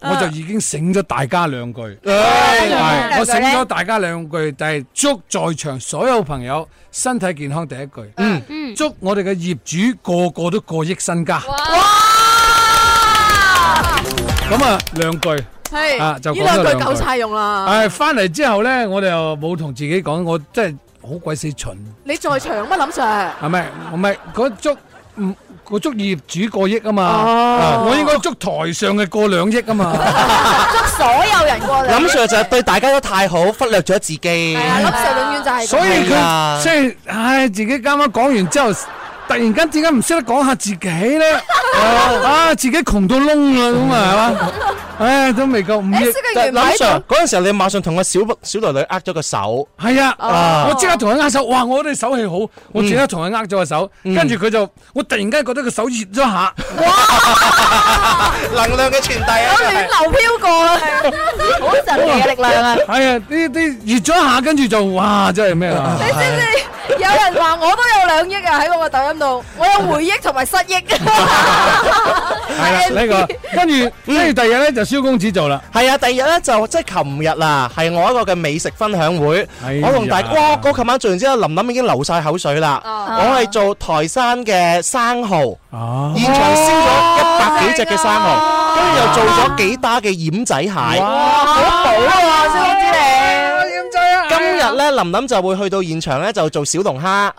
Speaker 5: 我就已經醒咗大家兩句，
Speaker 6: 哎
Speaker 5: 係我醒咗大家兩句，但係祝在場所有朋友身體健康第一句，嗯，祝我哋嘅業主個個都過億身家，咁啊兩句，
Speaker 4: 係
Speaker 5: 啊就講咗
Speaker 4: 呢兩句
Speaker 5: 兩句
Speaker 4: 夠晒用啦！
Speaker 5: 誒翻嚟之後呢，我哋又冇同自己講，我真係好鬼死蠢，
Speaker 4: 你在場乜林 Sir？
Speaker 5: 係咪？唔係嗰祝唔嗰祝業主過億啊嘛，
Speaker 6: 哦
Speaker 5: 啊我應該祝台上嘅過兩億啊嘛。
Speaker 6: 林 Sir 就係對大家都太好，忽略咗自己。嗯
Speaker 8: 係啊，林 Sir 永遠就係咁。
Speaker 5: 所以
Speaker 6: 係
Speaker 5: 佢
Speaker 6: 啊
Speaker 5: 即係，唉，自己啱啱講完之後，突然間點解唔識得講下自己 咧？啊，自己窮到窿啦，
Speaker 6: 嗯
Speaker 5: 咁啊，係嘛？唉，都未夠五億，
Speaker 6: 但
Speaker 8: 呢
Speaker 6: 林 Sir 嗰陣時候，你馬上同個小小女女握咗個手，
Speaker 5: 係
Speaker 6: 哦
Speaker 5: 啊！我即刻同佢握手，哇！我哋手氣好，我即刻同佢握咗個手，
Speaker 6: 嗯
Speaker 5: 跟住佢就，我突然間覺得個手熱咗 下，
Speaker 6: 能量嘅傳遞啊！真係
Speaker 4: 流飄過啦，好神奇嘅力量啊！
Speaker 5: 係啊，呢啲熱咗下，跟住就哇，真係咩啊 啦？
Speaker 8: 你知唔知有人話我都有兩億啊？喺我個抖音度，我有回憶同埋失 憶。
Speaker 5: 係啦，呢個嗯跟住跟住第二日咧就蕭公子做啦。
Speaker 6: 係啊，第二日咧就即係琴日啦，係我一個嘅美食分享會
Speaker 5: 哎呀。
Speaker 6: 我同大哇，我琴晚做完之後，琳琳已經流晒口水啦。我係做台山嘅生蠔，
Speaker 5: 哦
Speaker 6: 現場燒咗一百幾隻嘅生蠔，跟住又做咗幾打嘅蜆仔蟹。
Speaker 5: 哇！啊
Speaker 6: 好補啊！蕭公子你。今日日咧，林林就會去到現場咧，就做小龍蝦。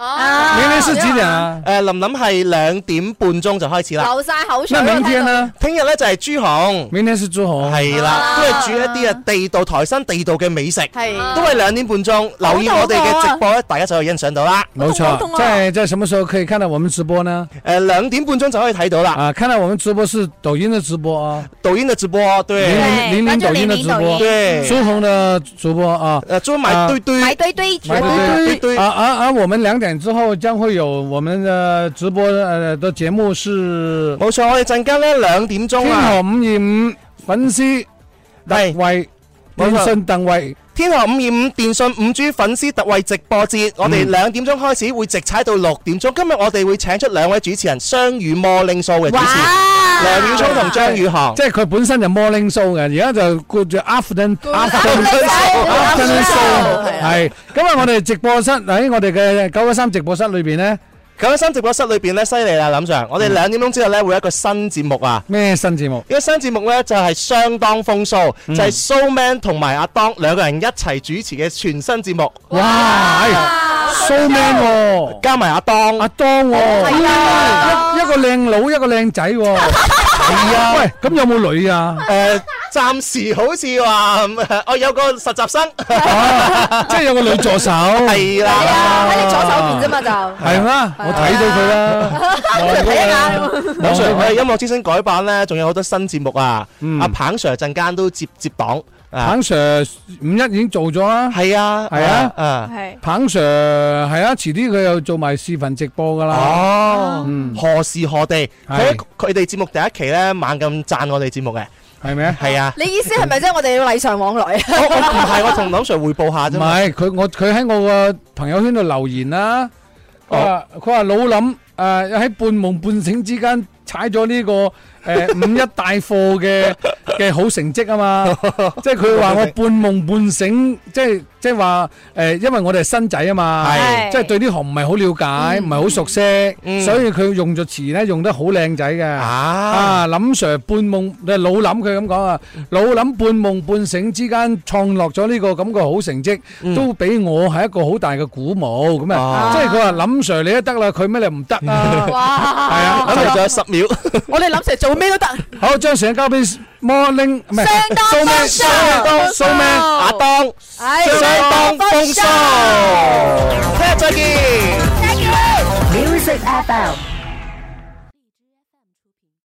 Speaker 5: 你你是幾點啊？
Speaker 6: 誒，林林係兩點半鐘就開始啦。
Speaker 8: 流晒
Speaker 5: 哎
Speaker 8: 口
Speaker 6: 那
Speaker 8: 水啊。
Speaker 6: 明天
Speaker 8: 聽到
Speaker 6: 呢？聽日咧就係豬紅。
Speaker 5: 明天是豬紅。
Speaker 6: 係啦，都係煮一啲啊地道台山地道嘅美食。
Speaker 4: 係
Speaker 6: 都係兩點半鐘，留意我哋嘅直播咧，大家就可以欣賞到啦。
Speaker 5: 冇啊錯，在在什麼時候可以看到我們直播呢？
Speaker 6: 誒，兩點半鐘就可以睇到啦。
Speaker 5: 啊，看到我們直播是抖音的直播啊，
Speaker 6: 抖音的直播，對，
Speaker 5: 零零零抖音的直播，
Speaker 6: 對，
Speaker 5: 朱紅的主播啊，
Speaker 6: 呃，朱買堆堆，
Speaker 7: 买堆堆，
Speaker 5: 买堆堆啊啊啊！我們兩點之後將會有我們的直播呃的節目是
Speaker 6: 冇錯，我哋陣間咧兩點鐘啊
Speaker 5: 天河五二五粉絲特惠
Speaker 6: 冇錯
Speaker 5: 電信鄧惠。
Speaker 6: 天河五二五電信五 G 粉絲特惠直播節，我
Speaker 5: 嗯
Speaker 6: 哋兩點鐘開始，會直踩到六點鐘。今日我哋會請出兩位主持人，雙語魔令數嘅主持人梁耀聰同張宇航。
Speaker 5: 即係佢本身就 morning show 嘅，而家就顧住 afternoon afternoon
Speaker 6: afternoon
Speaker 5: afternoon
Speaker 6: show，
Speaker 5: show 係。咁啊，我哋直播室喺我哋嘅九一三直播室裏邊咧，
Speaker 6: 九一三直播室裏邊咧，犀利啦，林 Sir！我哋
Speaker 5: 嗯
Speaker 6: 兩點鐘之後咧，會有一個新節目啊。
Speaker 5: 咩新節目？
Speaker 6: 呢個新節目咧就係相當風騷，
Speaker 5: 嗯
Speaker 6: 就係 Showman 同埋阿當兩個人一齊主持嘅全新節目。
Speaker 5: 哇，Showman 喎，
Speaker 6: 加埋阿當，
Speaker 5: 阿當喎，
Speaker 6: 係啊
Speaker 5: 嗯一一個靚佬，一個靚仔 喎，係
Speaker 6: 啊，
Speaker 5: 喂，咁有冇 女啊？
Speaker 6: 誒，暫時呃好似話嗯我有個實習生，
Speaker 5: 即係有個女助手，
Speaker 6: 係啦，
Speaker 8: 喺你左手邊啫嘛就。
Speaker 5: 係咩？我睇到佢啦，
Speaker 8: 睇
Speaker 5: 啊
Speaker 8: 一眼。
Speaker 6: 林 Sir，我哋音樂之星改版咧，仲有好多新節目啊！
Speaker 5: 嗯
Speaker 6: 阿彭 Sir 陣間都接接檔，啊
Speaker 5: 彭 Sir 五一已經做咗啦，
Speaker 6: 係啊，
Speaker 5: 係啊
Speaker 6: 啊，
Speaker 7: 係
Speaker 5: 彭 Sir 係啊，遲啲佢又做埋視頻直播噶啦。
Speaker 6: 哦，何時何地？佢
Speaker 5: 係
Speaker 6: 佢哋節目第一期咧，猛咁讚我哋節目嘅，
Speaker 5: 係咪啊？
Speaker 6: 係 啊。
Speaker 8: 你意思係咪即係我哋要禮尚往來啊？
Speaker 6: 我我唔係，我同林 Sir 匯報下
Speaker 5: 唔
Speaker 6: 啫嘛。
Speaker 5: 係佢我佢喺我個朋友圈度留言啦，
Speaker 6: 哦
Speaker 5: 佢話佢話老林誒喺半夢半醒之間踩咗呢個 誒五一大貨嘅嘅好成績啊 嘛，即係佢話我半夢半醒，即係即係話誒，因為我哋係新仔啊嘛
Speaker 6: 係，
Speaker 5: 即係對呢行唔係好了解，唔係好熟
Speaker 6: 嗯
Speaker 5: 悉，所以佢用咗詞咧用得好靚仔嘅。
Speaker 6: 啊，
Speaker 5: 啊，林 Sir 半夢，你老林佢咁講啊，老林半夢半醒之間創落咗呢個咁嘅好成績，都俾我係一個好大嘅鼓舞咁
Speaker 6: 啊
Speaker 5: 啊！即係佢話林 Sir 你都得啦，佢咩你唔得 啊？
Speaker 4: 哇！
Speaker 5: 係啊，
Speaker 6: 林 Sir 仲有十秒，
Speaker 4: 我哋諗成做咩都得，
Speaker 5: 好將時間交俾 Morning 唔係 Showman
Speaker 6: 相當
Speaker 5: Showman
Speaker 6: 阿當相當風騷，聽日再見。
Speaker 12: Music FM